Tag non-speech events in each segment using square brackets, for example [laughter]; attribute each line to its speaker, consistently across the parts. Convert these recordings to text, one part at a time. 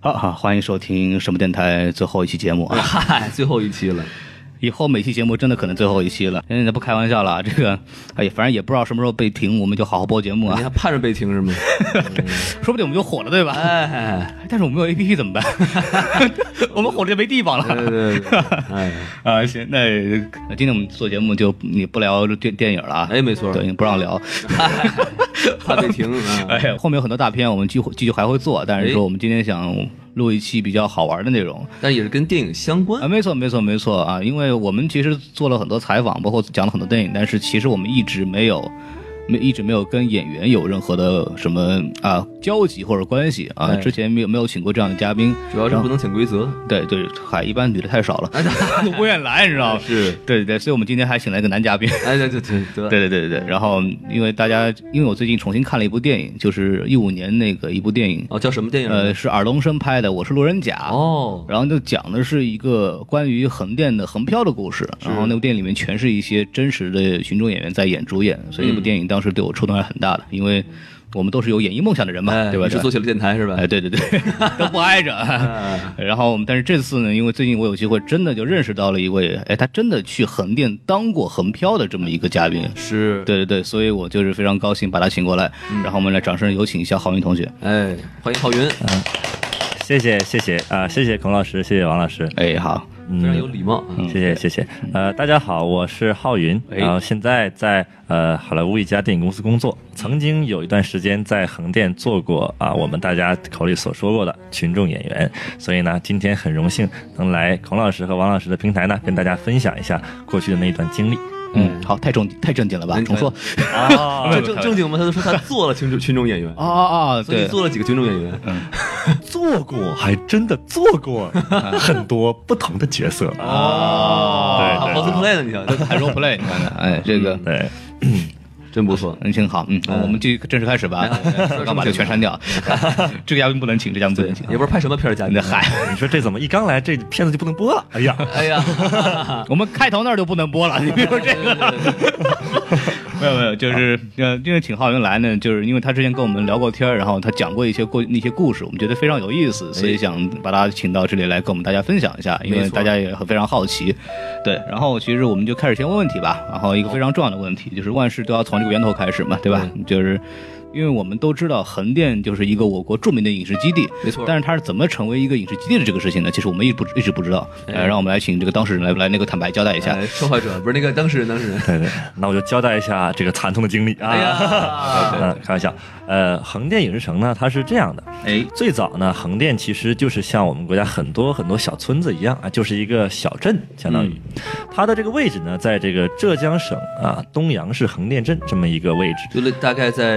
Speaker 1: 好好，欢迎收听什么电台最后一期节目啊！
Speaker 2: [laughs] 嗨，最后一期了，
Speaker 1: [laughs] 以后每期节目真的可能最后一期了，现在不开玩笑了啊。这个，哎，反正也不知道什么时候被停，我们就好好播节目啊
Speaker 2: 你，还盼着被停
Speaker 3: [laughs]
Speaker 2: 是吗？
Speaker 1: 说不定我们就火了，对吧？
Speaker 2: 哎，
Speaker 1: 但是我们没有 A P P 怎么办？ [laughs] 我们火了就没地方
Speaker 2: 对
Speaker 1: 了
Speaker 2: 对对，哎
Speaker 1: 啊！行，那那今天我们做节目就你不聊电电影了啊？
Speaker 2: 哎，没错，
Speaker 1: 对，不让聊。
Speaker 2: 怕被停。
Speaker 3: [laughs]
Speaker 1: 哎
Speaker 2: 哎，
Speaker 1: 呀，后面有很多大片，我们继续继续还会做，但是说
Speaker 2: 哎
Speaker 1: 我们今天想录一期比较好玩的内容。
Speaker 2: 但也是跟电影相
Speaker 1: 啊，
Speaker 2: 关。
Speaker 1: 没错，没错，没错啊！因为我们其实做了很多采访，包括讲了很多电影，但是其实我们一直没有，没一直没有跟演员有任何的什么啊交集或者关系啊。
Speaker 2: 哎
Speaker 1: 之前没有没有请过这样的嘉宾，
Speaker 2: 主要是不能潜规则，
Speaker 1: 对对，嗨，一般女的太
Speaker 2: [laughs]
Speaker 1: 少了，都不愿意来，你知道吗？
Speaker 2: 是，
Speaker 1: 对对对，所以我们今天还请了一个男嘉宾。
Speaker 2: 哎，对对对对，嗯
Speaker 1: 对对对对对，然后因为大家，因为我最近重新看了一部电影，就是一五年那个一部电影，
Speaker 2: 哦，叫什么电影？
Speaker 1: 呃，是尔冬升拍的《我是路人甲》
Speaker 2: 哦，
Speaker 1: 然后就讲的是一个关于横店的横漂的故事，然后那部电影里面全是一些真实的群众演员在演主演，
Speaker 2: 嗯
Speaker 1: 所以那部电影当时对我触动还很大的，因为我们都是有演艺梦想的人嘛，
Speaker 2: 哎，
Speaker 1: 对吧？
Speaker 2: 你是
Speaker 1: 对吧
Speaker 2: 做起了电台是吧？
Speaker 1: 哎，对对
Speaker 2: [laughs]
Speaker 1: 对，都不挨着。
Speaker 4: [laughs]
Speaker 2: 哎，
Speaker 1: 然后我们，但是这次呢，因为最近我有机会真的就认识到了一位，哎，他真的去横店当过横漂的这么一个嘉宾，
Speaker 2: 是，
Speaker 1: 对对对，所以我就是非常高兴把他请过来，然后我们来掌声有请一下郝云同学。
Speaker 2: 哎，欢迎浩云，
Speaker 4: 嗯谢谢谢谢
Speaker 5: 嗯
Speaker 4: 啊、谢谢孔老师，谢谢王老师，
Speaker 1: 哎，好，
Speaker 4: 嗯
Speaker 2: 非常有礼貌。啊
Speaker 4: 谢谢谢谢。
Speaker 5: 嗯
Speaker 4: 呃，大家好，我是浩云，
Speaker 1: 哎
Speaker 4: 然后现在在呃好莱坞一家电影公司工作，曾经有一段时间在横店做过啊、我们大家口里所说过的群众演员，所以呢，今天很荣幸能来孔老师和王老师的平台呢，跟大家分享一下过去的那一段经历。
Speaker 1: 嗯，好，太正太正经了吧？
Speaker 2: 哎
Speaker 1: 重说，
Speaker 4: 啊
Speaker 2: 这正正经吗？他都说他做了群众群众演员
Speaker 1: 哦，哦哦，
Speaker 2: [laughs] 所以
Speaker 1: 对，
Speaker 2: 做了几个群众演员。
Speaker 5: 做过，还真的做
Speaker 4: [laughs]
Speaker 5: 过很多不同的角色。啊
Speaker 1: 啊
Speaker 2: 哦
Speaker 4: 对对对
Speaker 2: cosplay 呢？你啊瞧，
Speaker 4: [laughs]
Speaker 2: 这
Speaker 1: 还 role play，你看看，哎，这个
Speaker 4: 对，
Speaker 2: 真不错。
Speaker 1: 嗯挺好，嗯，我们就正式开始吧，我刚把这全删掉，这个嘉宾不能请，这嘉宾不
Speaker 2: 对
Speaker 1: 能请，
Speaker 2: [laughs] 也不知道拍什么片儿，嘉
Speaker 1: 你的。
Speaker 2: 宾
Speaker 1: 嗨，
Speaker 4: 你说这怎么一刚来这片子就不能播了？
Speaker 5: 哎呀，
Speaker 2: [laughs] 哎
Speaker 4: [laughs]
Speaker 2: 呀，
Speaker 1: 我们开头那儿就不能播了，你别说这个， [laughs] 没有没有，就是呃，因为请浩云来呢，就是因为他之前跟我们聊过天儿，然后他讲过一些过那些故事，我们觉得非常有意思，所以想把他请到这里来跟我们大家分享一下，因为
Speaker 2: 没错
Speaker 1: 大家也很非常好奇，对，然后其实我们就开始先问问题吧，然后一个非常重要的问题就是万事都要从这个源头开始嘛，对吧？就是。因为我们都知道横店就是一个我国著名的影视基地，
Speaker 2: 没错
Speaker 1: 但是它是怎么成为一个影视基地的这个事情呢？其实我们一直不一直不知道。呃，让我们来请这个当事人来来那个坦白交代一下。
Speaker 2: [laughs] 哎，受害者不是那个当事人，当事人。
Speaker 4: 对对，那我就交代一下这个惨痛的经历啊。
Speaker 2: 哎呀
Speaker 4: [laughs] 嗯，开玩笑。呃，横店影视城呢，它是这样的，
Speaker 1: 哎，
Speaker 4: 最早呢，横店其实就是像我们国家很多很多小村子一样啊，就是一个小镇，相当于、
Speaker 2: 嗯
Speaker 4: 它的这个位置呢，在这个浙江省啊东阳市横店镇这么一个位置。
Speaker 2: 就类大概在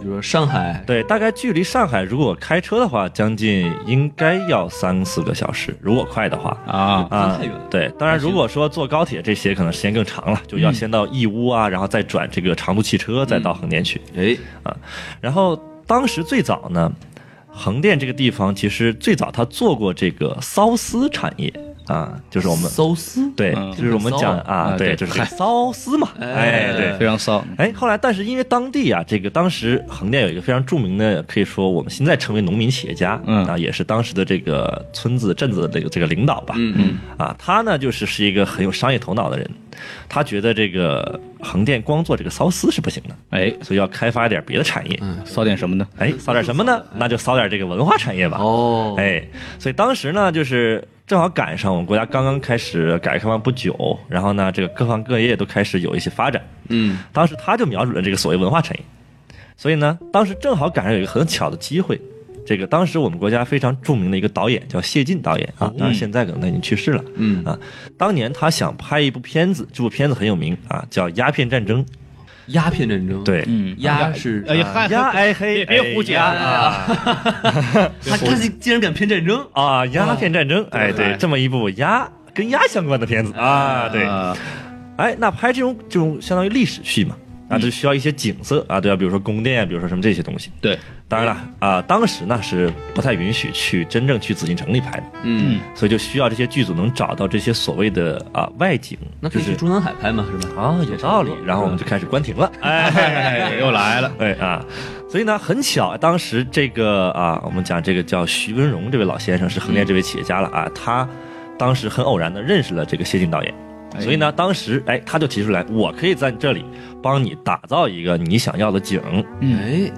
Speaker 2: 比如说上海，
Speaker 4: 对，大概距离上海如果开车的话，将近应该要三四个小时，如果快的话。
Speaker 1: 啊，
Speaker 4: 啊
Speaker 2: 不算太远了，
Speaker 4: 对，当然，如果说坐高铁这些，可能时间更长了，就
Speaker 2: 嗯
Speaker 4: 要先到义乌啊，然后再转这个长途汽车，再到横店去。
Speaker 2: 哎，
Speaker 4: 然后当时最早呢，横店这个地方其实最早它做过这个缫丝产业啊，就是我们
Speaker 2: 搜丝，嗯
Speaker 4: 对，就是我们讲
Speaker 2: 骚
Speaker 4: 啊
Speaker 1: 啊，对
Speaker 4: 对，就是缫丝嘛，
Speaker 2: 哎
Speaker 4: 哎，对，
Speaker 1: 非常骚。
Speaker 4: 哎，后来但是因为当地啊，这个当时横店有一个非常著名的，可以说我们现在称为农民企业家，
Speaker 1: 嗯
Speaker 4: 啊，也是当时的这个村子镇子的这个这个领导吧，嗯嗯，啊，他呢就是是一个很有商业头脑的人，他觉得这个横店光做这个缫丝是不行的，
Speaker 1: 哎，
Speaker 4: 所以要开发一点别的产业，
Speaker 1: 骚点什么呢？
Speaker 4: 哎，扫点什么呢？那就扫点这个文化产业吧。
Speaker 2: 哦，
Speaker 4: 哎，所以当时呢，就是正好赶上我们国家刚刚开始改革开放不久，然后呢，这个各行各业都开始有一些发展。
Speaker 2: 嗯，
Speaker 4: 当时他就瞄准了这个所谓文化产业，所以呢，当时正好赶上有一个很巧的机会。这个当时我们国家非常著名的一个导演叫谢晋导演啊，当然现在可能他已经去世了。
Speaker 2: 哦嗯
Speaker 4: 啊，当年他想拍一部片子，这部片子很有名啊，叫《鸦片战争》。
Speaker 2: 鸦片战争，，
Speaker 4: 对，
Speaker 1: 嗯，
Speaker 2: 鸦是
Speaker 1: 哎呀，嗨
Speaker 5: 呀哎
Speaker 1: 别
Speaker 5: 嘿，
Speaker 1: 别胡
Speaker 5: 哎呀
Speaker 1: 讲啊！
Speaker 2: 他他竟然敢偏战争，
Speaker 4: 啊，鸦片战争，哎，对，这么一部鸦跟鸦相关的片子啊，对，
Speaker 1: 啊
Speaker 4: 哎，那拍这种这种相当于历史剧嘛，啊，就需要一些景色啊，对啊，比如说宫殿，比如说什么这些东西。
Speaker 1: 对，
Speaker 4: 当然了啊、当时呢是不太允许去真正去紫禁城里拍的，
Speaker 2: 嗯，
Speaker 4: 所以就需要这些剧组能找到这些所谓的啊、外景，
Speaker 2: 那可
Speaker 4: 就
Speaker 2: 以去
Speaker 4: 是
Speaker 2: 中南海拍嘛，是吧？
Speaker 4: 啊有道理，
Speaker 2: 嗯
Speaker 4: 然后我们就开始关停了， [laughs] 哎。
Speaker 1: 哎，又来了，
Speaker 4: 对啊，所以呢，很巧，当时这个啊，我们讲这个叫徐文荣这位老先生是横店这位企业家了啊，他当时很偶然的认识了这个谢晋导演，所以呢，当时哎，他就提出来，我可以在这里帮你打造一个你想要的景，
Speaker 1: 嗯，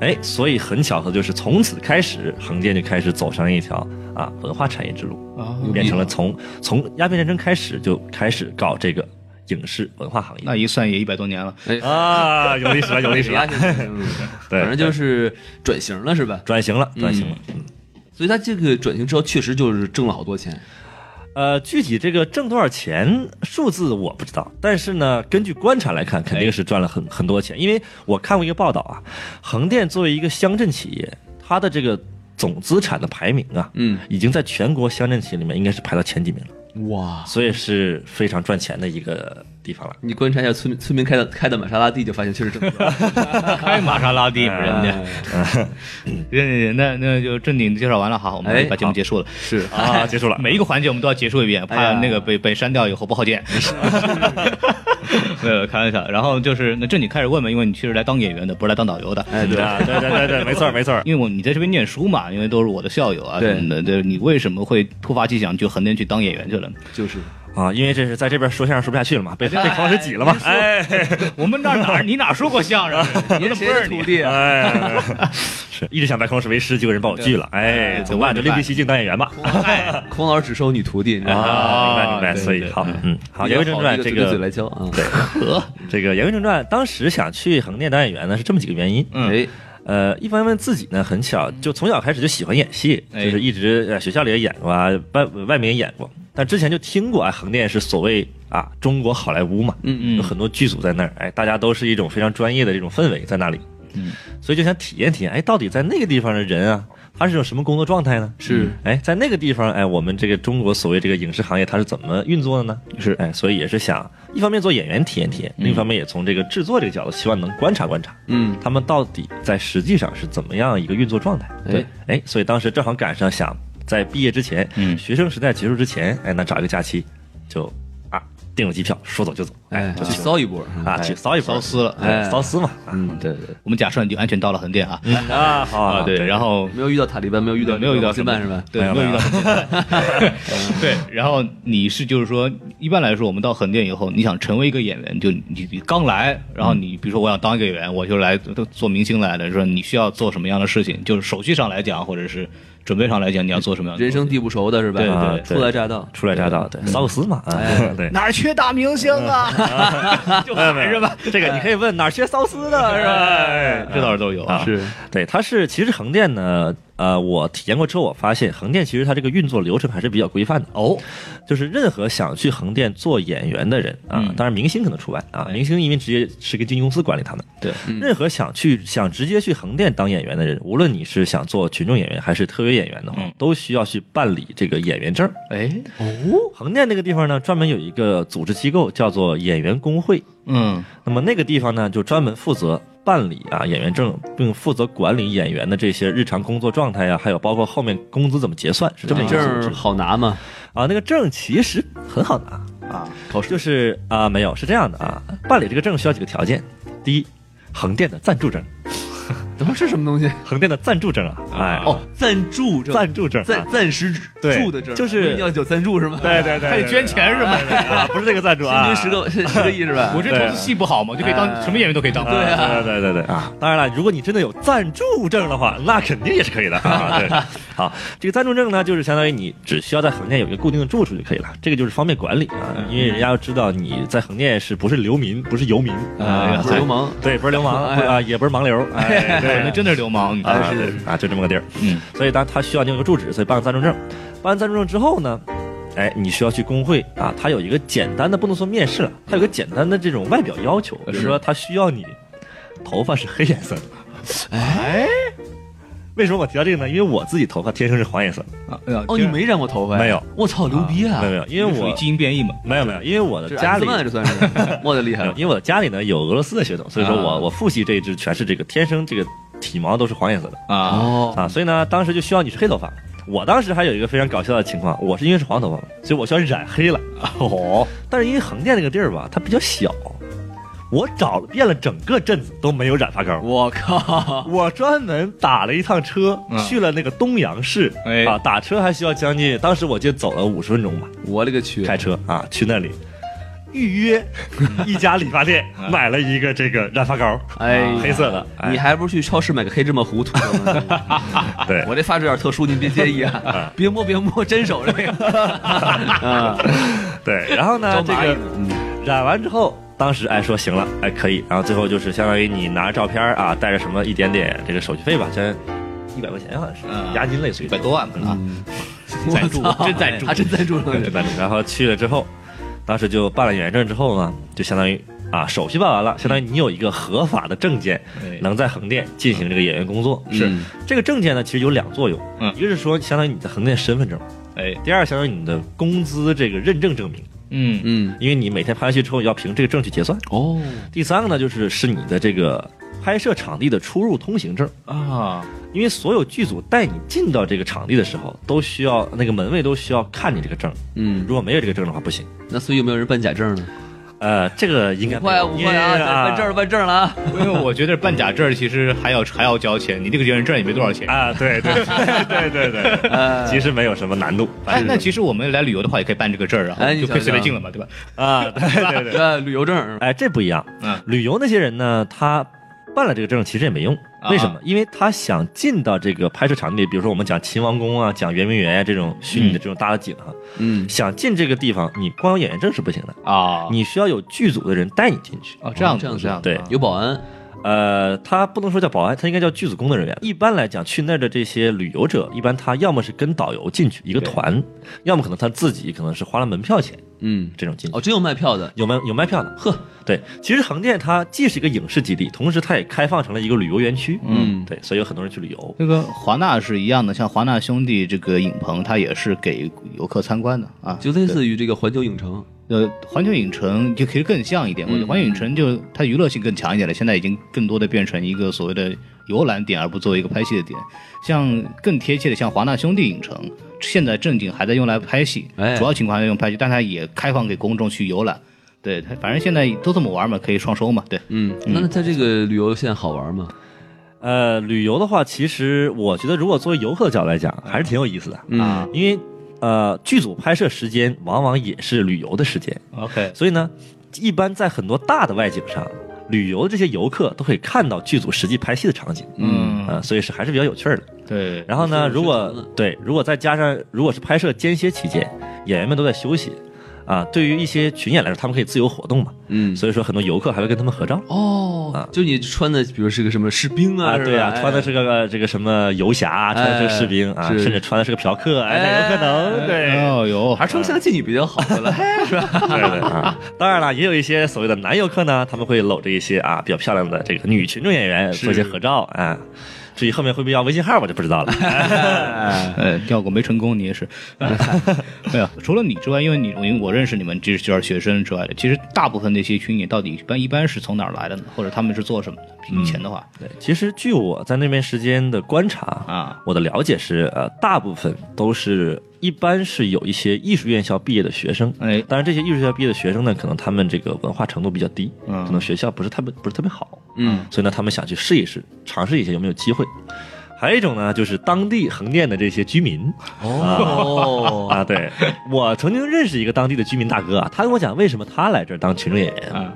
Speaker 2: 哎，
Speaker 4: 哎，所以很巧合，就是从此开始，横店就开始走上一条啊文化产业之路，
Speaker 1: 啊
Speaker 4: 变成了从从鸦片战争开始就开始搞这个影视文化行业
Speaker 1: 那一算也一百多年了，
Speaker 2: 哎，
Speaker 4: 啊，有历史了，有
Speaker 2: [laughs]
Speaker 4: 历史
Speaker 2: 鸦
Speaker 4: 了，
Speaker 2: 片战争，
Speaker 4: 对，
Speaker 2: 哎反正嗯就是转型了，是吧？
Speaker 4: 转型了，转型了。
Speaker 2: 所以他这个转型之后，确实就是挣了好多钱。
Speaker 4: 呃，具体这个挣多少钱数字我不知道，但是呢，根据观察来看，肯定是赚了很很多钱。因为我看过一个报道啊，横店作为一个乡镇企业，它的这个总资产的排名啊，
Speaker 2: 嗯，
Speaker 4: 已经在全国乡镇企业里面应该是排到前几名了，
Speaker 2: 哇，
Speaker 4: 所以是非常赚钱的一个地方了。
Speaker 2: 你观察一下村民村民开的开的玛莎拉蒂，就发现确实挣不少。
Speaker 1: [laughs] 开玛莎拉蒂人家，啊 [laughs] 那那那就正经介绍完了哈，我
Speaker 2: 哎
Speaker 1: 们把节目结束了。
Speaker 2: 是，
Speaker 4: 啊，结束了，
Speaker 1: 每一个环节我们都要结束一遍，
Speaker 2: 哎
Speaker 1: 怕
Speaker 2: 呀
Speaker 1: 那个被被删掉以后不好
Speaker 2: [laughs]
Speaker 1: 剪。没有开玩笑，然后就是那正经开始问吧，因为你其实来当演员的，不是来当导游的。
Speaker 2: 哎，对，
Speaker 4: 啊，对对对对，没错没错。
Speaker 1: 因为我你在这边念书嘛，因为都是我的校友啊
Speaker 2: 对
Speaker 1: 什么的，就是你为什么会突发奇想去横店去当演员去了？
Speaker 2: [laughs] 就是
Speaker 4: 啊，因为这是在这边说相声说不下去了 [laughs] 嘛，被被口水挤了嘛，哎
Speaker 1: 我们那儿哪儿你哪说过相声？你这不是
Speaker 2: 徒
Speaker 1: [laughs] 你？
Speaker 2: 弟啊？
Speaker 4: 哎，是一直想拜口水为师，结果人把我拒了，哎，怎么办？就另辟蹊径当演员吧。
Speaker 1: 哎，
Speaker 2: 孔老师只收女徒弟，你知道吗？
Speaker 4: 啊，明白明白，
Speaker 1: 对
Speaker 4: 所以
Speaker 1: 对
Speaker 4: 好，嗯，好，
Speaker 2: 比
Speaker 4: 言
Speaker 2: 较
Speaker 4: 归正传，
Speaker 2: 一
Speaker 4: 这
Speaker 2: 嘴对嘴
Speaker 4: 个
Speaker 2: 来教啊。
Speaker 4: 这个言归正传，当时想去横店当演员呢，是这么几个原因，
Speaker 1: 嗯
Speaker 2: 哎，
Speaker 4: 呃，一方面自己呢很巧，
Speaker 2: 嗯
Speaker 4: 就从小开始就喜欢演戏，
Speaker 1: 哎
Speaker 4: 就是一直呃学校里也演过啊，外外面也演过，但之前就听过啊，横店是所谓啊中国好莱坞嘛，
Speaker 2: 嗯
Speaker 4: 有很多剧组在那儿，哎，大家都是一种非常专业的这种氛围在那里，
Speaker 1: 嗯，
Speaker 4: 所以就想体验体验，哎，到底在那个地方的人啊，他是一种什么工作状态呢？
Speaker 2: 是，
Speaker 4: 哎，在那个地方，哎，我们这个中国所谓这个影视行业，它是怎么运作的呢？
Speaker 1: 是
Speaker 4: 哎，所以也是想一方面做演员体验体验，另一方面也从这个制作这个角度，希望能观察观察，
Speaker 2: 嗯，
Speaker 4: 他们到底在实际上是怎么样一个运作状态。
Speaker 2: 哎，
Speaker 4: 哎，所以当时正好赶上想在毕业之前，
Speaker 1: 嗯
Speaker 4: 学生时代结束之前，哎，那找一个假期，就啊订了机票，说走就走，
Speaker 2: 哎，
Speaker 4: [laughs] 就
Speaker 2: 去
Speaker 4: 去
Speaker 2: 骚一波
Speaker 4: 啊，去骚一波，
Speaker 1: 骚撕了
Speaker 4: 哎
Speaker 2: 哎
Speaker 4: 骚撕嘛，
Speaker 2: 嗯，对对，
Speaker 1: 我们假设你就安全到了横店啊
Speaker 4: 啊，好
Speaker 1: 啊，对，然后
Speaker 2: 没有遇到塔利班，没有遇到
Speaker 1: 没有遇到
Speaker 2: 新办是吧？
Speaker 1: 对，
Speaker 4: 没有
Speaker 1: 没有遇
Speaker 4: 没
Speaker 1: 到
Speaker 4: 有
Speaker 1: 很简单。 [laughs] 对，然后你是就是说，一般来说，我们到横店以后，你想成为一个演员，就你你刚来，然后你比如说我想当一个演员，我就来做明星来的，说你需要做什么样的事情，就是手续上来讲，或者是准备上来讲，你要做什么样的
Speaker 2: 人生地不熟的是吧？
Speaker 1: 对对
Speaker 2: 啊
Speaker 4: 对
Speaker 2: 初来乍到，
Speaker 4: 初来乍到，对，骚个撕嘛，啊， [laughs] 对。
Speaker 1: 哪儿缺大明星啊？ [laughs]
Speaker 4: 就喊是吧？这个你可以问哪儿学骚丝的是吧？ [laughs] 哎
Speaker 1: 这倒是都有啊
Speaker 4: 啊，
Speaker 2: 是，
Speaker 4: 对，它是其实横店呢，呃，我体验过之后，我发现横店其实它这个运作流程还是比较规范的哦。就是任何想去横店做演员的人啊，
Speaker 1: 嗯
Speaker 4: 当然明星可能除外啊，明星因为直接是个经纪公司管理他们。
Speaker 1: 对，
Speaker 4: 任何想去想直接去横店当演员的人，无论你是想做群众演员还是特约演员的话，
Speaker 1: 嗯
Speaker 4: 都需要去办理这个演员证。
Speaker 1: 哎，
Speaker 4: 横店那个地方呢，专门有一个组织机构叫做演员工会。
Speaker 1: 嗯，
Speaker 4: 那么那个地方呢，就专门负责办理啊演员证，并负责管理演员的这些日常工作状态呀、啊还有包括后面工资怎么结算，是这么一
Speaker 2: 证
Speaker 4: 个组
Speaker 2: 儿
Speaker 4: 织
Speaker 2: 好拿吗？
Speaker 4: 啊。那个证其实很好拿，
Speaker 2: 考试
Speaker 4: 就是啊没有是这样的啊，办理这个证需要几个条件，第一，横店的啊暂住证，
Speaker 2: 等会儿是什么东西？
Speaker 4: 横店的暂住证啊，哎
Speaker 2: 哦，暂住证，
Speaker 4: 暂住证啊
Speaker 2: 暂暂时
Speaker 4: 对
Speaker 2: 住的啊证，
Speaker 4: 就是
Speaker 2: 不一定要有暂住是吗？
Speaker 4: 对对对，
Speaker 1: 还得捐钱是吧？
Speaker 4: 啊， [laughs] 不是这个暂住啊，
Speaker 2: 平均十个十个亿是吧？
Speaker 1: 我这投资戏不好嘛，就可以当
Speaker 2: 哎
Speaker 1: 什么演员都可以当。
Speaker 2: 对啊
Speaker 4: 对对对对啊！当然了，如果你真的有暂住证的话，那肯定也是可以的 [laughs] 啊。对，好，这个暂住证呢，就是相当于你只需要在横店有一个固定的住处就可以了，这个就是方便管理啊，因为人家要知道你在横店是不是流民，不是游民
Speaker 2: 啊，
Speaker 4: 不
Speaker 2: 不是
Speaker 4: 是
Speaker 2: 流氓，
Speaker 4: 对，不是流氓不是啊，也不是盲流， [laughs] 哎，
Speaker 1: 可
Speaker 4: 对
Speaker 1: 能，真的是流氓。
Speaker 4: 啊
Speaker 1: 啊
Speaker 4: 对啊，就这么个地儿。
Speaker 1: 嗯，
Speaker 4: 所以当他需要你有个住址，所以办了暂住证。办完暂住证之后呢，哎，你需要去工会啊，它有一个简单的，不能说面试了，它有个简单的这种外表要求，比如说它需要你头发是黑颜色的。
Speaker 2: 哎，
Speaker 4: 为什么我提到这个呢？因为我自己头发天生是黄颜色，
Speaker 1: 啊，哎呀
Speaker 2: 哦，你没染过头发呀？
Speaker 4: 没有，
Speaker 2: 我操，牛逼啊！
Speaker 4: 没有没有，因为
Speaker 1: 属于
Speaker 4: 我
Speaker 1: 基因变异嘛，
Speaker 4: 没有没有，因为我的
Speaker 2: 这家
Speaker 4: 家里
Speaker 2: 里这算是，
Speaker 4: [laughs]
Speaker 2: 我的厉害了
Speaker 4: 因。为我家里呢有俄罗斯的血统，所以说我、
Speaker 2: 啊
Speaker 4: 我父系这一支全是这个天生这个体毛都是黄颜色的
Speaker 1: 啊，
Speaker 2: 哦，
Speaker 4: 啊，所以呢当时就需要你是黑头发。我当时还有一个非常搞笑的情况，我是因为是黄头发嘛，所以我需要染黑了。
Speaker 1: 哦，
Speaker 4: 但是因为横店那个地儿吧，它比较小，我找了遍了整个镇子都没有染发膏。
Speaker 2: 我靠，
Speaker 4: 我专门打了一趟车、
Speaker 1: 嗯
Speaker 4: 去了那个东阳市、
Speaker 1: 哎
Speaker 4: 啊，打车还需要将近，当时我就走了五十分钟吧，
Speaker 2: 我勒个去！
Speaker 4: 开车啊去那里。预 [laughs] 约一家理发店，买了一个这个染发膏，
Speaker 2: 哎呀，
Speaker 4: 黑色的。嗯哎
Speaker 2: 你还不如去超市买个黑芝麻糊涂上呢。
Speaker 4: [laughs] 对
Speaker 2: 我这发质有点特殊，您别介意啊，别摸别摸，真手这
Speaker 4: [laughs]
Speaker 2: 个。啊，
Speaker 4: 哎
Speaker 2: 嗯
Speaker 4: 对，然后呢，
Speaker 2: 招
Speaker 4: 这
Speaker 2: 蚂蚁
Speaker 4: 个
Speaker 2: 呢
Speaker 4: 染完之后，当时哎说行了，哎可以，然后最后就是相当于你拿着照片啊，带着什么一点点这个手续费吧，先一百块钱好像是
Speaker 1: 嗯，
Speaker 4: 押金类似于
Speaker 1: 一
Speaker 4: 这
Speaker 1: 百
Speaker 4: 种
Speaker 1: 多万吧啊，赞助
Speaker 2: 我操啊
Speaker 1: 真赞助
Speaker 2: 还真赞助
Speaker 4: 对
Speaker 2: 了。
Speaker 4: 办理然后去了之后，当时就办了演员证之后呢，就相当于啊手续办完了，相当于你有一个合法的证件，
Speaker 1: 哎
Speaker 4: 能在横店进行这个演员工作。这个证件呢，其实有两作用，
Speaker 1: 嗯
Speaker 4: 一个是说相当于你的横店身份证，
Speaker 1: 哎，
Speaker 4: 第二相当于你的工资这个认证证明，
Speaker 1: 嗯，
Speaker 2: 嗯，
Speaker 4: 因为你每天拍完戏之后要凭这个证去结算。
Speaker 2: 哦
Speaker 4: 第三个呢，就是是你的这个拍摄场地的出入通行证。
Speaker 1: 啊，
Speaker 4: 因为所有剧组带你进到这个场地的时候，都需要那个门卫都需要看你这个证，
Speaker 2: 嗯，
Speaker 4: 如果没有这个证的话不行。
Speaker 2: 那所以有没有人办假证呢？
Speaker 4: 呃，这个应该
Speaker 2: 快啊，快啊，办证了，办证了啊！
Speaker 1: 因为我觉得办假证儿其实还要还要交钱，你这个认证也没多少钱。
Speaker 4: 啊！对对对对对
Speaker 2: 呃
Speaker 4: 其实没有什么难度
Speaker 1: 哎，那其实我们来旅游的话，也可以办这个证儿啊，
Speaker 2: 哎你
Speaker 1: 就可以
Speaker 2: 想
Speaker 1: 随便
Speaker 2: 想
Speaker 1: 进了嘛，对吧？
Speaker 4: 啊，对对对，
Speaker 2: 呃，旅游证是吧
Speaker 4: 哎，这不一样。
Speaker 1: 嗯
Speaker 4: 旅游那些人呢，他办了这个证其实也没用，
Speaker 1: 啊
Speaker 4: 为什么？因为他想进到这个拍摄场地里，比如说我们讲秦王宫啊，讲圆明园呀、这种虚拟的这种大的景哈、
Speaker 2: 嗯，
Speaker 4: 想进这个地方，你光有演员证是不行的，
Speaker 1: [laughs] 啊，
Speaker 4: 你需要有剧组的人带你进去。
Speaker 1: 哦这样
Speaker 2: 这样
Speaker 1: 子
Speaker 2: 子
Speaker 1: 这样子
Speaker 4: 对
Speaker 1: 啊
Speaker 2: 有保安，
Speaker 4: 呃，他不能说叫保安，他应该叫剧组工作人员。一般来讲，去那儿的这些旅游者，一般他要么是跟导游进去一个
Speaker 1: 对
Speaker 4: 团，要么可能他自己可能是花了门票钱
Speaker 2: 嗯，
Speaker 4: 这种进去。
Speaker 2: 哦，真有卖票的，
Speaker 4: 有卖有卖票的，呵，对，其实横店它既是一个影视基地，同时它也开放成了一个旅游园区，
Speaker 2: 嗯
Speaker 4: 对，所以有很多人去旅游。
Speaker 1: 那个华纳是一样的，像华纳兄弟这个影棚，它也是给游客参观的啊。
Speaker 2: 就类似于这个环球影城，
Speaker 1: 呃，环球影城就其实更像一点，我觉得
Speaker 2: 嗯
Speaker 1: 环球影城就它娱乐性更强一点了，现在已经更多的变成一个所谓的游览点，而不作为一个拍戏的点。像更贴切的，像华纳兄弟影城，现在正经还在用来拍戏，
Speaker 2: 哎
Speaker 1: 主要情况还在用拍戏，但它也开放给公众去游览。对，它反正现在都这么玩嘛，可以双收嘛，对。
Speaker 2: 嗯，那它这个旅游线好玩吗？
Speaker 4: 呃，旅游的话，其实我觉得如果作为游客的角度来讲，还是挺有意思的，
Speaker 2: 嗯，
Speaker 4: 因为呃，剧组拍摄时间往往也是旅游的时间，
Speaker 1: OK，
Speaker 4: 所以呢，一般在很多大的外景上，旅游的这些游客都可以看到剧组实际拍戏的场景，
Speaker 1: 嗯，
Speaker 4: 呃，所以是还是比较有趣儿的。
Speaker 1: 对，
Speaker 4: 然后呢，
Speaker 2: 是是
Speaker 4: 如果
Speaker 2: 是的
Speaker 4: 对，如果再加上如果是拍摄间歇期间，演员们都在休息，啊，对于一些群演来说，他们可以自由活动嘛，
Speaker 2: 嗯，
Speaker 4: 所以说很多游客还会跟他们合照。
Speaker 2: 哦
Speaker 4: 啊，
Speaker 2: 就你穿的，比如是个什么士兵啊，
Speaker 4: 啊，对啊，
Speaker 2: 吧哎
Speaker 4: 穿的是个呃这个什么游侠啊，穿的是个士兵啊，
Speaker 2: 是
Speaker 4: 甚至穿的是个嫖客，哎，那有可能，对，
Speaker 1: 哦哟，
Speaker 2: 还是穿相妓女比较好的 [laughs] 了，是吧？
Speaker 4: 对对啊。当然了，也有一些所谓的男游客呢，他们会搂着一些啊比较漂亮的这个女群众演员做一些合照啊。至于后面会不会要微信号，我就不知道了。
Speaker 1: [laughs] 呃，调过没成功，你也
Speaker 4: [laughs]
Speaker 1: 是。没有，除了你之外，因为你因为我认识你们这这学生之外的，其实大部分那些群演到底一般一般是从哪儿来的呢？或者他们是做什么的？以前的话，
Speaker 4: 嗯对，其实据我在那边时间的观察
Speaker 1: 啊，
Speaker 4: 我的了解是，呃，大部分都是一般是有一些艺术院校毕业的学生，
Speaker 1: 哎
Speaker 4: 当然这些艺术院校毕业的学生呢，可能他们这个文化程度比较低，
Speaker 1: 嗯
Speaker 4: 可能学校不是特别不是特别好，
Speaker 2: 嗯，
Speaker 4: 所以呢，他们想去试一试，尝试一下有没有机会。还有一种呢，就是当地横店的这些
Speaker 1: [laughs]
Speaker 4: 居民
Speaker 2: 哦，
Speaker 4: 啊， [laughs] 对我曾经认识一个当地的居民大哥啊，他跟我讲为什么他来这儿当群众演员
Speaker 1: 啊，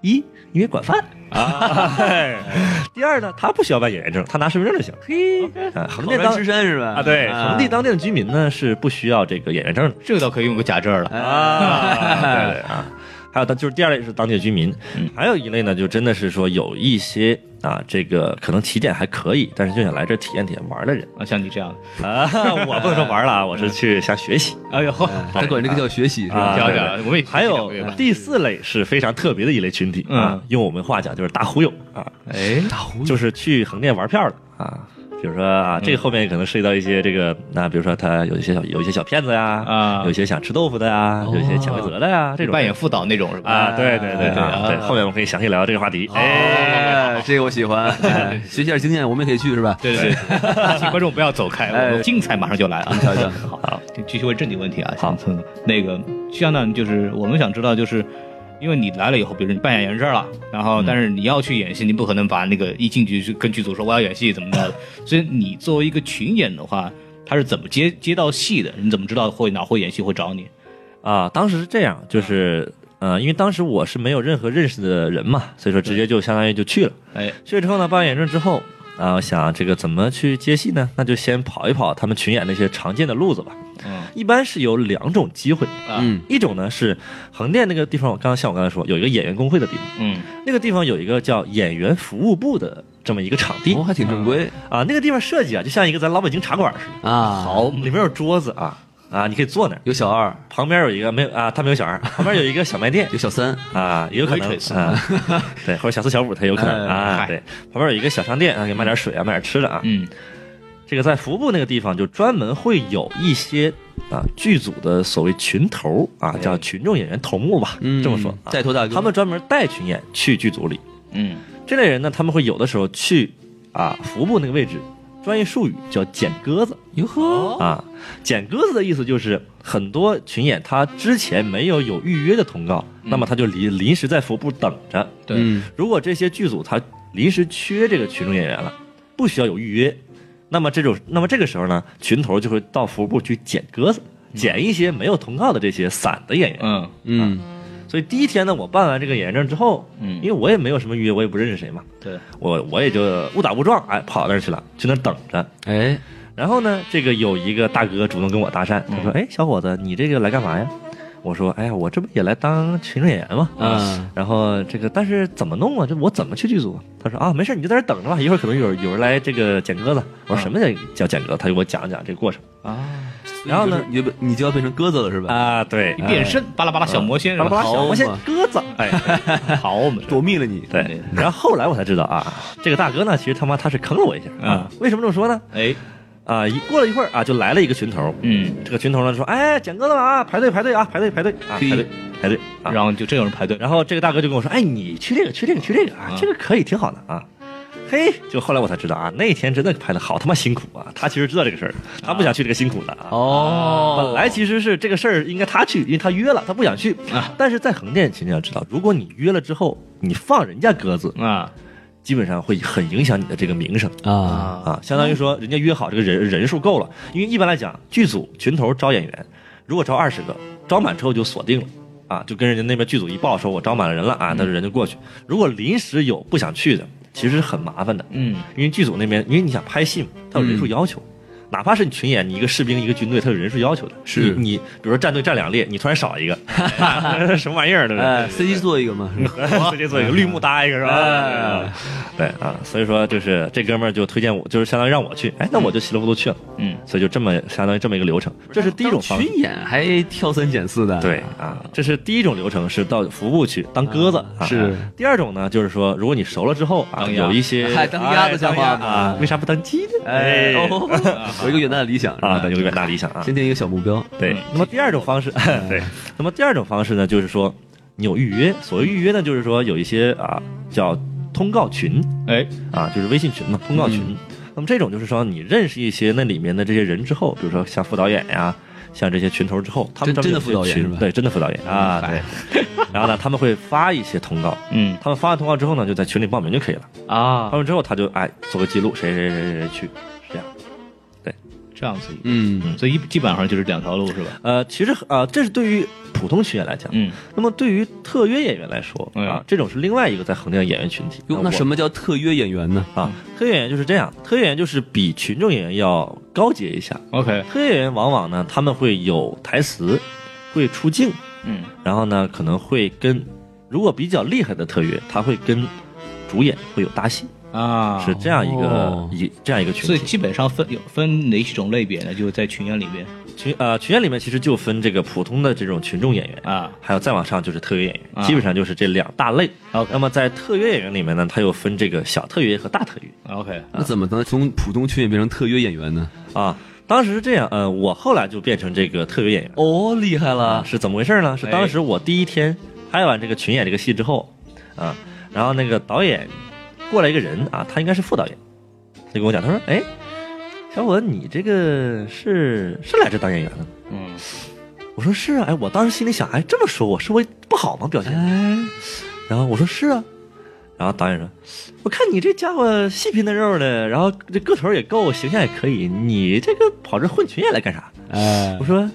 Speaker 4: 一因为管饭啊，嘿 [laughs] 第二呢，他不需要办演员证，他拿身份证就行。嘿，啊横
Speaker 2: 口
Speaker 4: 店
Speaker 2: 袋
Speaker 4: 当
Speaker 2: 之身是吧？
Speaker 4: 啊，对，横店当地的居民呢是不需要这个演员证的
Speaker 1: 这个倒可以用个假证儿
Speaker 4: 哎
Speaker 1: 了。
Speaker 4: 啊， [laughs] 嗯对对啊。还有，他就是第二类是当地的居民，还有一类呢，就真的是说有一些啊，这个可能起点还可以，但是就想来这儿体验体验玩儿的人
Speaker 1: 啊，像你这样的，
Speaker 4: 啊， [laughs] 我不是说玩儿了啊，我是去想学习。
Speaker 1: 哎呦，
Speaker 4: [laughs]
Speaker 2: 他管这个叫学习是吧
Speaker 4: 啊？
Speaker 1: 讲
Speaker 4: 对
Speaker 1: 讲，我们也
Speaker 4: 还有
Speaker 1: 对吧
Speaker 4: 第四类是非常特别的一类群体啊
Speaker 1: 嗯，
Speaker 4: 用我们话讲就是打忽悠啊，
Speaker 2: 哎，大胡子
Speaker 4: 就是去横店玩票的啊。比如说啊，这后面可能涉及到一些这个，那比如说他有一些小有一些小骗子呀，
Speaker 1: 啊
Speaker 4: 有一些想吃豆腐的呀，有一些潜规则的呀，这种
Speaker 1: 扮演副导那种是吧？
Speaker 4: 啊，对对对对
Speaker 1: 啊
Speaker 4: 对，后面我们可以详细聊这个话题。哎，
Speaker 2: 哎，这个我喜欢，哎 [laughs] 学习点经验，我们也可以去是吧？
Speaker 1: 对对对， [laughs] 请观众不要走开，我们
Speaker 2: 哎
Speaker 1: 精彩马上就来啊！
Speaker 2: 瞧
Speaker 1: [laughs]
Speaker 2: 瞧，
Speaker 1: 继续问正经问题啊，
Speaker 4: 好
Speaker 1: 行，那个相当于就是我们想知道就是。因为你来了以后，比如你扮演人事了，然后但是你要去演戏，你不可能把那个一进去就跟剧组说我要演戏怎么 [laughs] 着的，所以你作为一个群演的话，他是怎么接接到戏的？你怎么知道会哪会演戏会找你？
Speaker 4: 啊，当时是这样，就是呃，因为当时我是没有任何认识的人嘛，所以说直接就相当于就去了。
Speaker 1: 哎，
Speaker 4: 去了之后呢，办完演证之后啊，我想这个怎么去接戏呢？那就先跑一跑他们群演那些常见的路子吧。
Speaker 1: 嗯，
Speaker 4: 一般是有两种机会，
Speaker 1: 啊
Speaker 2: 嗯
Speaker 4: 一种呢是横店那个地方，我刚刚像我刚才说，有一个演员工会的地方，
Speaker 1: 嗯
Speaker 4: 那个地方有一个叫演员服务部的这么一个场地
Speaker 2: 哦，还挺正规
Speaker 4: 啊，那个地方设计啊，就像一个咱老北京茶馆似的，
Speaker 2: 啊。
Speaker 4: 好，里面有桌子啊啊，你可以坐那儿，
Speaker 2: 有小二，
Speaker 4: 旁边有一个没有啊，他没有小孩，旁边有一个小卖店，
Speaker 2: 有小三，
Speaker 4: 啊，也有可能
Speaker 1: 微
Speaker 4: 啊，对，或者小四小五他有可能
Speaker 2: 哎
Speaker 4: 啊，
Speaker 1: 嗨
Speaker 4: 对，旁边有一个小商店啊，给买点水啊，买点吃的啊。
Speaker 1: 嗯
Speaker 4: 这个在服务部那个地方就专门会有一些啊剧组的所谓群头啊，叫群众演员头目吧，
Speaker 2: 嗯，
Speaker 4: 这么说啊，
Speaker 2: 带头大哥，
Speaker 4: 他们专门带群演去剧组里。
Speaker 1: 嗯，
Speaker 4: 这类人呢，他们会有的时候去啊服务部那个位置，专业术语叫捡鸽子。
Speaker 2: 哟呵，
Speaker 1: 哦
Speaker 4: 啊，捡鸽子的意思就是很多群演他之前没有有预约的通告，那么他就临临时在服务部等着。
Speaker 1: 嗯对
Speaker 2: 嗯
Speaker 4: 如果这些剧组他临时缺这个群众演员了，不需要有预约，那么这种那么这个时候呢，群头就会到服务部去捡鸽子，捡一些没有通告的这些散的演员。
Speaker 1: 嗯
Speaker 2: 嗯，
Speaker 4: 所以第一天呢，我办完这个演员证之后，
Speaker 1: 嗯
Speaker 4: 因为我也没有什么预约，我也不认识谁嘛，
Speaker 1: 对，
Speaker 4: 我我也就误打误撞，哎，跑那儿去了，去那儿等着。
Speaker 2: 哎，
Speaker 4: 然后呢，这个有一个大哥主动跟我搭讪，他说：“哎，小伙子，你这个来干嘛呀？”我说：“哎呀，我这不也来当群众演员吗？
Speaker 2: 嗯，
Speaker 4: 然后这个，但是怎么弄啊？这我怎么去剧组啊？”他说：“啊，没事，你就在这儿等着吧，一会儿可能有有人来这个捡鸽子。”我说：“什么叫叫捡鸽？”他给我讲了讲这个过程
Speaker 1: 啊
Speaker 4: 然后呢
Speaker 2: 你就你就要变成鸽子了是吧？
Speaker 4: 啊，对，
Speaker 1: 一变身，巴拉巴拉小魔仙是
Speaker 4: 巴拉
Speaker 1: 吧，
Speaker 2: 哎
Speaker 4: 巴拉小，我现
Speaker 2: 好嘛
Speaker 4: 鸽子，哎，
Speaker 1: [laughs]
Speaker 4: 嗯
Speaker 1: 好我们
Speaker 2: 躲密了你，
Speaker 4: 对。然后后来我才知道啊，这个大哥呢，其实他妈他是坑了我一下啊。为什么这么说呢？
Speaker 1: 哎，
Speaker 4: 啊，一过了一会儿啊，就来了一个群头，
Speaker 1: 嗯，
Speaker 4: 这个群头呢说：“哎，简哥了啊，排队排队啊，排队排队啊，
Speaker 2: 嘿
Speaker 4: 排队排队啊。”
Speaker 1: 然后就真有人排队，
Speaker 4: 然后这个大哥就跟我说：“哎，你去这个去这个去这个啊，
Speaker 1: 嗯
Speaker 4: 这个可以，挺好的啊。”嘿，就后来我才知道啊，那天真的拍的好他妈辛苦啊！他其实知道这个事儿，他不想去这个辛苦的啊。
Speaker 2: 哦，
Speaker 4: 本来其实是这个事儿应该他去，因为他约了，他不想去。
Speaker 1: 啊
Speaker 4: 但是在横店，其实你要知道，如果你约了之后，你放人家鸽子，
Speaker 1: 啊
Speaker 4: 基本上会很影响你的这个名声。
Speaker 2: 啊，
Speaker 1: 啊
Speaker 4: 啊，相当于说人家约好这个人人数够了，因为一般来讲，剧组群头招演员，如果招二十个，招满之后就锁定了。啊，就跟人家那边剧组一报说，我招满了人了啊，那
Speaker 2: 嗯
Speaker 4: 人就过去。如果临时有不想去的，其实很麻烦的，
Speaker 1: 嗯
Speaker 4: 因为剧组那边，因为你想拍戏嘛，它有人数
Speaker 2: 嗯
Speaker 4: 要求，哪怕是你群演，你一个士兵一个军队，它有人数要求的。
Speaker 2: 是
Speaker 4: 你，你比如说战队站两列，你突然少
Speaker 2: [laughs]
Speaker 4: 一个， [laughs] 什么玩意儿，对不对？
Speaker 2: 哎，CG 做一个嘛，是 [laughs] 吧？
Speaker 4: 直接做一个绿幕搭一个是吧？
Speaker 2: 哎
Speaker 4: 对啊，所以说就是这哥们儿就推荐我，就是相当于让我去，哎，那我就稀里糊涂去了，
Speaker 1: 嗯，
Speaker 4: 所以就这么相当于这么一个流程， [laughs] 这是第一种方式。
Speaker 2: 群演还挑三拣四的，
Speaker 4: 对啊，这是第一种流程，是到服务去当鸽子。啊、
Speaker 2: 是
Speaker 4: 第二种呢，就是说，如果你熟了之后啊，
Speaker 1: 当鸭
Speaker 4: 有一些
Speaker 2: 嗨当鸭子像话吗
Speaker 4: 哎啊，为啥不当鸡呢？
Speaker 2: 哎，
Speaker 4: [laughs]
Speaker 2: 哦有一个远大的理想是吧
Speaker 4: 啊，对，有个远大理想啊。
Speaker 2: 先定一个小目标，
Speaker 4: 对，那么第二种方式， [laughs] 对，那么第二种方式呢，就是说你有预约，所谓预约呢，就是说有一些啊叫通告群，
Speaker 1: 哎
Speaker 4: 啊，就是微信群嘛，通告群。
Speaker 2: 嗯
Speaker 4: 那么这种就是说，你认识一些那里面的这些人之后，比如说像副导演呀、像这些群头之后，他们
Speaker 2: 真
Speaker 4: 专门
Speaker 2: 真的副
Speaker 4: 有
Speaker 2: 导演
Speaker 4: 群
Speaker 2: 是吧嗯
Speaker 4: 对，真的副导演啊，对。然后呢，他们会发一些通告，
Speaker 1: 嗯
Speaker 4: 他们发完通告之后呢，就在群里报名就可以了。
Speaker 1: 啊
Speaker 4: 报名之后，他就哎做个记录，谁谁谁谁谁去，是这样。
Speaker 1: 这样子，
Speaker 2: 嗯，
Speaker 1: 所以一基本上就是两条路是吧？
Speaker 4: 呃，其实呃，这是对于普通群演来讲，
Speaker 1: 嗯，
Speaker 4: 那么对于特约演员来说
Speaker 1: 哎呀
Speaker 4: 啊，这种是另外一个在横店的演员群体。
Speaker 2: 嗯
Speaker 4: 啊
Speaker 2: 哟，那
Speaker 4: 我
Speaker 2: 什么嗯叫特约演员呢？
Speaker 4: 啊？特约演员就是这样，特约演员就是比群众演员要高阶一下。
Speaker 1: OK，
Speaker 4: 特约演员往往呢，他们会有台词，会出镜，
Speaker 1: 嗯，
Speaker 4: 然后呢，可能会跟如果比较厉害的特约，他会跟主演会有搭戏
Speaker 1: 啊，
Speaker 4: 是这样一个
Speaker 2: 哦
Speaker 4: 一这样一个群
Speaker 1: 所以
Speaker 4: 体。
Speaker 1: 基本上分有分哪几种类别呢？就是在群演里边
Speaker 4: 群呃群演里面其实就分这个普通的这种群众演员，
Speaker 1: 啊，
Speaker 4: 还有再往上就是特约演员，
Speaker 1: 啊
Speaker 4: 基本上就是这两大类。
Speaker 1: OK
Speaker 4: 那么在特约演员里面呢，它又分这个小特约和大特约。
Speaker 1: OK，
Speaker 2: 那怎么能从普通群演变成特约演员呢？
Speaker 4: 啊，当时是这样，呃，我后来就变成这个特约演员
Speaker 2: 哦，厉害
Speaker 4: 啊，
Speaker 2: 了！
Speaker 4: 是怎么回事呢？是
Speaker 1: 哎
Speaker 4: 当时我第一天拍完这个群演这个戏之后，啊，然后那个导演过来一个人啊，他应该是副导演，他就跟我讲，他说，哎，小伙，你这个是是来这当演员的吗？
Speaker 1: 嗯，
Speaker 4: 我说是啊，哎，我当时心里想，哎，这么说我是我不好吗？表现？
Speaker 2: 哎，
Speaker 4: 然后我说是啊，然后导演说，我看你这家伙细皮嫩肉的，然后这个头也够，形象也可以，你这个跑这混群演来干啥？
Speaker 2: 哎
Speaker 4: 我，说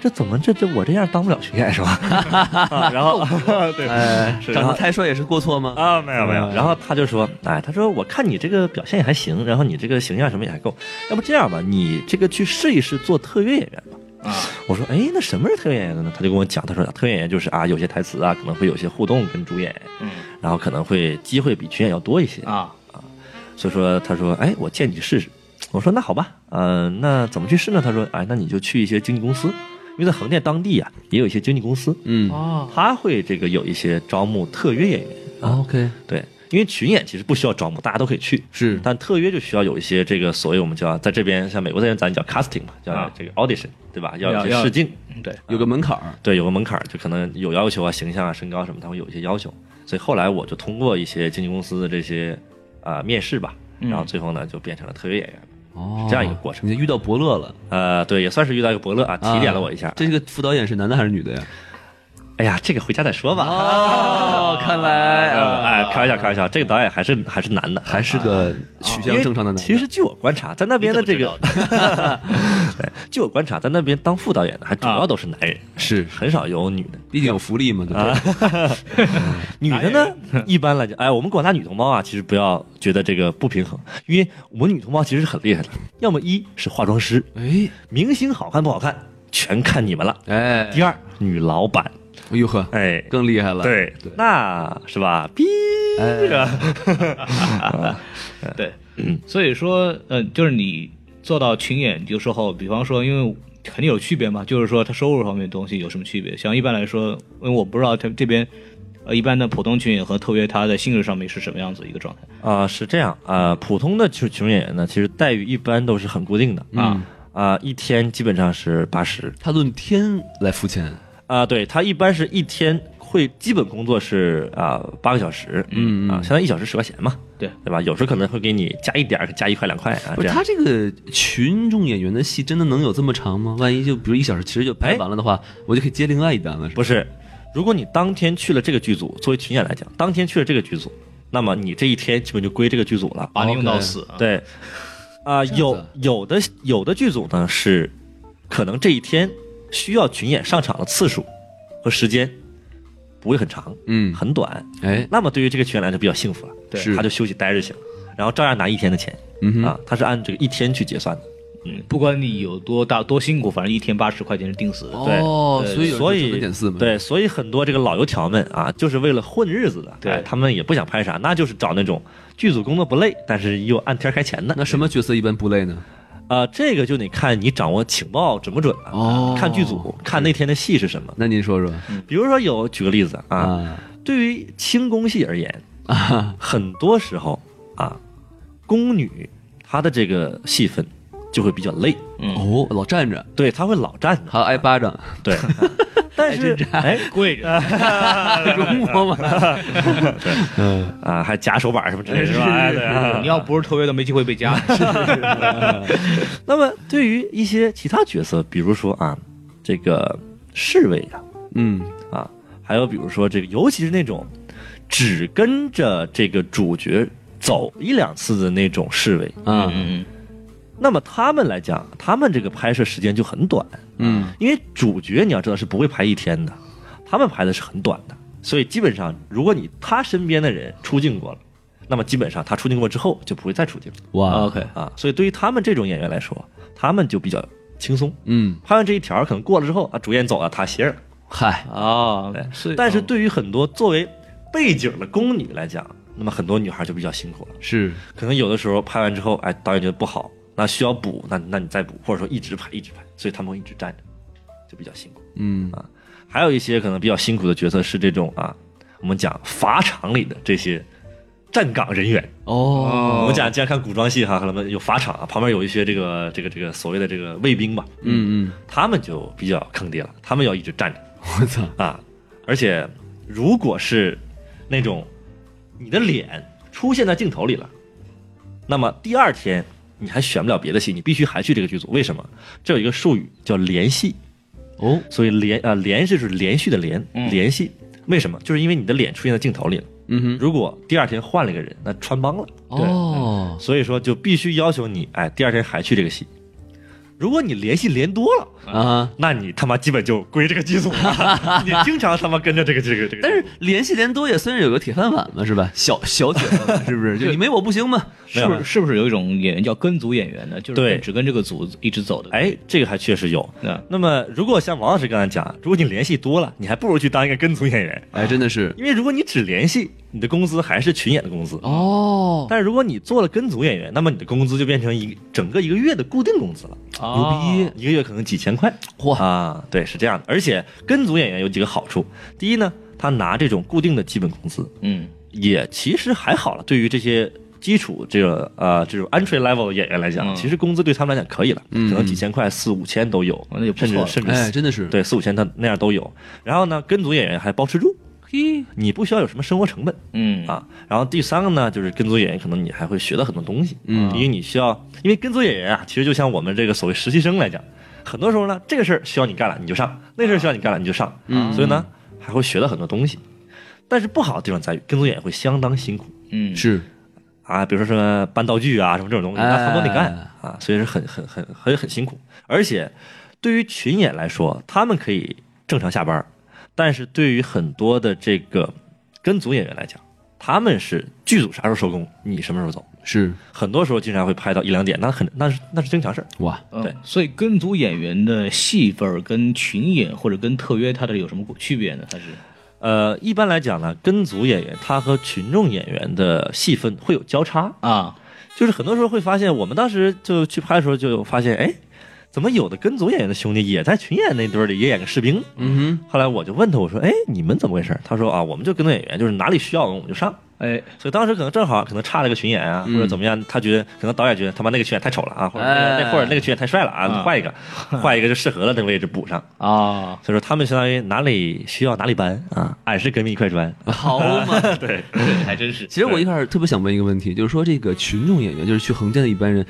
Speaker 4: 这怎么这这我这样当不了巡演是吧？ [laughs] 啊
Speaker 2: [laughs]
Speaker 4: 然后对
Speaker 3: 哎，
Speaker 4: 是
Speaker 3: 长
Speaker 4: 啊然
Speaker 3: 得
Speaker 4: 后
Speaker 3: 太帅也是过错吗？
Speaker 4: 啊没有没有，然后他就说哎他说我看你这个表现也还行，然后你这个形象什么也还够，要不这样吧，你这个去试一试做特约演员吧。
Speaker 1: 啊，
Speaker 4: 我说哎那什么是特约演员的呢？他就跟我讲，他说特约演员就是啊有些台词啊可能会有些互动跟主演，
Speaker 1: 嗯
Speaker 4: 然后可能会机会比群演要多一些
Speaker 1: 啊，
Speaker 4: 所以说他说，哎，我建议你试试。我说那好吧，呃，那怎么去试呢？他说，哎，那你就去一些经纪公司，因为在横店当地啊，也有一些经纪公司，
Speaker 2: 嗯
Speaker 1: 哦，
Speaker 4: 他会这个有一些招募特约演员，
Speaker 2: 啊，OK，
Speaker 4: 对，因为群演其实不需要招募，大家都可以去，
Speaker 2: 是
Speaker 4: 但特约就需要有一些这个所谓我们叫在这边像美国这边咱叫 casting 嘛，叫
Speaker 1: 啊
Speaker 4: 这个 audition，对吧？要有一
Speaker 1: 要
Speaker 4: 些试镜，
Speaker 1: 嗯对，
Speaker 2: 有个门槛儿，
Speaker 4: 对，有个门槛儿，就可能有要求啊，形象啊、身高什么，他会有一些要求。所以后来我就通过一些经纪公司的这些啊、呃面试吧，
Speaker 2: 嗯
Speaker 4: 然后最后呢就变成了特约演员，
Speaker 2: 哦
Speaker 4: 是这样一个过程。
Speaker 2: 你就遇到伯乐了。
Speaker 4: 呃，对，也算是遇到一个伯乐啊，提点了我一下。
Speaker 2: 这个副导演是男的还是女的呀？
Speaker 4: 哎呀，这个回家再说吧。
Speaker 2: 哦，看来
Speaker 4: 呃
Speaker 2: 啊，
Speaker 4: 哎，开玩笑，开玩笑，这个导演还是还是男的，
Speaker 2: 还是个取
Speaker 4: 啊因
Speaker 2: 向
Speaker 4: 为
Speaker 2: 正常的男的。
Speaker 4: 其实据我观察，在那边的这个
Speaker 1: 嗯你，怎么知道的
Speaker 4: [laughs]
Speaker 1: 啊
Speaker 4: 对据我观察，在那边当副导演的还主要都是男人，
Speaker 2: 是，
Speaker 4: 很少有女的。
Speaker 2: 毕竟有福利嘛，对不
Speaker 4: 啊
Speaker 2: 对？
Speaker 4: 女的呢，一般来讲，哎，我们广大女同胞啊，其实不要觉得这个不平衡，因为我们女同胞其实很厉害的，要么一是化妆师，
Speaker 2: 哎
Speaker 4: 明星好看不好看全看你们了；
Speaker 2: 哎，
Speaker 4: 第二，女老板，
Speaker 2: 哎呦呵，
Speaker 4: 哎，
Speaker 2: 更厉害了。
Speaker 4: 对，那是吧？逼这个，
Speaker 1: [laughs] 对，所以说，呃，就是你做到群演，有时候，比方说，因为肯定有区别嘛，就是说他收入方面的东西有什么区别？像一般来说，因为我不知道他这边，呃，一般的普通群演和特约他在性质上面是什么样子一个状态
Speaker 4: 啊、是这样啊、普通的群群演员呢，其实待遇一般都是很固定的
Speaker 1: 嗯
Speaker 4: 啊啊、一天基本上是八十
Speaker 2: 他论天来付钱，
Speaker 4: 啊，对他一般是一天会基本工作是啊八、个小时，嗯啊、相当于一小时十块钱嘛，
Speaker 1: 对
Speaker 4: 对吧？有时候可能会给你加一点儿，加一块两块啊，
Speaker 2: 不
Speaker 4: 这
Speaker 2: 是
Speaker 4: 样
Speaker 2: 他这个群众演员的戏真的能有这么长吗？万一就比如一小时其实就拍完了的话，我就可以接另外一单了，是吧？
Speaker 4: 哎不是，如果你当天去了这个剧组，作为群演来讲，当天去了这个剧组，那么你这一天基本就归这个剧组了。
Speaker 1: 把你用到
Speaker 2: OK
Speaker 1: 死啊？
Speaker 4: 对，啊、有有的有的剧组呢是，可能这一天需要群演上场的次数和时间不会很长，
Speaker 2: 嗯，
Speaker 4: 很短。
Speaker 2: 哎，
Speaker 4: 那么对于这个群演来说比较幸福了，
Speaker 1: 对
Speaker 2: 是
Speaker 4: 他就休息待着行，然后照样拿一天的钱、
Speaker 2: 嗯哼，
Speaker 4: 啊，他是按这个一天去结算的。
Speaker 1: 嗯不管你有多大多辛苦，反正一天八十块钱是定死的。
Speaker 4: 对
Speaker 2: 哦，所以有
Speaker 4: 所以
Speaker 2: 九点四嘛，，
Speaker 4: 对，所以很多这个老油条们啊，就是为了混日子的，
Speaker 1: 对
Speaker 4: 哎他们也不想拍啥，那就是找那种剧组工作不累，但是又按天儿开钱的。
Speaker 2: 那什么角色一般不累呢？
Speaker 4: 啊、这个就得看你掌握情报准不准了、
Speaker 2: 哦
Speaker 4: 看剧组，看那天的戏是什么。
Speaker 2: 那您说说
Speaker 4: 比如说有，举个例子啊，
Speaker 2: 啊
Speaker 4: 对于清宫戏而言，
Speaker 2: 啊，
Speaker 4: 很多时候啊，宫女她的这个戏份就会比较累，
Speaker 2: 哦，老站着，
Speaker 4: 对，她会老站着，
Speaker 2: 还要挨巴掌， [laughs]
Speaker 4: [laughs] 对，但啊是哎，
Speaker 1: 跪着，
Speaker 2: 容我
Speaker 4: [laughs]
Speaker 2: 吧，
Speaker 4: 啊，还夹手板什么之类的，是吧？哎对啊
Speaker 1: 你要不是特约的，没机会被加。
Speaker 4: 那么对于一些其他角色，比如说啊，这个侍卫呀、
Speaker 2: 嗯，
Speaker 4: 啊，还有比如说这个，尤其是那种只跟着这个主角走一两次的那种侍卫，
Speaker 2: 啊，
Speaker 1: [laughs] 嗯
Speaker 4: 那么他们来讲，他们这个拍摄时间就很短，
Speaker 2: 嗯，
Speaker 4: 因为主角你要知道是不会拍一天的，他们拍的是很短的，所以基本上如果你他身边的人出镜过了。那么基本上他出镜过之后就不会再出镜了
Speaker 2: 哇，
Speaker 1: 哦，OK，
Speaker 4: 啊，所以对于他们这种演员来说，他们就比较轻松，
Speaker 2: 嗯，
Speaker 4: 拍完这一条可能过了之后啊，主演走了，他歇着了。
Speaker 2: 嗨，
Speaker 1: 哦
Speaker 4: 对，
Speaker 1: 所以
Speaker 4: 但是对于很多作为背景的宫女来讲，那么很多女孩就比较辛苦了。
Speaker 2: 是
Speaker 4: 可能有的时候拍完之后，哎，导演觉得不好，那需要补，那那你再补，或者说一直拍一直拍，所以他们会一直站着，就比较辛苦。啊
Speaker 2: 嗯
Speaker 4: 还有一些可能比较辛苦的角色是这种啊，我们讲法场里的这些站岗人员。
Speaker 2: 哦
Speaker 4: 我们讲，经常看古装戏哈，可能有法场啊，旁边有一些这个这个这个所谓的这个卫兵吧，
Speaker 2: 嗯嗯，
Speaker 4: 他们就比较坑爹了，他们要一直站着
Speaker 2: 我操，
Speaker 4: 啊，而且如果是那种你的脸出现在镜头里了，那么第二天你还选不了别的戏，你必须还去这个剧组。为什么？这有一个术语叫联戏，
Speaker 2: 哦
Speaker 4: 所以连啊、连是指连续的连，
Speaker 1: 嗯
Speaker 4: 联系。为什么？就是因为你的脸出现在镜头里了。
Speaker 2: 嗯哼
Speaker 4: 如果第二天换了一个人，那穿帮了。
Speaker 2: 哦
Speaker 4: 所以说就必须要求你，哎，第二天还去这个戏。如果你联系连多了，
Speaker 2: 啊，
Speaker 4: 那你他妈基本就归这个剧组
Speaker 2: [laughs]
Speaker 4: 了，你经常他妈跟着这个这个这个。
Speaker 2: 但是联系联多也算是有个铁饭碗嘛，是吧？小小铁饭 [laughs] 碗是不是？就你没我不行嘛？
Speaker 4: 没
Speaker 1: 是
Speaker 4: 有
Speaker 1: 不是是不是有一种演员叫跟组演员呢？就是
Speaker 4: 对
Speaker 1: 只跟这个组一直走的。
Speaker 4: 哎，这个还确实有。
Speaker 1: 嗯，
Speaker 4: 那么如果像王老师刚才讲，如果你联系多了，你还不如去当一个跟组演员，
Speaker 2: 哎，真的是
Speaker 4: 因为如果你只联系，你的工资还是群演的工资。
Speaker 2: 哦，
Speaker 4: 但是如果你做了跟组演员，那么你的工资就变成一个整个一个月的固定工资了，
Speaker 2: 牛
Speaker 4: 一个月可能几千块。
Speaker 2: 逼哦哇！
Speaker 4: 啊，对，是这样的。而且跟组演员有几个好处，第一呢，他拿这种固定的基本工资，
Speaker 1: 嗯，
Speaker 4: 也其实还好了。对于这些基础这个呃这种 entry level 的演员来讲，
Speaker 1: 嗯
Speaker 4: 其实工资对他们来讲可以了，
Speaker 2: 嗯
Speaker 4: 可能几千块、四五千都有，
Speaker 1: 那也不
Speaker 4: 甚
Speaker 1: 错
Speaker 4: 至
Speaker 1: 了
Speaker 4: 甚至
Speaker 2: 哎，真的是
Speaker 4: 对四五千他那样都有。然后呢，跟组演员还包吃住，
Speaker 2: 嘿，
Speaker 4: 你不需要有什么生活成本。
Speaker 1: 嗯
Speaker 4: 啊，然后第三个呢，就是跟组演员，可能你还会学到很多东西，
Speaker 2: 嗯
Speaker 4: 因为你需要，因为跟组演员啊，其实就像我们这个所谓实习生来讲，很多时候呢，这个事儿需要你干了你就上，那事儿需要你干了你就上，
Speaker 2: 嗯
Speaker 4: 所以呢，还会学到很多东西。但是不好的地方在于，跟组演员会相当辛苦
Speaker 1: 嗯，
Speaker 2: 是
Speaker 4: 啊，比如说什么搬道具啊，什么这种东西，那他都得干
Speaker 2: 哎
Speaker 4: 啊，所以是很很很很很辛苦。而且对于群演来说，他们可以正常下班儿，但是对于很多的这个跟组演员来讲，他们是剧组啥时候收工，你什么时候走，
Speaker 2: 是
Speaker 4: 很多时候经常会拍到一两点，那很那是那是正常事儿。
Speaker 2: 哇，
Speaker 1: 嗯
Speaker 4: 对
Speaker 1: 所以跟组演员的戏份儿跟群演或者跟特约他的有什么区别呢？还是
Speaker 4: 呃，一般来讲呢，跟组演员他和群众演员的戏份会有交叉，
Speaker 1: 啊，
Speaker 4: 就是很多时候会发现，我们当时就去拍的时候就有发现，哎，怎么有的跟组演员的兄弟也在群演那堆儿里也演个士兵？
Speaker 2: 嗯
Speaker 4: 后来我就问他，我说，哎，你们怎么回事？他说啊，我们就跟组演员，就是哪里需要我们我们就上。
Speaker 1: 哎，
Speaker 4: 所以当时可能正好可能差了个群演啊，
Speaker 2: 嗯
Speaker 4: 或者怎么样，他觉得可能导演觉得他妈那个群演太丑了啊，或者那个
Speaker 2: 哎
Speaker 4: 那或者那个群演太帅了啊，
Speaker 1: 啊
Speaker 4: 换一个，换一个就适合了那个位置补上。
Speaker 1: 啊，
Speaker 4: 所以说他们相当于哪里需要哪里搬啊，俺是革命一块砖。
Speaker 2: 哼，好 [laughs] 嘛。
Speaker 4: 对，
Speaker 1: 还真是。
Speaker 2: 其实我一开始特别想问一个问题，就是说这个群众演员，就是去横店的一般人，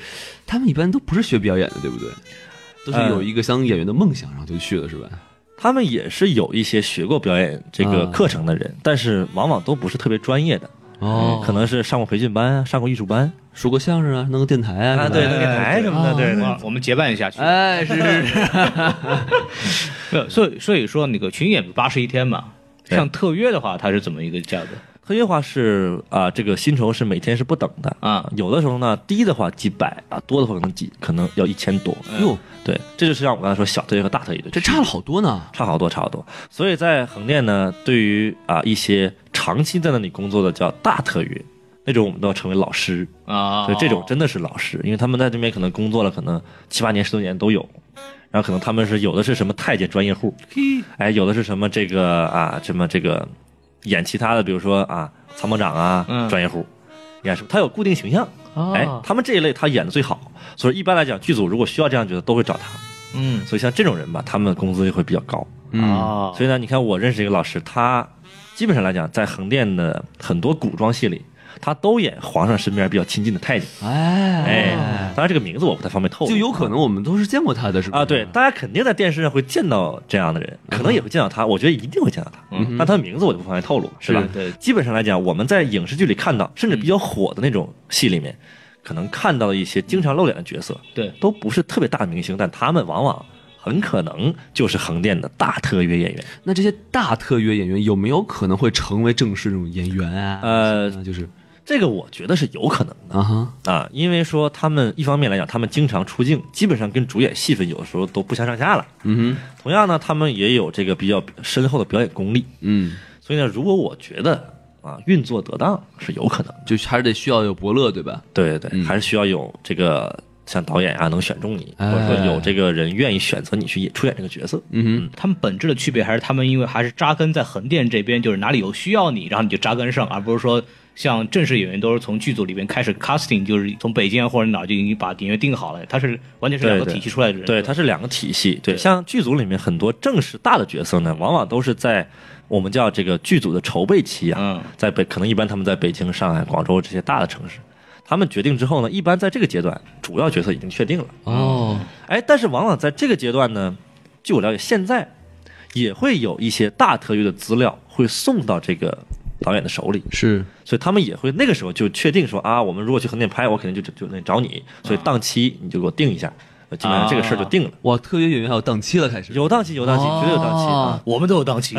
Speaker 2: 他们一般都不是学表演的，对不对？都是有一个当演员的梦想，然后就去了，是吧？
Speaker 4: 他们也是有一些学过表演这个
Speaker 2: 啊
Speaker 4: 课程的人，但是往往都不是特别专业的，
Speaker 2: 哦，
Speaker 4: 可能是上过培训班啊，上过艺术班
Speaker 2: 说过相声啊，弄个电台啊，是吧
Speaker 4: 对，那个台什么的，对对。
Speaker 1: 哇我们结伴一下去。
Speaker 2: 哎，是是是，
Speaker 1: 没有，所以所以说那个群演八十一天嘛，
Speaker 4: 对
Speaker 1: 像特约的话，它是怎么一个价格？
Speaker 4: 特约化是啊、这个薪酬是每天是不等的
Speaker 1: 啊
Speaker 4: 有的时候呢低的话几百啊，多的话可能几可能要一千多。
Speaker 2: 哟，
Speaker 4: 对，这就是像我刚才说小特约和大特约的
Speaker 2: 哎嗯这
Speaker 4: 区别，
Speaker 2: 差了好多呢。
Speaker 4: 差好多，差好多。所以在横店呢，对于啊、一些长期在那里工作的叫大特约，那种我们都要称为老师，
Speaker 1: 啊
Speaker 4: 所以这种真的是老师，因为他们在这边可能工作了可能七八年、十多年都有，然后可能他们是有的是什么太监专业户，
Speaker 2: 嘿，
Speaker 4: 哎，有的是什么这个啊，什么这个演其他的，比如说啊，参谋长啊，
Speaker 1: 嗯哦
Speaker 4: 专业户，演什么，他有固定形象，哎，他们这一类他演的最好，所以一般来讲，剧组如果需要这样角色，都会找他。
Speaker 1: 嗯
Speaker 4: 所以像这种人吧，他们的工资就会比较高。
Speaker 2: 嗯，
Speaker 1: 啊，
Speaker 4: 所以呢，你看我认识一个老师，他基本上来讲，在横店的很多古装戏里，他都演皇上身边比较亲近的太监。哎
Speaker 2: 哎，，
Speaker 4: 当然这个名字我不太方便透露，
Speaker 2: 就有可能我们都是见过他的，是吧？
Speaker 4: 啊，对，大家肯定在电视上会见到这样的人，可能也会见到他，我觉得一定会见到他，
Speaker 2: 嗯
Speaker 4: 但他的名字我就不方便透露，是吧？
Speaker 1: 对，
Speaker 4: 基本上来讲，我们在影视剧里看到，甚至比较火的那种戏里面，可能看到的一些经常露脸的角色，
Speaker 1: 对
Speaker 4: 都不是特别大的明星，但他们往往很可能就是横店的大特约演员。
Speaker 2: 那这些大特约演员有没有可能会成为正式这种演员啊？
Speaker 4: 呃
Speaker 2: 就是
Speaker 4: 这个我觉得是有可能
Speaker 2: 啊哈，
Speaker 4: 的啊，因为说他们一方面来讲，他们经常出镜，基本上跟主演戏份有的时候都不相上下了。
Speaker 2: 嗯哼，
Speaker 4: 同样呢，他们也有这个比较深厚的表演功力。
Speaker 2: 嗯
Speaker 4: 所以呢，如果我觉得啊运作得当是有可能的。
Speaker 2: 就还是得需要有伯乐，对吧？
Speaker 4: 对对对，
Speaker 2: 嗯
Speaker 4: 还是需要有这个像导演啊能选中你，或者说
Speaker 2: 哎
Speaker 4: 有这个人愿意选择你去演出演这个角色。
Speaker 2: 嗯
Speaker 1: 他们本质的区别还是他们因为还是扎根在横店这边，就是哪里有需要你，然后你就扎根上，而不是说像正式演员都是从剧组里边开始 casting，就是从北京啊或者哪儿就已经把演员定好了，他是完全是两个
Speaker 4: 对对
Speaker 1: 体系出来的人。
Speaker 4: 对，它是两个体系。对，像剧组里面很多正式大的角色呢，往往都是在我们叫这个剧组的筹备期啊，
Speaker 1: 嗯
Speaker 4: 在北可能一般他们在北京、上海、广州这些大的城市，他们决定之后呢，一般在这个阶段主要角色已经确定了。
Speaker 2: 哼，哦，
Speaker 4: 哎，但是往往在这个阶段呢，据我了解，现在也会有一些大特约的资料会送到这个导演的手里，
Speaker 2: 是
Speaker 4: 所以他们也会那个时候就确定说啊，我们如果去横店拍，我肯定就就就那找你，所以档期你就给我定一下，呃基本上这个事儿就定了。
Speaker 2: 哇，特约演员还有档期了，开始
Speaker 4: 有档期，有档期，绝对有档期啊！
Speaker 1: 我们都有档 [laughs] 期，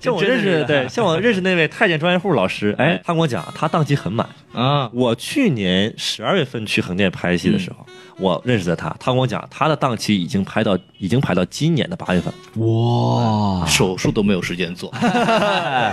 Speaker 4: 像我认识对，像我认识那位太监专业户老师，哎
Speaker 1: 哎，
Speaker 4: 他跟我讲，他档期很满。
Speaker 1: 啊，
Speaker 4: 我去年十二月份去横店拍戏的时候，我认识的他，他跟我讲，他的档期已经排到已经排到今年的八月份了。
Speaker 2: 哎哇！ [laughs]
Speaker 1: 手术都没有时间 [laughs] 做。啊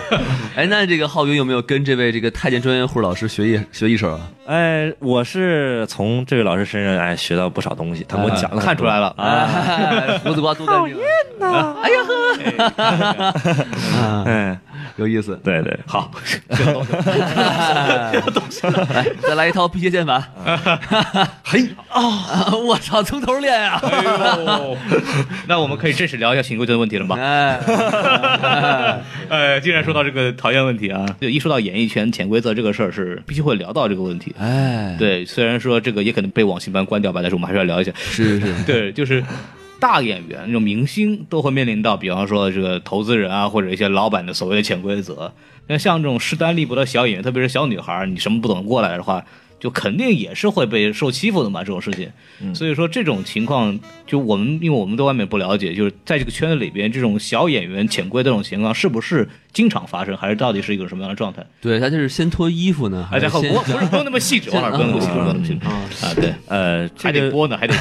Speaker 2: 哎，那这个浩云有没有跟这位这个太监专业户老师学一学一手啊？
Speaker 4: 哎，我是从这位老师身上哎学到不少东西，他给我讲了很多、
Speaker 1: 看出来了
Speaker 4: 啊
Speaker 2: 哎，胡子瓜多干净，
Speaker 4: 哎呀呵，哎，
Speaker 2: 有意思。
Speaker 4: 对对，
Speaker 1: [laughs]
Speaker 4: 好，
Speaker 1: 哎
Speaker 2: [laughs] 来，再来一套辟邪剑
Speaker 4: [laughs]
Speaker 2: 法。嘿， [laughs] 哦，我操，从头练呀！
Speaker 1: 那我们可以正式聊一下秦规的问题了吧？
Speaker 2: 哎，
Speaker 1: 呃，既然说到这个讨厌问题啊，就一说到演艺圈潜规则这个事儿，是必须会聊到这个问题。啊
Speaker 2: 哎，
Speaker 1: 对，虽然说这个也可能被网信办关掉吧，但是我们还是要聊一下。
Speaker 2: 是是，
Speaker 1: 对，就是大演员这种明星都会面临到，比方说这个投资人啊，或者一些老板的所谓的潜规则。那像这种势单力薄的小演员，特别是小女孩儿，你什么不懂过来的话，就肯定也是会被受欺负的嘛，这种事情。所以说这种情况，就我们因为我们对外面不了解，就是在这个圈子里边，这种小演员潜规这种情况是不是经常发生，还是到底是一个什么样的状态？
Speaker 2: 对他就是先脱衣服呢，
Speaker 1: 哎，在
Speaker 2: 还
Speaker 1: 后
Speaker 2: 是
Speaker 1: 不
Speaker 2: 先
Speaker 1: 不是不用那么细致，王老师不用那么细致，不用那么细致啊，对。
Speaker 4: 呃，
Speaker 1: 还
Speaker 4: 这
Speaker 1: 得
Speaker 4: 个
Speaker 1: 播呢，还得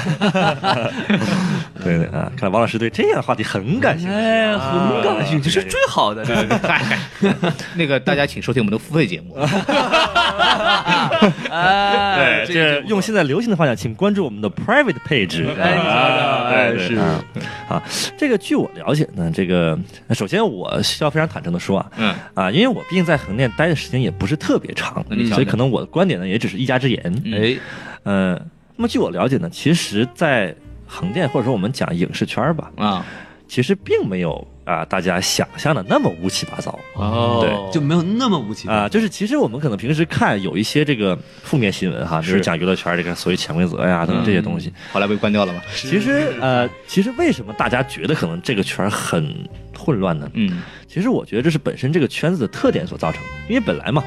Speaker 4: [laughs] 对对啊，看来王老师对这样的话题很感兴趣。
Speaker 2: 哎，很
Speaker 4: 啊
Speaker 2: 感兴趣，这是最好的。
Speaker 1: 嗨，那个大家请收听我们的付费节
Speaker 4: [laughs]
Speaker 1: 目。
Speaker 2: 哎，
Speaker 4: 对，这用现在流行的话讲，请关注我们的 private page。
Speaker 2: 哎你瞧瞧
Speaker 4: 啊
Speaker 2: 哎
Speaker 4: 对对
Speaker 2: 是
Speaker 4: 啊啊，这个据我了解呢，这个首先我需要非常坦诚的说啊，
Speaker 1: 嗯
Speaker 4: 啊，因为我毕竟在横店待的时间也不是特别长
Speaker 1: 那你，想
Speaker 4: 所以
Speaker 1: 想
Speaker 4: 可能我的观点呢也只是一家之言。
Speaker 2: 哎，
Speaker 4: 嗯，那么据我了解呢，其实，在横店或者说我们讲影视圈吧，
Speaker 1: 啊，
Speaker 4: 其实并没有啊、大家想象的那么乌七八糟。
Speaker 1: 哦，
Speaker 2: 就没有那么无情
Speaker 4: 啊、就是其实我们可能平时看有一些这个负面新闻哈，就是是讲娱乐圈这个所谓潜规则呀等等这些东西。
Speaker 1: 后来被关掉了嘛。
Speaker 4: 其实呃，其实为什么大家觉得可能这个圈很混乱呢？
Speaker 1: 嗯
Speaker 4: 其实我觉得这是本身这个圈子的特点所造成的，因为本来嘛，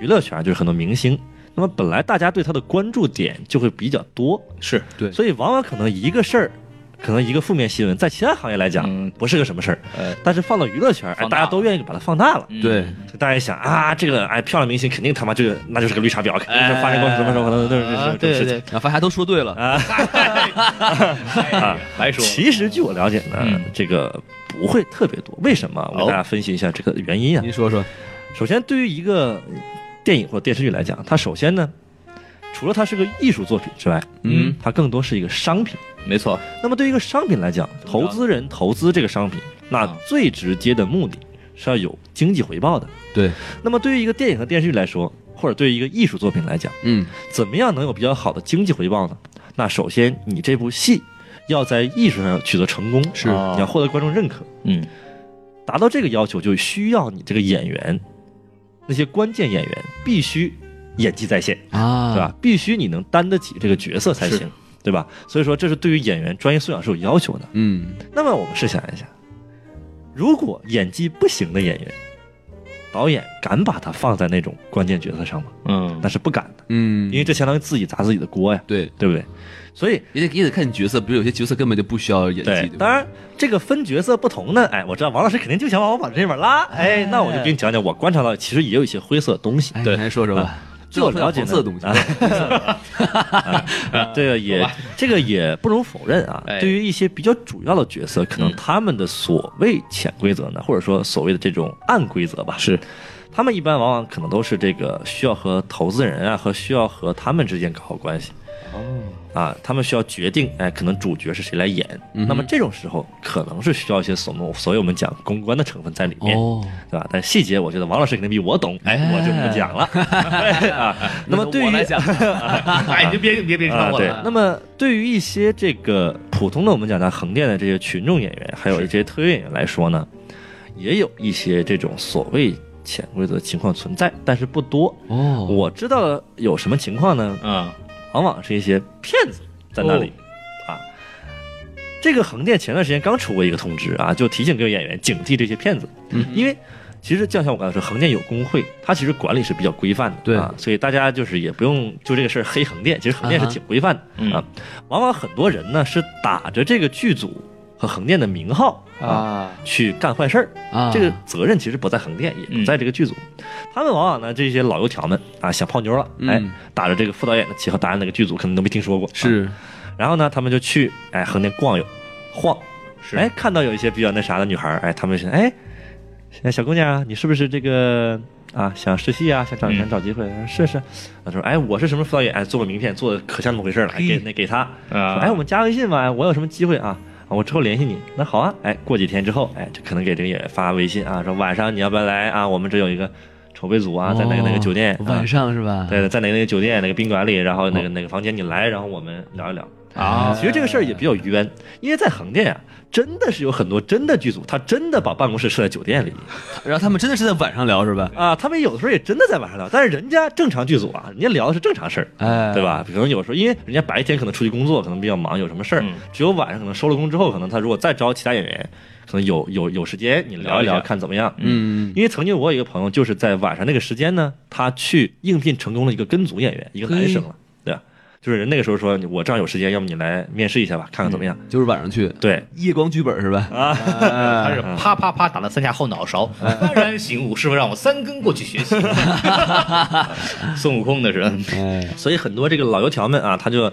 Speaker 4: 娱乐圈就是很多明星，那么本来大家对他的关注点就会比较多，
Speaker 1: 是
Speaker 2: 对
Speaker 4: 所以往往可能一个事儿。可能一个负面新闻，在其他行业来讲、
Speaker 1: 嗯
Speaker 4: 不是个什么事儿，
Speaker 1: 呃
Speaker 4: 但是放到娱乐圈，哎，
Speaker 1: 放大嗯
Speaker 4: 大家都愿意把它放大了。
Speaker 2: 对，
Speaker 4: 就大家一想啊，这个哎，漂亮明星肯定他妈就是那就是个绿茶婊，肯定是发生过什么什么可能都是这
Speaker 1: 啊
Speaker 4: 种这种事情。
Speaker 2: 然后发现都说对了，
Speaker 4: [laughs] 啊
Speaker 1: 哎白说。
Speaker 4: 其实据我了解呢
Speaker 1: 嗯，哦
Speaker 4: 这个不会特别多。为什么？我给大家分析一下这个原因啊。
Speaker 2: 您说说，
Speaker 4: 首先，对于一个电影或者电视剧来讲，它首先呢，除了它是个艺术作品之外，
Speaker 2: 嗯，
Speaker 4: 它更多是一个商品。
Speaker 1: 没错，
Speaker 4: 那么对于一个商品来讲，投资
Speaker 2: 嗯
Speaker 4: 人投资这个商品，那
Speaker 1: 啊
Speaker 4: 最直接的目的是要有经济回报的。
Speaker 2: 对，
Speaker 4: 那么对于一个电影和电视剧来说，或者对于一个艺术作品来讲，
Speaker 2: 嗯，
Speaker 4: 怎么样能有比较好的经济回报呢？那首先你这部戏要在艺术上取得成功，
Speaker 2: 是
Speaker 4: 你要获得观众认可，
Speaker 1: 嗯，
Speaker 4: 达到这个要求就需要你这个演员，那些关键演员必须演技在线，
Speaker 2: 啊，
Speaker 4: 对吧？必须你能担得起这个角色才行，对吧？所以说这是对于演员专业素养是有要求的。
Speaker 2: 嗯，
Speaker 4: 那么我们试想一下，如果演技不行的演员，导演敢把他放在那种关键角色上吗？
Speaker 1: 嗯
Speaker 4: 那 [laughs] 是不敢的，
Speaker 2: 嗯，
Speaker 4: 因为这相当于自己砸自己的锅呀，
Speaker 2: 对，
Speaker 4: 对不对？所以
Speaker 2: 也得也得看你角色，比如有些角色根本就不需要演技，
Speaker 4: 对，
Speaker 2: 吧
Speaker 4: 当然这个分角色不同呢，哎，我知道王老师肯定就哎想往我往这边拉，哎，那我就给你讲讲我观察到，其实也有一些灰色的东西。
Speaker 2: 哎，
Speaker 1: 对
Speaker 2: 来说说吧，
Speaker 4: 啊
Speaker 2: 最
Speaker 4: 据
Speaker 2: 好
Speaker 4: 我
Speaker 2: 看
Speaker 4: 了
Speaker 2: 点
Speaker 4: 解
Speaker 2: 黄色的
Speaker 4: 呢 [laughs]
Speaker 2: 东西。
Speaker 4: 啊啊这个也这个也不容否认啊
Speaker 1: 哎。
Speaker 4: 对于一些比较主要的角色，可
Speaker 2: 嗯
Speaker 4: 能他们的所谓潜规则呢，或者说所谓的这种暗规则吧，
Speaker 1: 是
Speaker 4: 他们一般往往可能都是这个需要和投资人啊，和需要和他们之间搞好关系。哦，啊，他们需要决定，哎，可能主角是谁来演。
Speaker 2: 嗯
Speaker 4: 那么这种时候，可能是需要一些所们所以我们讲公关的成分在里面，
Speaker 2: 哦，
Speaker 4: 对吧？但细节，我觉得王老师肯定比我懂，哎，我就不讲了。啊， [laughs] 那么对于
Speaker 2: 我来
Speaker 4: [laughs]
Speaker 2: 讲，
Speaker 1: 哎，你就别别别
Speaker 4: 啊，
Speaker 1: 穿我
Speaker 4: 对
Speaker 1: 了。。
Speaker 4: 那么对于一些这个普通的我们讲的横店的这些群众演员，还有一些特约演员来说呢，也有一些这种所谓潜规则情况存在，但是不多。
Speaker 2: 哦，
Speaker 4: 我知道的有什么情况呢？
Speaker 1: 嗯，
Speaker 4: 往往是一些骗子在那里、啊。这个横店前段时间刚出过一个通知啊，就提醒各位演员警惕这些骗子，因为。其实就像我刚才说，横店有工会，它其实管理是比较规范的，
Speaker 2: 对
Speaker 4: 啊，所以大家就是也不用就这个事儿黑横店，其实横店是挺规范的、啊。往往很多人呢是打着这个剧组和横店的名号
Speaker 2: 啊
Speaker 4: 去干坏事儿，
Speaker 2: 啊，嗯
Speaker 4: 这个责任其实不在横店，也不在这个剧组。他们往往呢，这些老油条们啊，想泡妞了，
Speaker 2: 嗯
Speaker 4: 哎，打着这个副导演的旗号，打着哪个剧组可能都没听说过。啊
Speaker 2: 是
Speaker 4: 然后呢，他们就去哎横店逛悠，晃，哎，看到有一些比较那啥的女孩儿，哎，他们就想，哎，哎小姑娘啊，你是不是这个啊想试戏啊，想找
Speaker 1: 嗯
Speaker 4: 想找机会？试试。他说，哎，我是什么副导演，哎，做个名片，做的可像那么回事儿了，哎给那给他。
Speaker 1: 啊
Speaker 4: 说哎，我们加微信吧，哎我有什么机会啊？啊我之后联系你。那好啊，哎，过几天之后，哎，就可能给这个演员发微信啊，说晚上你要不要来啊？我们这有一个筹备组啊，在那个那个酒店
Speaker 2: 哦，
Speaker 4: 啊
Speaker 2: 晚上哦是吧？
Speaker 4: 对，在哪个那个酒店、哪个宾馆里，然后哪个哪个房间你来，然后我们聊一聊。
Speaker 1: 啊，
Speaker 4: 其实这个事儿也比较冤，因为在横店啊，真的是有很多真的剧组，他真的把办公室设在酒店里
Speaker 2: 然后他们真的是在晚上聊是吧？
Speaker 4: 啊，他们有的时候也真的在晚上聊，但是人家正常剧组啊，人家聊的是正常事儿。
Speaker 2: 哎，
Speaker 4: 对？吧？可能有时候，因为人家白天可能出去工作，可能比较忙，有什么事儿，只有晚上可能收了工之后，可能他如果再招其他演员，可能有有有时间你
Speaker 1: 聊
Speaker 4: 聊一
Speaker 1: 一
Speaker 4: 聊，
Speaker 1: 下
Speaker 4: 看怎么样。
Speaker 2: 嗯，
Speaker 4: 因为曾经我有一个朋友，就是在晚上那个时间呢，他去应聘成功了一个跟组演员，一个男生了，对吧？就是人那个时候说，我这样有时间，要不你来面试一下吧，看看怎么样。
Speaker 2: 就是晚上去
Speaker 4: 对，
Speaker 2: 夜光剧本是吧？啊，
Speaker 1: 他是啪啪啪打了三下后脑勺，
Speaker 4: 啊
Speaker 1: 幡然醒悟，师傅让我三更过去学
Speaker 4: [laughs]
Speaker 1: 习。 [laughs] 孙悟空的是，
Speaker 2: 哎，
Speaker 4: 所以很多这个老油条们啊，他就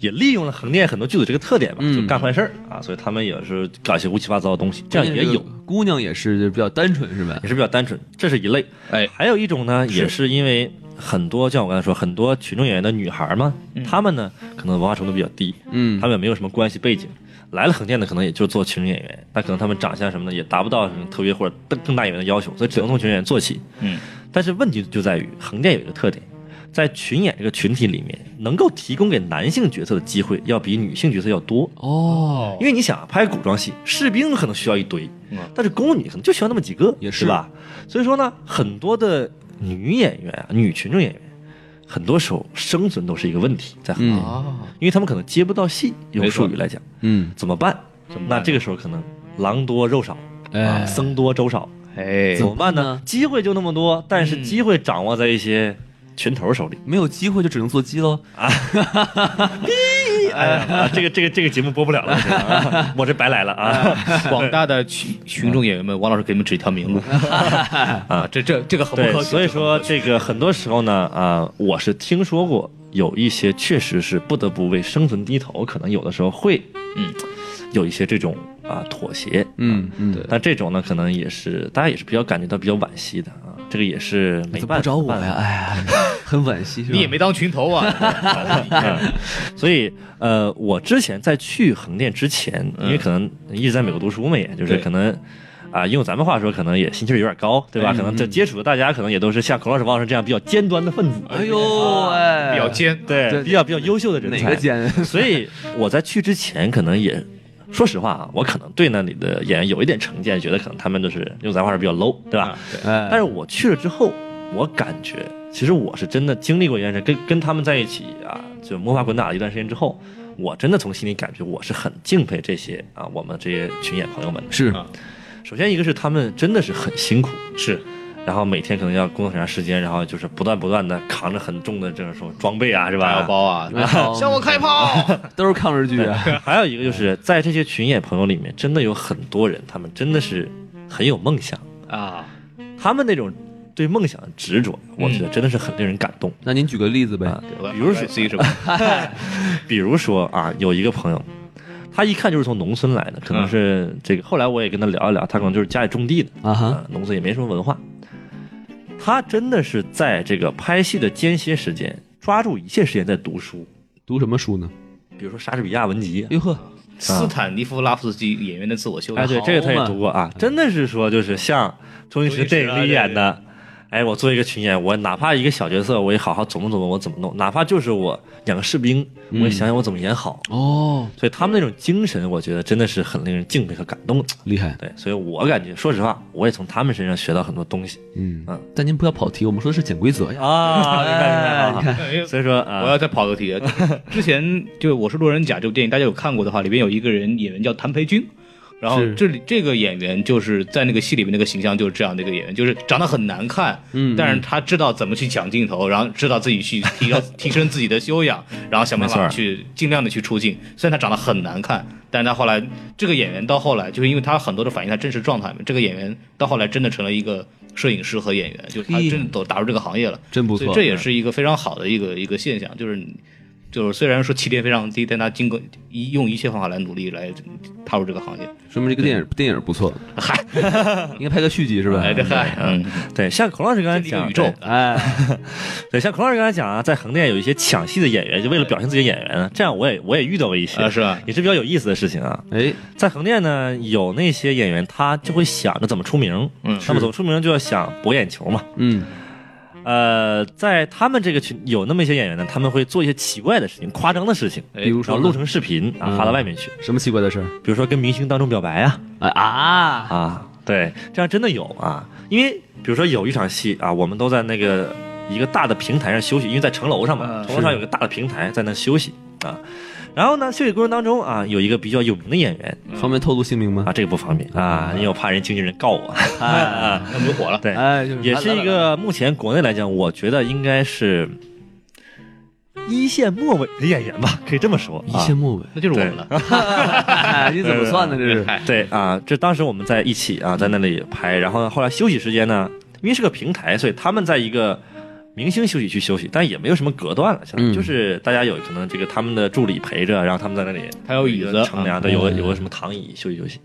Speaker 4: 也利用了横店很多剧组这个特点吧，
Speaker 2: 嗯
Speaker 4: 就干坏事儿啊，所以他们也是搞一些乌七八糟的东西，这样也有。
Speaker 2: 姑娘也是就是比较单纯是吧？
Speaker 4: 也是比较单纯，这是一类。
Speaker 1: 哎，
Speaker 4: 还有一种呢，也是因为很多，像我刚才说，很多群众演员的女孩嘛，她们呢可能文化程度比较低，
Speaker 2: 嗯
Speaker 4: 她们也没有什么关系背景，来了横店的可能也就做群众演员，那可能她们长相什么的也达不到什么特别或者更更大演员的要求，所以只能从群众演员做起。
Speaker 1: 嗯，
Speaker 4: 但是问题就在于横店有一个特点。在群演这个群体里面，能够提供给男性角色的机会要比女性角色要多，
Speaker 2: 哦，
Speaker 4: 因为你想啊拍古装戏，士兵可能需要一堆，但是宫女可能就需要那么几个，
Speaker 2: 也是
Speaker 4: 对吧？所以说呢，很多的女演员、啊，女群众演员，很多时候生存都是一个问题，在很多地方、因为他们可能接不到戏，用
Speaker 1: 嗯没错
Speaker 4: 术语来讲，
Speaker 2: 嗯，
Speaker 4: 怎么办？那这个时候可能狼多肉少，啊，
Speaker 2: 哎，
Speaker 4: 僧多粥少，
Speaker 1: 哎
Speaker 4: 怎
Speaker 2: 怎么
Speaker 4: 么办
Speaker 2: 办
Speaker 4: 呢
Speaker 2: 呢？
Speaker 4: 机会就那么多，但是
Speaker 1: 嗯
Speaker 4: 机会掌握在一些群头手里。
Speaker 2: 没有机会就只能做鸡喽。
Speaker 4: 哎呀，啊这个这个这个节目播不了了，我觉得啊我这白来了啊。
Speaker 1: [laughs] 广大的群群众演员们，王老师给你们指一条明
Speaker 4: [laughs]
Speaker 1: 路啊！这这这个很不
Speaker 4: 对，
Speaker 1: 可取。
Speaker 4: 所以说这个很多时候呢，啊、我是听说过有一些确实是不得不为生存低头，可能有的时候会，
Speaker 1: 嗯，
Speaker 4: 有一些这种啊、妥协，
Speaker 2: 嗯嗯，对，
Speaker 4: 但这种呢，可能也是大家也是比较感觉到比较惋惜的啊，这个也是没
Speaker 2: 怎么
Speaker 4: 办
Speaker 2: 不
Speaker 4: 法
Speaker 2: 找我
Speaker 4: 办法
Speaker 2: 呀？哎呀，很惋惜是吧？
Speaker 1: 你也没当群头
Speaker 4: [laughs]
Speaker 1: 啊，
Speaker 4: 所以，呃，我之前在去横店之前，因为可能一直在美国读书嘛，也就是
Speaker 1: 对
Speaker 4: 可能。啊，用咱们话说，可能也心气儿有点高，对吧？可能这接触的大家，可能也都是像孔老师、王老师这样比较尖端的分子，
Speaker 2: 哎呦哎，
Speaker 1: 比较尖。
Speaker 4: 对，
Speaker 2: 对
Speaker 4: 比较比较优秀的人
Speaker 2: 哪
Speaker 4: 才
Speaker 2: 个。尖？
Speaker 4: [laughs] 所以我在去之前，可能也说实话啊，我可能对那里的演员有一点成见，觉得可能他们都是用咱话说比较 low，对吧？
Speaker 2: 哎，
Speaker 4: 但是我去了之后，我感觉其实我是真的经历过一件事，跟跟他们在一起啊，就摸爬滚打了一段时间之后，我真的从心里感觉我是很敬佩这些啊我们这些群演朋友们的。
Speaker 2: 是
Speaker 4: 首先一个是他们真的是很辛苦，是。然后每天可能要工作很长时间，然后就是不断不断的扛着很重的这种什么装备啊，是吧？
Speaker 1: 大腰包
Speaker 4: [laughs]
Speaker 1: 啊，向我开炮！
Speaker 2: 都是抗日剧啊。 [laughs]
Speaker 4: 还有一个就是在这些群演朋友里面，真的有很多人，他们真的是很有梦想，
Speaker 1: 啊，
Speaker 4: 他们那种对梦想的执着，我觉得真的是很令人感动。
Speaker 2: 那您举个例子呗？
Speaker 4: 啊比如说
Speaker 1: C 是吧？
Speaker 4: 比如说啊，有一个朋友，他一看就是从农村来的，可能是这个。后来我也跟他聊一聊，他可能就是家里种地的，
Speaker 2: 啊哈，
Speaker 4: 啊，农村也没什么文化。他真的是在这个拍戏的间歇时间，抓住一切时间在读书，
Speaker 2: 读什么书呢？
Speaker 4: 比如说莎士比亚文集。
Speaker 2: 哟呵，
Speaker 1: 斯坦尼夫拉夫斯基演员的自我修养。
Speaker 4: 哎，对，这个他也读过啊，真的是说就是像周星驰啊电影里演的，哎，我做一个群演，我哪怕一个小角色，我也好好琢磨琢磨我怎么弄，哪怕就是我演个士兵，我也想想我怎么演好。
Speaker 2: 哦，
Speaker 4: 所以他们那种精神，我觉得真的是很令人敬佩和感动的。
Speaker 2: 厉害，
Speaker 4: 对，所以我感觉，说实话，我也从他们身上学到很多东西
Speaker 2: 嗯
Speaker 4: 嗯，
Speaker 2: 但您不要跑题，我们说的是潜规则呀。
Speaker 4: 啊。 [laughs] 明白明白
Speaker 1: 因为
Speaker 4: 啊，所以说啊，
Speaker 1: 我要再跑个题， [laughs] 之前就《我是路人甲》这部电影，大家有看过的话，里边有一个人演员叫谭培军，然后
Speaker 2: 是
Speaker 1: 这里这个演员就是在那个戏里面那个形象就是这样的一个演员，就是长得很难看，嗯，但是他知道怎么去抢镜头，然后知道自己去提高提升自己的修养，然后想办
Speaker 4: 没
Speaker 1: 法
Speaker 4: 错
Speaker 1: 去尽量的去出镜。虽然他长得很难看，但是他后来这个演员到后来，就是因为他很多的反映他真实状态嘛，这个演员到后来真的成了一个摄影师和演员，就是他
Speaker 2: 嘿
Speaker 1: 真的走打入这个行业了。
Speaker 2: 真不
Speaker 1: 所以
Speaker 2: 错，
Speaker 4: 嗯
Speaker 1: 这也是一个非常好的一个一个现象，就是你就是虽然说起点非常低，但他经过一用一切方法来努力来踏入这个行业。
Speaker 2: 说明这个电影电影不错。嗨， [laughs] 应该拍个续集是吧？
Speaker 1: 哎，对，嗨，嗯，
Speaker 4: 对，像孔老师刚才
Speaker 1: 这是一个
Speaker 4: 讲
Speaker 1: 宇宙
Speaker 4: 对，
Speaker 2: 哎，
Speaker 4: 对，像孔老师刚才讲啊，在横店有一些抢戏的演员，就为了表现自己演员啊，这样我也我也遇到过一些，
Speaker 1: 啊，是吧？
Speaker 4: 也是比较有意思的事情啊。
Speaker 2: 哎，
Speaker 4: 在横店呢，有那些演员，他就会想着怎么出名，
Speaker 1: 嗯
Speaker 4: 那么怎么出名就要想博眼球嘛。
Speaker 2: 嗯，
Speaker 4: 呃，在他们这个群有那么一些演员呢，他们会做一些奇怪的事情、夸张的事情，
Speaker 2: 哎比如
Speaker 4: 哎然后
Speaker 2: 说呢
Speaker 4: 录成视频啊
Speaker 2: 嗯
Speaker 4: 发到外面去，
Speaker 2: 什么奇怪的事儿？
Speaker 4: 比如说跟明星当众表白啊
Speaker 2: 啊啊，
Speaker 4: 啊，对，这样真的有啊，因为比如说有一场戏啊，我们都在那个一个大的平台上休息，因为在城楼上嘛，
Speaker 1: 嗯
Speaker 4: 城楼上有个大的平台，在那休息啊。然后呢，休息过程当中啊，有一个比较有名的演员
Speaker 2: 方便透露姓名吗
Speaker 4: 啊，？这个不方便啊，因为我怕人经纪人告我。
Speaker 2: 哎，
Speaker 1: 啊那我们就火了。
Speaker 4: 嗯对，
Speaker 2: 哎，就
Speaker 4: 也是一个目前国嗯内来讲，我觉得应该是一线末尾的演员吧，可以这么说。啊
Speaker 2: 一线末尾，
Speaker 1: 那就是我们了，
Speaker 2: 哎你怎么算的这是？
Speaker 4: 啊、对啊，这当时我们在一起啊，在那里拍，然后后来休息时间呢，因为是个平台，所以他们在一个。明星休息区休息，但也没有什么隔断了，相当于
Speaker 2: 嗯
Speaker 4: 就是大家有可能这个他们的助理陪着，然后他们在那里
Speaker 1: 还嗯有椅子
Speaker 4: 乘凉，对，有个有个什么躺椅休息休息。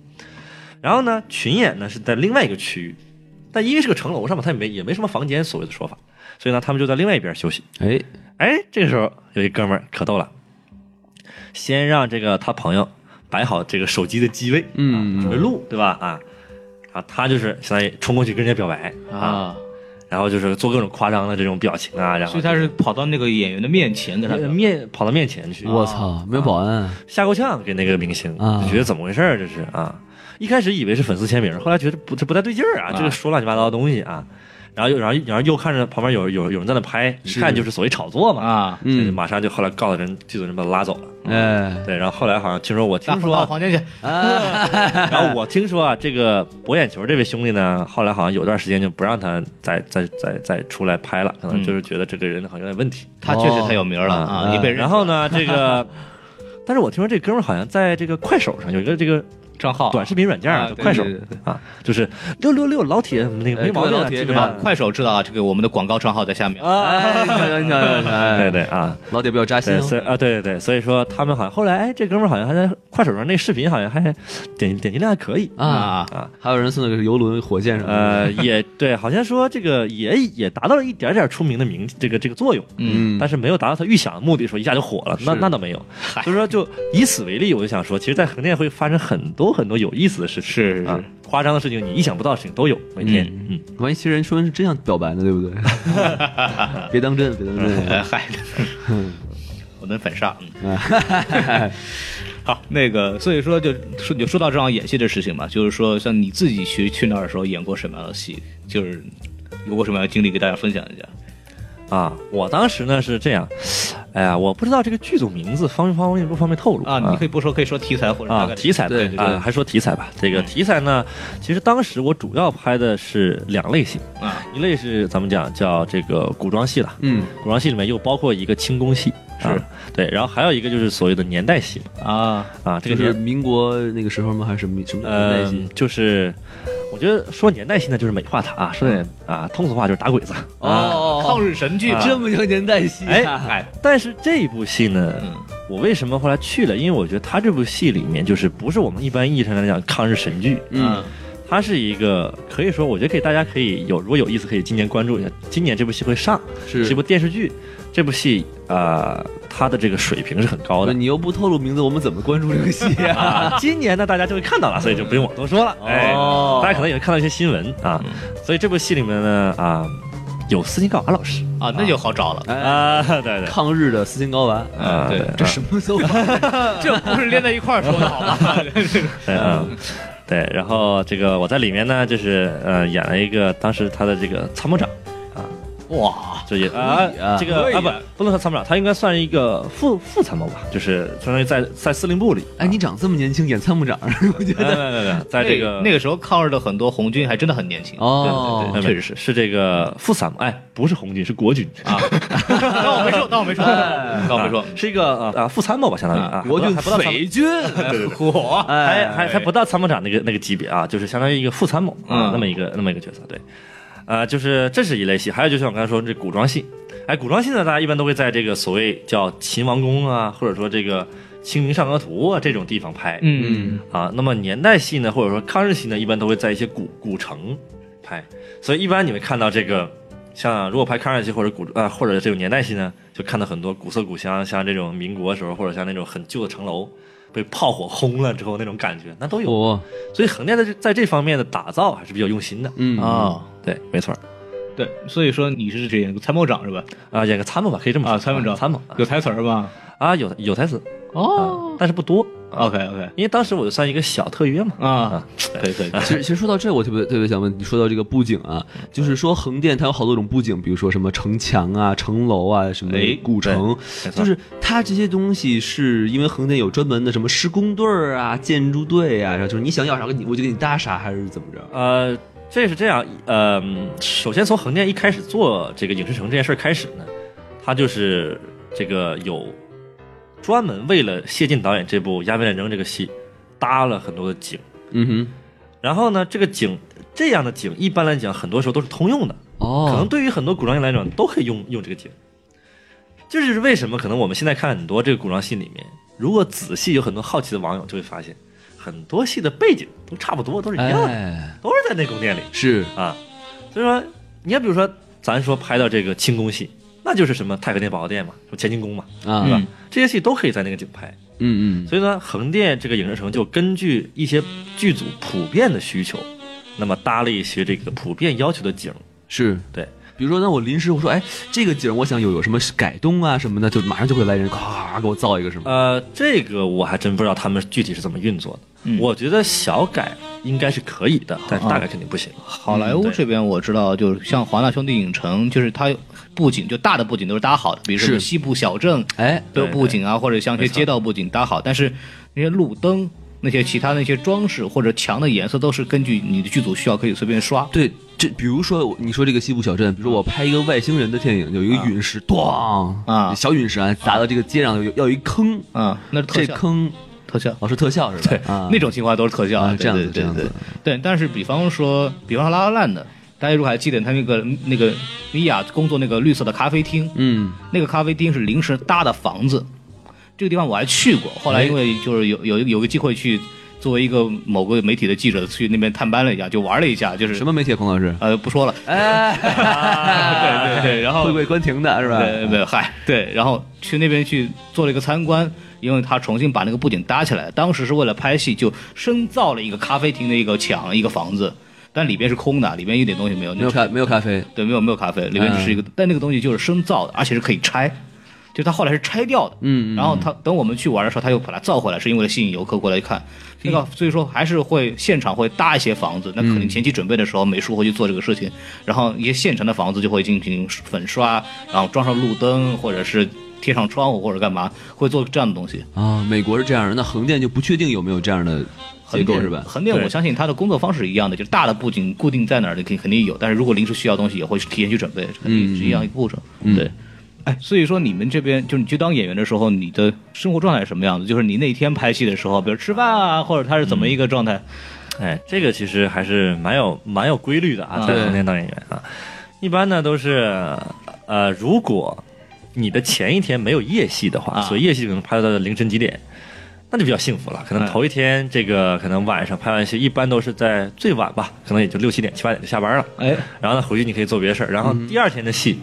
Speaker 4: 然后呢，群演呢是在另外一个区域，但因为是个城楼上嘛，他也没也没什么房间所谓的说法，所以呢，他们就在另外一边休息。
Speaker 2: 哎，
Speaker 4: 哎，这个时候有一哥们儿可逗了，先让这个他朋友摆好这个手机的机位，
Speaker 2: 嗯
Speaker 4: 啊准备录，对吧？啊，啊，他就是相当于冲过去跟人家表白啊，
Speaker 1: 啊，
Speaker 4: 然后就是做各种夸张的这种表情啊，然
Speaker 1: 所
Speaker 4: 后
Speaker 1: 以他是跑到那个演员的面前跟他
Speaker 4: 面
Speaker 1: 聊
Speaker 4: 面跑到面前去，
Speaker 2: 哎我操，没有保安啊，
Speaker 4: 吓够呛，给那个明星，
Speaker 2: 啊
Speaker 4: 就觉得怎么回事儿这是啊？一开始以为是粉丝签名，后来觉得不这不太对劲儿啊，这个说乱七八糟的东西啊。然后又然后然后又看着旁边有有有人在那拍，一看就是所谓炒作嘛，
Speaker 1: 啊，
Speaker 4: 所以就
Speaker 2: 嗯，
Speaker 4: 马上就后来告诉人剧组人把他拉走了。
Speaker 2: 哎，
Speaker 4: 对，然后后来好像听说我听
Speaker 1: 那
Speaker 4: 说
Speaker 1: 到
Speaker 4: 啊，
Speaker 1: 房间去，
Speaker 4: [laughs] 然后我听说啊，这个博眼球这位兄弟呢，后来好像有段时间就不让他再再再再出来拍了，可能就是觉得这个人好像有点问题。
Speaker 1: 他确实太有名了啊，你被人
Speaker 4: 哦嗯然后呢，这个， [laughs] 但是我听说这哥们儿好像在这个快手上有一个这个
Speaker 1: 账号
Speaker 4: 短视频软件
Speaker 1: 啊
Speaker 4: 儿，
Speaker 1: 对
Speaker 4: 叫快手
Speaker 1: 对
Speaker 4: 啊，就是六六六老铁那个
Speaker 2: 哎
Speaker 4: 没毛病
Speaker 2: 老
Speaker 4: 啊，
Speaker 2: 铁
Speaker 4: 基
Speaker 2: 对
Speaker 4: 本
Speaker 2: 吧
Speaker 4: 上
Speaker 1: 快手知道啊，这个我们的广告账号在下面。
Speaker 2: 哎，你瞧你瞧你瞧，
Speaker 4: 对
Speaker 2: 哎，
Speaker 4: 对啊，
Speaker 2: 老铁不要扎心
Speaker 4: 对，
Speaker 2: 哦
Speaker 4: 所以啊，对对对，所以说他们好像后来，哎，这哥们儿好像还在快手上那视频好像还点点击量还可以
Speaker 2: 啊，
Speaker 1: 啊，
Speaker 4: 啊，
Speaker 2: 还有人送了个游轮、火箭什么的，
Speaker 4: 呃，也对，好像说这个也也达到了一点点出名的名这个这个作用，
Speaker 1: 嗯
Speaker 4: 但是没有达到他预想的目的，说一下就火了，那
Speaker 2: 是
Speaker 4: 那倒没有。所以说，就以此为例，我就想说，其实，在横店会发生很多很多有意思的事情，
Speaker 1: 是是
Speaker 4: 啊，夸张的事情，你意想不到的事情都有，每天，嗯，
Speaker 2: 万一其实人说是真想表白呢，对不对？别当真，别当真。
Speaker 1: 哎 [laughs] 嗨，我能粉上。嗯 [laughs] 好，那个，所以说就说就说到这场演戏的事情嘛，就是说像你自己去去那儿的时候演过什么样的戏，就是有过什么样的经历，给大家分享一下。
Speaker 4: 啊，我当时呢是这样，哎呀，我不知道这个剧组名字方不方便不方便透露
Speaker 1: 啊，你可以不说，可以说题材或者大
Speaker 4: 啊
Speaker 1: 概，的
Speaker 4: 题材吧
Speaker 2: 对对
Speaker 4: 啊，还说题材吧。这个
Speaker 1: 嗯
Speaker 4: 题材呢，其实当时我主要拍的是两类型
Speaker 1: 啊，
Speaker 4: 一类是咱们讲叫这个古装戏了，
Speaker 2: 嗯，
Speaker 4: 古装戏里面又包括一个清宫戏，
Speaker 1: 是
Speaker 4: 啊对，然后还有一个就是所谓的年代戏嘛
Speaker 1: 啊，
Speaker 4: 啊，这
Speaker 2: 就
Speaker 4: 个
Speaker 2: 是
Speaker 4: 年
Speaker 2: 民国那个时候吗？还是什么什么
Speaker 4: 呃
Speaker 2: 代戏？
Speaker 4: 就是。我觉得说年代性的就是美化它啊，说点啊通俗话就是打鬼子啊。
Speaker 1: 抗
Speaker 2: 哦，
Speaker 1: 日神剧
Speaker 4: 啊
Speaker 2: 这么叫年代戏
Speaker 4: 哎
Speaker 2: 啊，
Speaker 1: 哎，嗯
Speaker 4: 但是这部戏呢，
Speaker 2: 嗯
Speaker 4: 我为什么后来去了？因为我觉得它这部戏里面就是不是我们一般意义上来讲抗日神剧，
Speaker 2: 嗯，
Speaker 4: 它是一个可以说我觉得可以大家可以有如果有意思可以今年关注一下，今年这部戏会上，
Speaker 2: 是
Speaker 4: 一部电视剧，这部戏啊、呃它的这个水平是很高的
Speaker 2: 你又不透露名字，我们怎么关注这个戏啊？
Speaker 4: 啊。 [laughs] 今年呢，大家就会看到了，所以就不用我多说了。哎，
Speaker 2: 哦
Speaker 4: 大家可能也看到一些新闻啊，所以这部戏里面呢啊，有斯琴高娃老师
Speaker 1: 啊，那就好找了。嗯
Speaker 2: 哎，
Speaker 4: 啊，对对
Speaker 2: 抗日的斯琴高娃，
Speaker 4: 啊，
Speaker 1: 对
Speaker 2: 这什么搜法？
Speaker 1: 这不是连在一块儿说的好吗？
Speaker 4: 对啊， [laughs] 对，然后这个我在里面呢，就是呃演了一个当时他的这个参谋长，啊
Speaker 1: 哇，
Speaker 4: 就也啊
Speaker 2: 以啊
Speaker 4: 这个
Speaker 2: 可以
Speaker 4: 啊
Speaker 2: 啊
Speaker 4: 不不能说参谋长，他应该算是一个副副参谋吧，就是相当于在在司令部里。
Speaker 2: 哎，你长这么年轻演参谋长，我觉
Speaker 4: 没没
Speaker 2: 得
Speaker 4: 没没，在这个
Speaker 1: 那个时候抗日的很多红军还真的很年轻。
Speaker 2: 哦
Speaker 4: 对对对
Speaker 1: 确
Speaker 4: 确
Speaker 1: 实
Speaker 4: 实
Speaker 1: 是
Speaker 4: 是是这个副参谋，哎，不是红军，是国军
Speaker 1: 啊，当我没
Speaker 4: 哎
Speaker 1: 说，当我没说，当我没说
Speaker 4: 啊。是一个呃啊副参谋吧，相当于
Speaker 1: 啊
Speaker 4: 啊，
Speaker 2: 国军
Speaker 4: 还不到参谋
Speaker 2: 匪军，
Speaker 1: 哎火，
Speaker 4: 还
Speaker 2: 哎，
Speaker 4: 还还不到参谋长那个那个级别啊，就是相当于一个副参谋啊
Speaker 1: 嗯，
Speaker 4: 那么一个那么一个角色，对，啊，就是这是一类戏，还有就像我刚才说这古装戏，哎，古装戏呢，大家一般都会在这个所谓叫秦王宫啊，或者说这个清明上河图啊这种地方拍，
Speaker 1: 嗯，
Speaker 4: 啊，那么年代戏呢，或者说抗日戏呢，一般都会在一些古古城拍，所以一般你会看到这个，像如果拍抗日戏或者古啊、或者这种年代戏呢，就看到很多古色古香，像这种民国时候或者像那种很旧的城楼被炮火轰了之后那种感觉，那都
Speaker 1: 哦
Speaker 4: 有。
Speaker 2: 我
Speaker 4: 所以横店在这在这方面的打造还是比较用心的。
Speaker 2: 嗯
Speaker 1: 啊，
Speaker 4: 对，没错儿
Speaker 1: 对，所以说你是这个参谋长是吧？
Speaker 4: 啊，演个参谋吧，可以这么说
Speaker 1: 啊，参谋长，
Speaker 4: 参谋
Speaker 1: 有台词儿吗
Speaker 4: 啊，有有台词哦、啊但是不多，
Speaker 1: ？OK OK
Speaker 4: 因为当时我就算一个小特约嘛。
Speaker 1: 啊，可以可以，可以
Speaker 2: 其实，其实说到这，我特别特别想问，你说到这个布景啊，就是说横店它有好多种布景，比如说什么城墙啊、城楼啊、什么
Speaker 4: 哎
Speaker 2: 古城，
Speaker 4: 没错
Speaker 2: 就是它这些东西是因为横店有专门的什么施工队儿啊、建筑队啊，然后就是你想要啥，你我就给你搭啥，还是怎么着？
Speaker 4: 呃，这是这样，呃，首先从横店一开始做这个影视城这件事儿开始呢，它就是这个有专门为了谢晋导演这部《鸦片战争》这个戏搭了很多的景，
Speaker 2: 嗯
Speaker 4: 然后呢，这个景这样的景一般来讲很多时候都是通用的，
Speaker 2: 哼，哦，
Speaker 4: 可能对于很多古装戏来讲都可以用用这个景。这就是为什么可能我们现在看很多这个古装戏里面，如果仔细有很多好奇的网友就会发现，很多戏的背景都差不多，都是一样的，
Speaker 2: 哎，
Speaker 4: 都是在内宫殿里。
Speaker 2: 是
Speaker 4: 啊。所以说，你要比如说，咱说拍到这个清宫戏，那就是什么太和殿、保和殿嘛，什么乾清宫嘛，
Speaker 2: 啊，
Speaker 1: 嗯
Speaker 4: 这些戏都可以在那个景拍。
Speaker 2: 嗯嗯，
Speaker 4: 所以呢，横店这个影视城就根据一些剧组普遍的需求，那么搭了一些这个普遍要求的景。
Speaker 2: 是
Speaker 4: 对。
Speaker 2: 比如说，那我临时我说，哎，这个景儿我想有有什么改动啊什么的，就马上就会来人，咵给我造一个什么。
Speaker 4: 呃，这个我还真不知道他们具体是怎么运作的。
Speaker 1: 嗯啊
Speaker 4: 我觉得小改应该是可以的，但是大改肯定不行。嗯
Speaker 1: 好莱坞这边我知道，就是像华纳兄弟影城，就是它布景就大的布景都是搭好的，比如说
Speaker 2: 是
Speaker 1: 西部小镇
Speaker 2: 哎，
Speaker 1: 的
Speaker 4: 对
Speaker 1: 布景啊，或者像一些
Speaker 4: 没错
Speaker 1: 街道布景搭好，但是那些路灯、那些其他那些装饰或者墙的颜色都是根据你的剧组需要可以随便刷。
Speaker 2: 对，这比如说我你说这个西部小镇，比如说我拍一个外星人的电影，有一个陨石，咣
Speaker 1: 啊
Speaker 2: 小陨石啊砸到这个街上，有要有一坑，
Speaker 1: 嗯，那是特
Speaker 2: 这
Speaker 1: 效，
Speaker 2: 坑
Speaker 1: 特效。
Speaker 2: 哦是特效是吧？
Speaker 1: 对，
Speaker 2: 啊，
Speaker 1: 那种情况都是特效
Speaker 2: 啊
Speaker 1: 对
Speaker 2: 这样子
Speaker 1: 对对
Speaker 2: 这样
Speaker 1: 对
Speaker 2: 子
Speaker 1: 对。但是比方说，比方说拉拉烂的，大家如果还记得他那个那个米娅工作那个绿色的咖啡厅，
Speaker 2: 嗯，
Speaker 1: 那个咖啡厅是临时搭的房子，这个地方我还去过。后
Speaker 2: 哎
Speaker 1: 来因为就是有有有个机会去，作为一个某个媒体的记者去那边探班了一下，就玩了一下，就是
Speaker 2: 什么媒体，孔老师？
Speaker 1: 呃不说了，
Speaker 2: 哎，
Speaker 1: [laughs] 啊对对对，然后
Speaker 2: [laughs] 会不会关停的是吧？嗯
Speaker 1: 对对对，嗨，对，然后去那边去做了一个参观，因为他重新把那个布景搭起来，当时是为了拍戏，就深造了一个咖啡厅的一个墙一个房子，但里边是空的，里边一点东西没有，
Speaker 2: 没有咖没有咖啡，
Speaker 1: 对，没有没有咖啡，里面只是
Speaker 2: 嗯
Speaker 1: 一个，但那个东西就是深造的，而且是可以拆，就它后来是拆掉的，
Speaker 2: 嗯，嗯
Speaker 1: 然后他等我们去玩的时候，他又把它造回来，是因为了吸引游客过来看。那
Speaker 2: 嗯
Speaker 1: 个所以说还是会现场会搭一些房子，那可能前期准备的时候，美术会去做这个事情，然后一些现成的房子就会进行粉刷，然后装上路灯或者是贴上窗户或者干嘛，会做这样的东西。
Speaker 2: 啊，美国是这样的，那横店就不确定有没有这样的结
Speaker 1: 横
Speaker 2: 构
Speaker 1: 店
Speaker 2: 是吧？
Speaker 1: 横店
Speaker 4: 对
Speaker 1: 我相信他的工作方式一样的，就是大的布景固定在哪儿的肯肯定有，但是如果临时需要东西也会提前去准备，肯定是一样一个步骤。
Speaker 2: 嗯
Speaker 1: 对。哎，所以说你们这边就是你去当演员的时候，你的生活状态是什么样子？就是你那天拍戏的时候，比如吃饭啊，或者他是怎么一个状态？
Speaker 4: 哎，这个其实还是蛮有蛮有规律的啊，在
Speaker 2: 对
Speaker 4: 横店当演员啊，一般呢都是呃，如果你的前一天没有夜戏的
Speaker 1: 啊
Speaker 4: 话，所以夜戏可能拍到凌晨几点。那就比较幸福了，可能
Speaker 1: 哎
Speaker 4: 头一天这个可能晚上拍完戏，一般都是在最晚吧，可能也就六七点、七八点就下班了。
Speaker 1: 哎，
Speaker 4: 然后呢，回去你可以做别的事儿。然
Speaker 1: 嗯
Speaker 4: 后第二天的戏，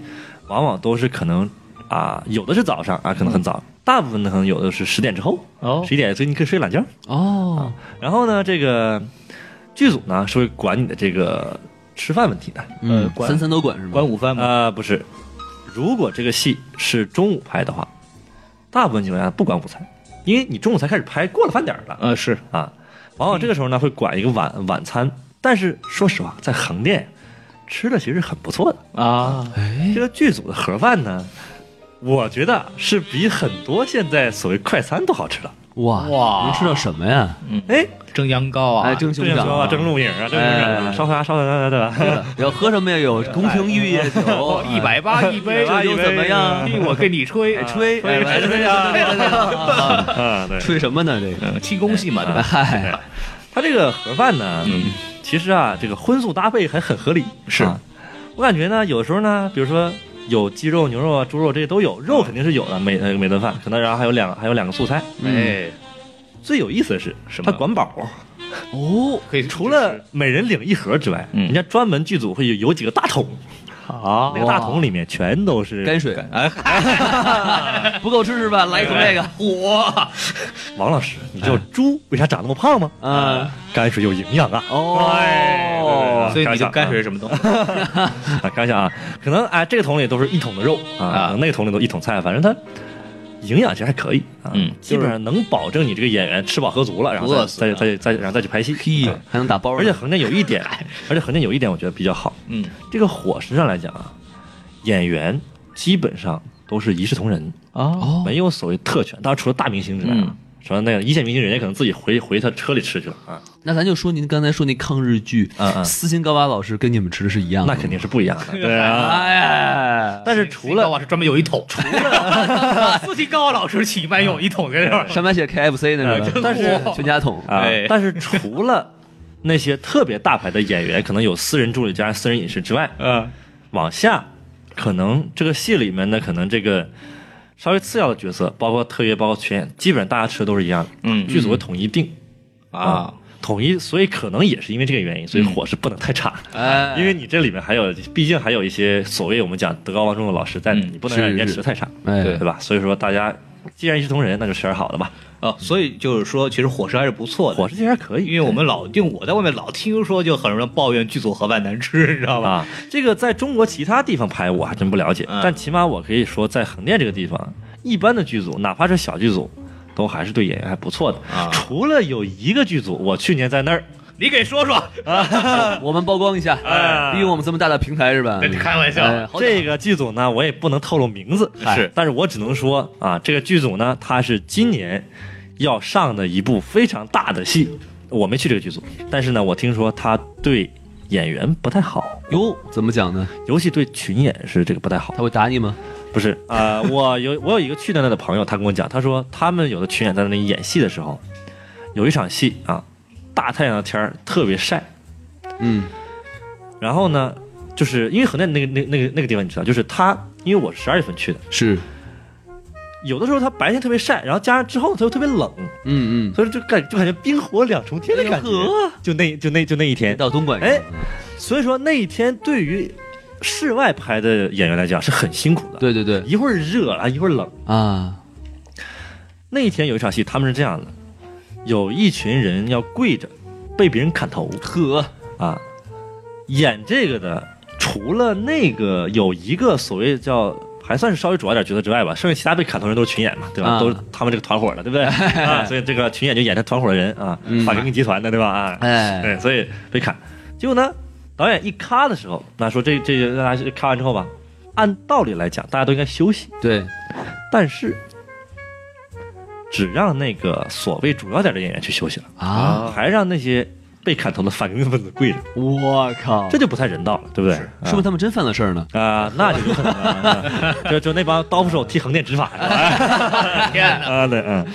Speaker 4: 往往都是可能啊，有的是早上啊，可能很早，大部分的可能有的是十点之后，
Speaker 1: 嗯哦
Speaker 4: 十一点，所以你可以睡懒觉。
Speaker 1: 啊
Speaker 2: 哦，
Speaker 4: 然后呢，这个剧组呢是会管你的这个吃饭问题的。
Speaker 2: 嗯，
Speaker 1: 呃管
Speaker 2: 三餐都管是吗？
Speaker 1: 管午饭吗？
Speaker 4: 呃，不是，如果这个戏是中午拍的话，大部分情况下不管午餐，因为你中午才开始拍，过了饭点儿了
Speaker 1: 呃，是
Speaker 4: 啊。往往这个时候呢会管一个晚晚餐，但是说实话，在横店吃的其实很不错的。
Speaker 1: 啊，
Speaker 2: 哎，
Speaker 4: 这个剧组的盒饭呢，我觉得是比很多现在所谓快餐都好吃的。
Speaker 2: 哇
Speaker 1: 哇
Speaker 2: 能吃到什么呀？
Speaker 4: 哎，
Speaker 1: 蒸羊羔啊，
Speaker 2: 哎，蒸
Speaker 4: 这
Speaker 2: 熊
Speaker 4: 就
Speaker 2: 掌
Speaker 4: 说啊，蒸鹿影啊，蒸鹿影啊，
Speaker 2: 哎
Speaker 4: 烧啥烧啥，对吧？
Speaker 2: [laughs] 要喝什么呀？有宫廷
Speaker 1: [laughs]
Speaker 2: 玉液酒，
Speaker 1: 哎哦一百八一杯，
Speaker 4: 180
Speaker 2: 又怎么样？
Speaker 1: 替我跟你吹
Speaker 2: 哎吹
Speaker 4: 吹
Speaker 2: 哎
Speaker 4: 吹
Speaker 2: 哎哎
Speaker 1: [laughs]
Speaker 2: 哎哎哎
Speaker 4: 啊，对
Speaker 2: 哎， [laughs] 吹什么呢？这个，
Speaker 1: 呃气功戏嘛，对吧？
Speaker 2: 嗨，
Speaker 4: 它这个盒饭呢，
Speaker 1: 嗯
Speaker 4: 其实啊，这个荤素搭配还很合理。
Speaker 5: 是
Speaker 4: 啊我感觉呢，有时候呢，比如说有鸡肉、牛肉啊、猪肉这些都有，肉肯定是有的，每呃每顿饭可能，然后还有两还有两个素菜。
Speaker 2: 嗯
Speaker 1: 哎，
Speaker 4: 最有意思的是，
Speaker 1: 什么
Speaker 4: 它管饱，
Speaker 2: 哦，
Speaker 1: 可以
Speaker 4: 除了每人领一盒之外，
Speaker 1: 嗯
Speaker 4: 人家专门剧组会有有几个大桶，
Speaker 1: 啊
Speaker 4: 那个大桶里面全都是
Speaker 2: 泔水，哎， [laughs] 不够吃是吧？来一口这
Speaker 4: 哎
Speaker 2: 个，
Speaker 1: 火，
Speaker 4: 王老师，你
Speaker 1: 哎
Speaker 4: 知道猪为啥长那么胖吗？
Speaker 1: 啊
Speaker 2: 嗯，
Speaker 4: 泔水有营养啊！哎
Speaker 2: 哦，
Speaker 1: 所以你
Speaker 4: 开
Speaker 1: 的
Speaker 4: 玩笑
Speaker 1: 泔水是什么东西？
Speaker 4: 啊， [laughs] 开玩笑啊，可能哎，这个桶里都是一桶的肉
Speaker 1: 啊
Speaker 4: 啊，可能那个桶里都一桶菜，反正它营养其实还可以啊，
Speaker 1: 嗯
Speaker 4: 基本上能保证你这个演员吃饱喝足了，然后
Speaker 1: 饿
Speaker 4: 再
Speaker 1: 死了
Speaker 4: 再再再然后再去拍戏。
Speaker 2: 嘿
Speaker 4: 啊，
Speaker 2: 还能打包呢，
Speaker 4: 而且横店有一点，而且横店有一点我觉得比较好，
Speaker 1: 嗯，
Speaker 4: 这个伙食上来讲啊，演员基本上都是一视同仁，
Speaker 1: 啊，
Speaker 2: 哦，
Speaker 4: 没有所谓特权，当然除了大明星之外
Speaker 1: 嗯
Speaker 4: 啊，什么那个一线明星，人家可能自己回回他车里吃去了啊，
Speaker 2: 那咱就说您刚才说那抗日剧，
Speaker 4: 嗯嗯
Speaker 2: 斯琴高娃老师跟你们吃的是一
Speaker 1: 嗯
Speaker 2: 样的，
Speaker 4: 那肯定是不一样
Speaker 1: [laughs]
Speaker 4: 的，对啊。
Speaker 2: 哎，
Speaker 4: 但是除了
Speaker 1: 我是专门有一桶，除了斯提高老师起码有一桶在这儿。
Speaker 2: 上面写 KFC 呢是吧？
Speaker 4: 但是
Speaker 2: 全家桶，
Speaker 4: 哎啊
Speaker 1: 哎，
Speaker 4: 但是除了那些特别大牌的演员，可能有私人助理加私人饮食之外，
Speaker 1: 嗯，
Speaker 4: 往下可能这个戏里面呢，可能这个稍微次要的角色，包括特约，包括群演，基本上大家吃的都是一样的。
Speaker 1: 嗯
Speaker 4: 剧组会统一定
Speaker 1: 啊，
Speaker 4: 统一，所以可能也是因为这个原因，所以伙食不能太差。
Speaker 2: 哎，
Speaker 4: 因为你这里面还有，毕竟还有一些所谓我们讲德高望重的老师在，
Speaker 1: 嗯
Speaker 4: 你不能让人家
Speaker 2: 是
Speaker 4: 吃得太差，
Speaker 2: 哎
Speaker 4: 对吧？所以说大家既然一视同仁，那就吃点好的吧。
Speaker 1: 哦，所以就是说，其实伙食还是不错的。
Speaker 4: 伙食其实还可以，
Speaker 1: 因为我们老，因为我在外面老听说，就很多人抱怨剧组盒饭难吃，你知道吧？
Speaker 4: 啊，这个在中国其他地方拍我还真不了解，
Speaker 1: 嗯
Speaker 4: 但起码我可以说，在横店这个地方，一般的剧组，哪怕是小剧组，都还是对演员还不错的。
Speaker 1: 啊
Speaker 4: 除了有一个剧组，我去年在那儿，
Speaker 1: 你给说说，
Speaker 2: 我们曝光一下，
Speaker 4: 哎
Speaker 2: 利用我们这么大的平台是吧？
Speaker 1: 开玩笑，
Speaker 2: 哎，好
Speaker 4: 这个剧组呢，我也不能透露名字，哎
Speaker 1: 是
Speaker 4: 但是我只能说啊，这个剧组呢，它是今年要上的一部非常大的戏，我没去这个剧组，但是呢，我听说他对演员不太好，
Speaker 2: 哟，怎么讲呢？
Speaker 4: 尤其对群演是这个不太好。
Speaker 2: 他会打你吗？
Speaker 4: 不是啊、呃 [laughs] 我有我有一个去那的朋友，他跟我讲，他说他们有的群演在那里演戏的时候，有一场戏啊，大太阳的天儿特别晒，
Speaker 2: 嗯，
Speaker 4: 然后呢，就是因为横店那个那个那个那个地方你知道，就是他，因为我是十二月份去的，
Speaker 2: 是，
Speaker 4: 有的时候他白天特别晒，然后加上之后他又特别冷，
Speaker 2: 嗯
Speaker 4: 所以就感就感觉冰火两重天的感觉
Speaker 2: 哎呦呵，
Speaker 4: 就那就那就那
Speaker 2: 嗯，
Speaker 4: 一天，
Speaker 2: 到东莞去
Speaker 4: 哎，所以说那一天对于室外拍的演员来讲是很辛苦的，，
Speaker 2: 对对对
Speaker 4: 一会儿热啊，一会儿冷。
Speaker 2: 啊，
Speaker 4: 那一天有一场戏，他们是这样的：有一群人要跪着，被别人砍头
Speaker 2: 呵，
Speaker 4: 啊。演这个的，除了那个有一个所谓叫还算是稍微主要点角色之外吧，剩下其他被砍头人都是群演嘛，对吧？
Speaker 2: 啊
Speaker 4: 都是他们这个团伙的，
Speaker 2: [laughs]
Speaker 4: 对不对？啊，所以这个群演就演他团伙的人啊，
Speaker 2: 嗯
Speaker 4: 法根集团的，对吧？啊，
Speaker 2: 哎，
Speaker 4: 对，所以被砍。结果呢，导演一咔的时候，那说这这个大家咔完之后吧，按道理来讲，大家都应该休息。
Speaker 2: 对，
Speaker 4: 但是只让那个所谓主要点的演员去休息了，
Speaker 2: 啊，哦
Speaker 4: 还让那些被砍头的反革命分子跪着，
Speaker 2: 我靠，
Speaker 4: 这就不太人道了，对不对？
Speaker 2: 说明他们真犯了事儿呢。
Speaker 4: 啊、那就有可能了，啊就就那帮刀斧手替横店执法是吧？
Speaker 1: 天哪！
Speaker 4: 啊，对，嗯，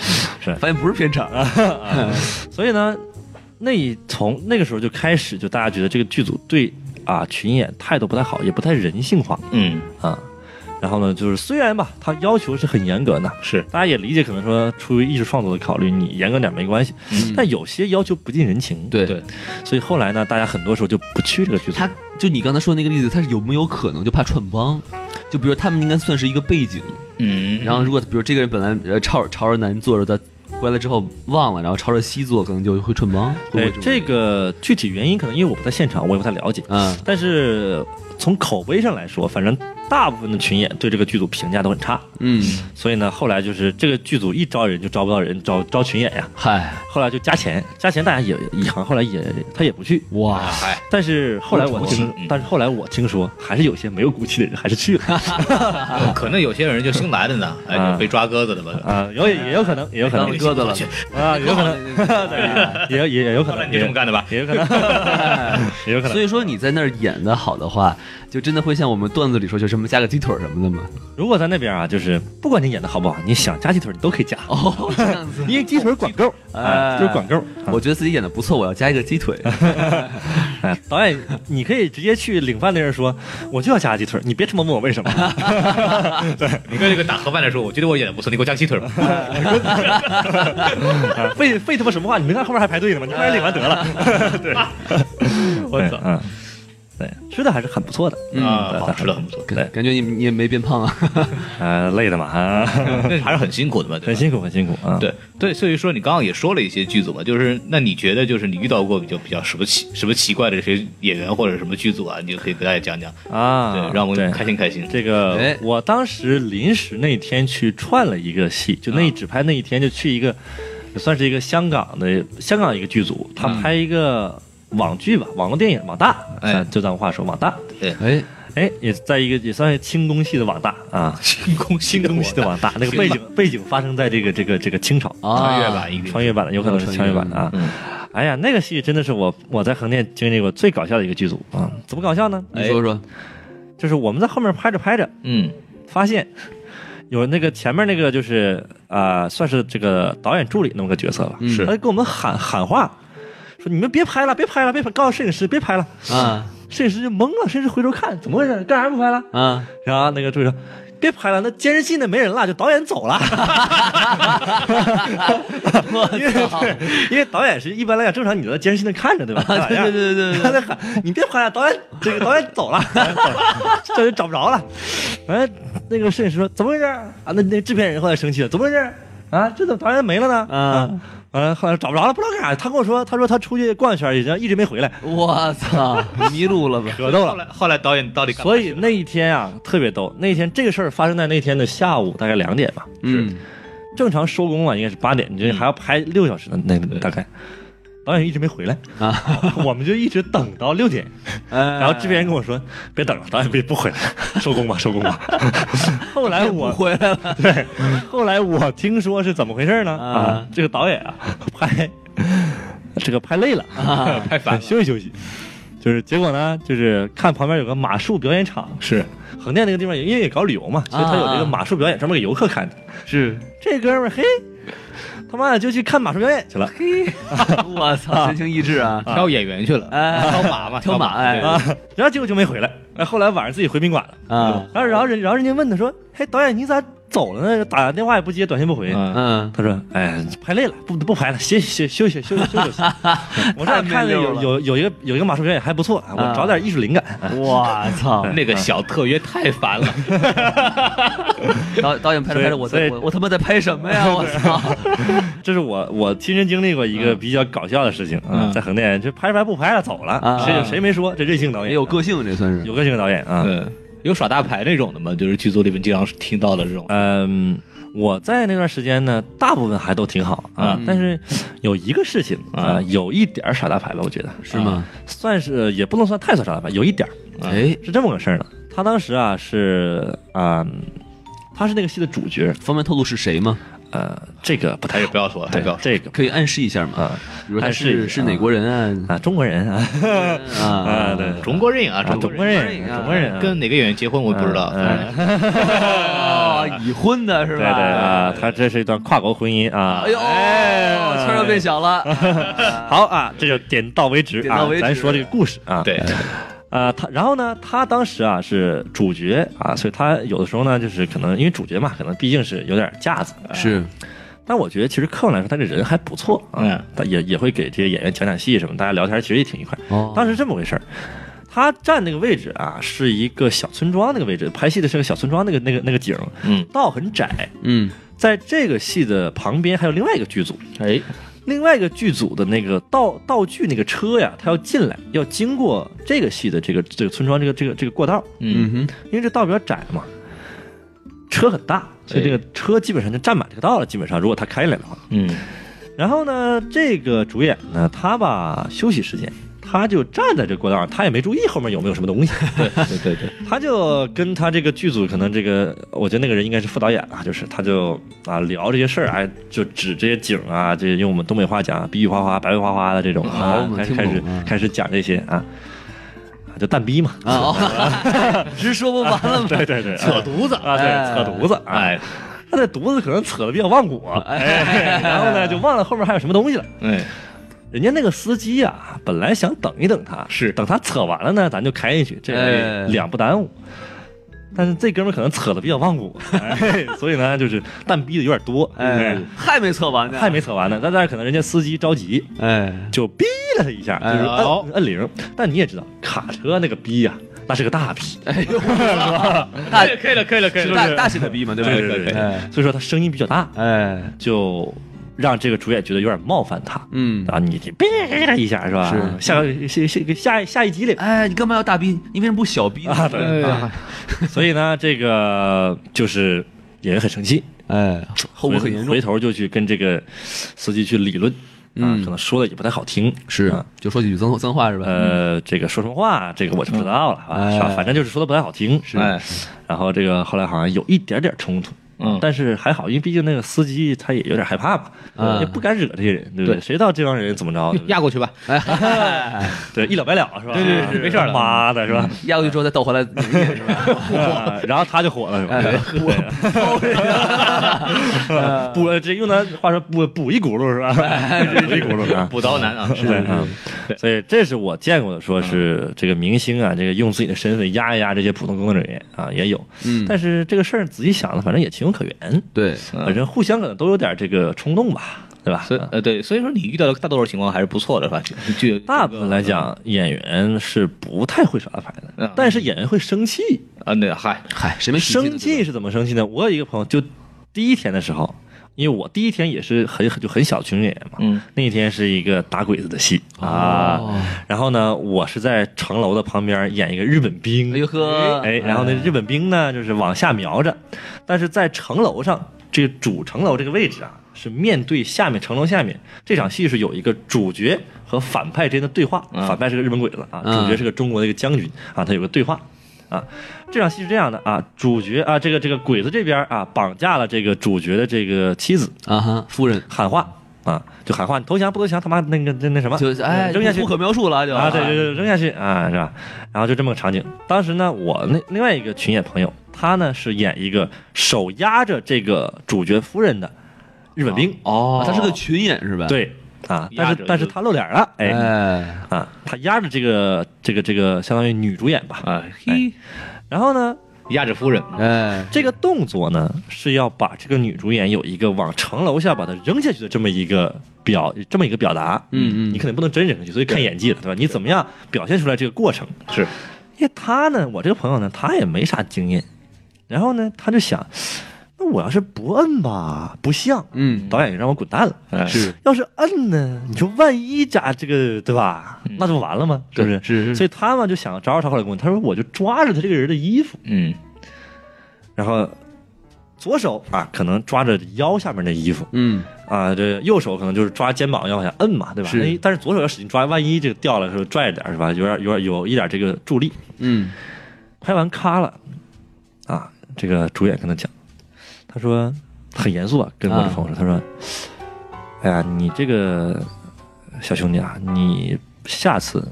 Speaker 2: 发现不是片场啊，
Speaker 4: 所以呢，那一从那个时候就开始，就大家觉得这个剧组对啊群演态度不太好，也不太人性化
Speaker 1: 嗯，
Speaker 4: 啊。然后呢，就是虽然吧，他要求是很严格的，
Speaker 1: 是
Speaker 4: 大家也理解，可能说出于艺术创作的考虑，你严格点没关系，但有些要求不近人情，
Speaker 2: 对
Speaker 1: 对
Speaker 4: 所以后来呢，大家很多时候就不去这个剧组。
Speaker 2: 他就你刚才说那个例子，他是有没有可能就怕串帮？就比如他们应该算是一个背景，
Speaker 1: 嗯，
Speaker 2: 然后如果比如这个人本来呃朝朝着南坐着，他回来之后忘了，然后朝着西坐，可能就会串帮。
Speaker 4: 对
Speaker 2: 会不会
Speaker 4: 这
Speaker 2: 种
Speaker 4: 个具体原因，可能因为我不在现场，我也不太了解。啊
Speaker 2: 嗯
Speaker 4: 但是从口碑上来说，反正大部分的群演对这个剧组评价都很差，
Speaker 2: 嗯，
Speaker 4: 所以呢，后来就是这个剧组一招人就招不到人，招招群演呀。
Speaker 2: 嗨
Speaker 4: 后来就加钱，加钱大家也也好像后来也他也不去，
Speaker 2: 哇，
Speaker 4: 但是后来我听
Speaker 1: 嗯，
Speaker 4: 但是后来我听说还是有些没有骨气的人还是去了
Speaker 1: [laughs] 有可能有些人就新来的呢，哎，就被抓鸽子了吧？
Speaker 4: 啊，有也也有可能，也有可能
Speaker 2: 鸽子了
Speaker 4: 啊，有可能，
Speaker 1: [laughs]
Speaker 4: 也有也也有可
Speaker 1: 后来
Speaker 4: 能，
Speaker 1: 你就这么干的吧？
Speaker 4: 也有
Speaker 1: [laughs]
Speaker 4: 可能，也有可能
Speaker 2: [laughs] 所。以说你在那儿演的好的话，就真的会像我们段子里说，就什么加个鸡腿儿什么的吗？
Speaker 4: 如果在那边啊，就是不管你演的好不好，你想加鸡腿你都可以加，
Speaker 2: 哦，这样子，
Speaker 4: 因为鸡腿管够，
Speaker 2: [laughs] 哎
Speaker 1: 哦
Speaker 4: 啊，就是管够。啊
Speaker 2: 我觉得自己演的不错，我要加一个鸡
Speaker 4: [laughs]
Speaker 2: 腿。
Speaker 4: 哎，导演，你可以直接去领饭那人说，我就要加鸡腿，你别他妈问我为
Speaker 1: [laughs]
Speaker 4: 什么。
Speaker 1: 你跟这个打盒饭的时候，我觉得我演的不错，你给我加个鸡腿吧。
Speaker 4: 啊费费他妈什么话？你没看后面还排队呢吗？你
Speaker 1: 哎
Speaker 4: 快点领完得了。
Speaker 1: [laughs]
Speaker 4: 对，我操，嗯，对，吃的还是很不错的，嗯
Speaker 1: 啊，
Speaker 4: 对
Speaker 1: 好吃的很不错，
Speaker 4: 对，
Speaker 2: 感觉你你也没变胖啊，
Speaker 4: 呃，累的嘛，啊
Speaker 1: 还是很辛苦的嘛，对吧
Speaker 4: 很辛苦，很辛苦啊。
Speaker 1: 对对，所以说你刚刚也说了一些剧组嘛，就是那你觉得就是你遇到过比较比较什么奇什么奇怪的这些演员或者什么剧组啊，你就可以给大家讲讲，
Speaker 4: 啊，
Speaker 1: 对，让我
Speaker 4: 对
Speaker 1: 们开心开心。
Speaker 4: 这个、
Speaker 2: 哎
Speaker 4: 我当时临时那天去串了一个戏，就那一只拍那一天就去一个，也算是一个香港的香港一个剧组，他拍一个网剧吧，网络电影网大，
Speaker 1: 哎
Speaker 4: 咱就咱话说网大，
Speaker 2: 哎，
Speaker 4: 哎，也在一个也算是清宫戏的网大 [laughs] 啊，
Speaker 1: 清宫新
Speaker 4: 清宫戏的
Speaker 1: 吧，
Speaker 4: 网大，那个背景背景发生在这个这个这个清朝
Speaker 2: 啊
Speaker 1: 穿越哎吧，一定
Speaker 4: 穿越版的，有可能是穿越版的嗯啊。哎呀，那个戏真的是我我在横店经历过最搞笑的一个剧组啊！怎么搞笑呢？
Speaker 2: 你说说，
Speaker 4: 就是我们在后面拍着拍着，
Speaker 1: 嗯
Speaker 4: 发现有那个前面那个就是啊、呃算是这个导演助理那么个角色吧，
Speaker 2: 嗯
Speaker 4: 他就跟我们喊喊话，说你们别拍了，别拍了，别拍，告诉摄影师别拍了，
Speaker 2: 啊
Speaker 4: 摄影师就懵了，摄影师回头看怎么回事，干啥不拍了？
Speaker 2: 啊，
Speaker 4: 然后那个助理说。别拍了，那监视器那没人了，就导演走了。因为对因为导演是一般来讲，正常你都在监视器那看着，对吧？
Speaker 2: 啊对对对对对
Speaker 4: 他在喊你别拍了，导演这个导演走了，这就找不着了。哎，那个摄影师说怎么回事啊？那那制片人后来生气了，怎么回事啊？这怎么导演没了呢？啊，完了后来找不着了，不知道干啥。他跟我说，他说他出去逛一圈，然后一直没回来，
Speaker 2: 我操，迷路了
Speaker 4: [laughs]
Speaker 2: 吧？
Speaker 4: 可逗
Speaker 1: 后
Speaker 4: 了。
Speaker 1: 来后来导演到底干嘛
Speaker 4: 所以那一天啊，特别逗。那天这个事儿发生在那天的下午，大概两点吧。
Speaker 2: 嗯，
Speaker 4: 正常收工啊，应该是八点，你这还要拍六小时呢，那大概。导演一直没回来
Speaker 2: 啊，
Speaker 4: [laughs] 我们就一直等到六点，
Speaker 2: 然
Speaker 4: 然后制片人跟我说：“别等了，导演别不回来，收工吧，收工吧。”后来我
Speaker 2: 回来
Speaker 4: [laughs]
Speaker 2: 了，
Speaker 4: 对，后来我听说是怎么回事呢？
Speaker 2: 啊
Speaker 4: 啊，这个导演啊，拍这个 [laughs] 拍累了，
Speaker 1: 太烦了，
Speaker 4: 休息休息。就是结果呢，就是看旁边有个马术表演场，
Speaker 1: 是
Speaker 4: 横店那个地方也因为也搞旅游嘛，所以他有这个马术表演专门给游客看的。
Speaker 2: 啊是，
Speaker 4: 这哥们儿嘿，他妈的就去看马术表演去了。
Speaker 2: 我操，神情意志啊，
Speaker 1: 挑演员去了，
Speaker 2: 哎
Speaker 1: 挑马
Speaker 4: [laughs]
Speaker 1: 嘛，
Speaker 2: 挑马
Speaker 1: 马，
Speaker 2: 哎
Speaker 1: 对
Speaker 4: 啊，然后结果就没回来。哎，后来晚上自己回宾馆了。
Speaker 2: 啊，
Speaker 4: 然后，然后人，然后人家问他说：“嘿，导演，你咋走了呢？打电话也不接，短信不回。
Speaker 1: 嗯，
Speaker 2: 嗯，
Speaker 4: 他说：“哎，拍累了，不不拍了，歇歇休息休息休
Speaker 2: [laughs]
Speaker 4: 息。休息”我这儿看着
Speaker 2: 太没溜
Speaker 4: 有
Speaker 2: 了
Speaker 4: 有有一个有一个马术表演还不错，
Speaker 2: 啊
Speaker 4: 啊我找点艺术灵感。
Speaker 2: 我
Speaker 4: [laughs]
Speaker 2: 操，
Speaker 1: [laughs] 那个小特约太烦了，
Speaker 2: 导导演拍着拍着，我
Speaker 4: 所以
Speaker 2: 在我我他妈在拍什么呀？我操，
Speaker 4: 这是我我亲身经历过一
Speaker 2: 啊
Speaker 4: 个比较搞笑的事情啊，
Speaker 1: 嗯
Speaker 4: 在横店就拍着拍着不拍了走了
Speaker 2: 啊，
Speaker 4: 谁谁没说这任性导演
Speaker 2: 也有个性，这算是
Speaker 4: 有个性的导演啊。
Speaker 1: 嗯，有耍大牌那种的吗？就是剧组里面经常听到的这种，
Speaker 4: 嗯，我在那段时间呢，大部分还都挺好啊，但是有一个事情啊，有一点儿耍大牌吧，我觉得啊
Speaker 2: 是吗？
Speaker 4: 算是也不能算太算耍大牌，有一点儿啊
Speaker 2: 哎，
Speaker 4: 是这么个事儿呢。他当时啊是啊、嗯他是那个戏的主角，
Speaker 2: 方便透露是谁吗？
Speaker 4: 呃，这个不太
Speaker 1: 还哎是不要说，还
Speaker 4: 对
Speaker 1: 是不要，说，
Speaker 4: 这个
Speaker 2: 可以暗示一下吗？
Speaker 4: 啊
Speaker 2: 比如他
Speaker 4: 暗示一
Speaker 2: 是
Speaker 4: 下
Speaker 2: 是哪国人
Speaker 4: 啊中国人啊
Speaker 2: 啊？
Speaker 4: [laughs]
Speaker 2: 啊，
Speaker 4: 啊对
Speaker 1: 中国人啊，嗯
Speaker 4: 啊
Speaker 1: 中
Speaker 4: 中国人中国人啊
Speaker 1: 哎跟哪个演员结婚我也不知道，
Speaker 4: 嗯
Speaker 1: 反正
Speaker 2: 哦，啊，已婚的是
Speaker 4: 对
Speaker 2: 吧？
Speaker 4: 对啊，他这是一段跨国婚姻啊。
Speaker 2: 哎呦，圈儿又变小
Speaker 4: [laughs]
Speaker 2: 了。
Speaker 4: 好啊，这就点到为止
Speaker 2: 点到
Speaker 4: 啊
Speaker 2: 为，止
Speaker 4: 咱说这个故事
Speaker 1: 嗯
Speaker 4: 啊。
Speaker 5: 对，
Speaker 4: 啊，他然后呢，他当时啊是主角啊，所以他有的时候呢，就是可能因为主角嘛，可能毕竟是有点架子。啊
Speaker 2: 是，
Speaker 4: 但我觉得其实客观来说，他这人还不错啊，
Speaker 1: 嗯
Speaker 4: 他也也会给这些演员讲讲戏什么，大家聊天其实也挺愉快。
Speaker 2: 哦
Speaker 4: 当时是这么回事儿，他站那个位置啊，是一个小村庄那个位置，拍戏的是个小村庄那个那个那个景，
Speaker 1: 嗯，
Speaker 4: 道很窄，
Speaker 2: 嗯，
Speaker 4: 在这个戏的旁边还有另外一个剧组，
Speaker 1: 哎，
Speaker 4: 另外一个剧组的那个道道具那个车呀，它要进来，要经过这个戏的这个这个村庄这个这个这个过道，
Speaker 1: 嗯，
Speaker 2: 哼，
Speaker 4: 因为这道比较窄嘛，车很大，所以这个车基本上就占满这个道了。基本上，如果他开来的话，
Speaker 1: 嗯，
Speaker 4: 然后呢，这个主演呢，他吧休息时间，他就站在这过道上，他也没注意后面有没有什么东西，
Speaker 1: 嗯对对对，
Speaker 4: 他就跟他这个剧组可能这个，我觉得那个人应该是副导演啊，就是他就啊聊这些事儿，哎，就指这些景啊，这用我们东北话讲，啊比喻花花、白白花花的这种
Speaker 2: 好我
Speaker 4: 啊，
Speaker 2: 们
Speaker 4: 开始
Speaker 2: 听
Speaker 4: 开
Speaker 2: 懂
Speaker 4: 始
Speaker 2: 啊
Speaker 4: 开始讲这些啊，啊就蛋逼嘛，
Speaker 2: 啊，哦
Speaker 4: [laughs]
Speaker 2: 直说不完了吗？
Speaker 4: 啊对对 [laughs] 对，
Speaker 1: 扯犊子，
Speaker 4: 啊，对，扯犊子，哎，
Speaker 1: 哎
Speaker 4: 他这犊子可能扯的比较忘我，哎， [laughs] 然后呢就忘了后面还有什么东西了。
Speaker 1: [laughs] 哎，
Speaker 4: 人家那个司机啊，本来想等一等他，
Speaker 1: 是
Speaker 4: 等他扯完了呢，咱就开进去，这
Speaker 2: 哎
Speaker 4: 个两不耽误。但是这哥们儿可能扯的比较
Speaker 2: [laughs]
Speaker 4: 忘骨，哎所以呢，就是蛋逼的有点多，
Speaker 2: 哎，还没测完呢，
Speaker 4: 还没扯完呢。但但是可能人家司机着急，
Speaker 2: 哎，
Speaker 4: 就逼了他一下，就是
Speaker 1: 哎
Speaker 4: 摁、
Speaker 1: 呦
Speaker 4: 摁铃。但你也知道，卡车那个逼呀、那是个大逼，
Speaker 2: 哎呦，大
Speaker 1: 哎可以了可以了可以了，
Speaker 2: 大大写的逼嘛，对不
Speaker 4: 对对对对
Speaker 2: 哎
Speaker 4: 所以说他声音比较大，
Speaker 2: 哎，
Speaker 4: 就让这个主演觉得有点冒犯他。
Speaker 2: 嗯，
Speaker 4: 啊，你你逼一下是吧？
Speaker 2: 是
Speaker 4: 下个下下下下一集里
Speaker 2: 哎，你干嘛要大逼？你为什么不小逼呢？
Speaker 4: [laughs] 啊，对，所以呢，这个就是演员很生气，
Speaker 2: 哎，后果很严重
Speaker 4: 回，头就去跟这个司机去理论，啊
Speaker 2: 嗯，
Speaker 4: 可能说的也不太好听，
Speaker 2: 是
Speaker 4: 啊，
Speaker 2: 就说几句脏脏话是吧？
Speaker 4: 呃，这个说什么话，这个我就不知道了啊，
Speaker 2: 哎
Speaker 4: 是吧反正就是说的不太好听，是
Speaker 1: 哎，
Speaker 4: 然后这个后来好像有一点点冲突。
Speaker 1: 嗯
Speaker 4: 但是还好，因为毕竟那个司机他也有点害怕嘛，
Speaker 2: 嗯
Speaker 4: 也不敢惹这些人，对不对？
Speaker 1: 对
Speaker 4: 谁知道这帮人怎么着？对不对
Speaker 1: 压过去吧，
Speaker 4: 哎对，一了百了是吧？
Speaker 1: 对对对没事儿了
Speaker 4: 妈的是吧？
Speaker 2: [laughs] 压过去之后再倒
Speaker 4: [laughs]
Speaker 2: 回来拧一拧是吧？
Speaker 4: 啊 [laughs] 然后他就火了，是吧？ [laughs] 对，补这用咱话说补补一轱辘是吧？补一轱辘啊，
Speaker 1: 补刀男啊，是
Speaker 4: 对啊。所以这是我见过的，说是这个明星啊，这个用自己的身份压一压这些普通工作人员啊，也有。
Speaker 2: 嗯，
Speaker 4: 但是这个事儿仔细想了，反正也情有可原，
Speaker 2: 对，
Speaker 4: 反正互相可能都有点这个冲动吧，对吧？
Speaker 1: 所以呃对，所以说你遇到的大多数情况还是不错的，是吧？就呃
Speaker 4: 大部分来讲，演员是不太会耍大牌
Speaker 1: 嗯
Speaker 4: 的，但是演员会生气。
Speaker 1: 啊，那嗨，
Speaker 2: 嗨，谁没脾气呢
Speaker 4: 生气是怎么生气呢？我有一个朋友，就第一天的时候，因为我第一天也是很就很小的群众演员嘛，
Speaker 1: 嗯，
Speaker 4: 那一天是一个打鬼子的戏啊，
Speaker 2: 哦
Speaker 4: 然后呢，我是在城楼的旁边演一个日本兵，
Speaker 2: 哎呦呵
Speaker 4: 哎，然后呢，日本兵呢就是往下瞄着，但是在城楼上这个主城楼这个位置啊。是面对下面城楼下面这场戏是有一个主角和反派之间的对话，
Speaker 1: 嗯
Speaker 4: 反派是个日本鬼子啊，
Speaker 2: 嗯
Speaker 4: 主角是个中国的一个将军啊，他有个对话啊。这场戏是这样的啊，主角啊，这个这个鬼子这边啊，绑架了这个主角的这个妻子，
Speaker 2: 啊哈，夫人
Speaker 4: 喊话啊，就喊话，你投降不投降，他妈那个那那什么，嗯
Speaker 2: 就是哎，
Speaker 4: 啊扔下去
Speaker 2: 无可描述了就
Speaker 4: 啊，对对对，
Speaker 1: 嗯
Speaker 4: 扔下去啊，是吧？然后就这么个场景。当时呢，我那另外一个群演朋友，他呢是演一个手压着这个主角夫人的日本兵，
Speaker 2: 哦，他是个群演是吧？，
Speaker 4: 对啊，但
Speaker 1: 哦压
Speaker 4: 是
Speaker 1: 着
Speaker 4: 但是
Speaker 1: 就
Speaker 4: 他露脸了，哎。
Speaker 2: 哎，
Speaker 4: 啊，他压着这个这个这个，相当于女主演吧。
Speaker 1: 啊，
Speaker 4: 嘿然后呢，
Speaker 1: 压着夫人，
Speaker 2: 哎，
Speaker 4: 这个动作呢是要把这个女主演有一个往城楼下把她扔下去的这么一个表，这么一个表达。
Speaker 2: 嗯嗯
Speaker 4: 你肯定不能真扔下去，所以看演技了，对吧？你怎么样表现出来这个过程？
Speaker 1: 是，
Speaker 4: 因为他呢，我这个朋友呢，他也没啥经验，然后呢，他就想，那我要是不摁吧，不像。
Speaker 2: 嗯，
Speaker 4: 导演也让我滚蛋了。
Speaker 1: 哎
Speaker 2: [laughs] 是
Speaker 4: 要是摁呢，你说万一咋这个对吧？那就完了吗？是不是？
Speaker 2: 嗯是是
Speaker 4: 所以他嘛就想找找他后来跟我，他说我就抓着他这个人的衣服，
Speaker 1: 嗯
Speaker 4: 然后左手啊可能抓着腰下面的衣服
Speaker 2: 嗯，
Speaker 4: 啊，这右手可能就是抓肩膀要往下摁嘛，对吧？
Speaker 2: 是
Speaker 4: 那但是左手要使劲抓，万一这个掉了是吧拽着点是吧？有点有点有一点这个助力。
Speaker 2: 嗯，
Speaker 4: 拍完咔了，啊，这个主演跟他讲，他说很严肃啊，跟我这朋友说，他说，哎呀，你这个小兄弟啊，你下次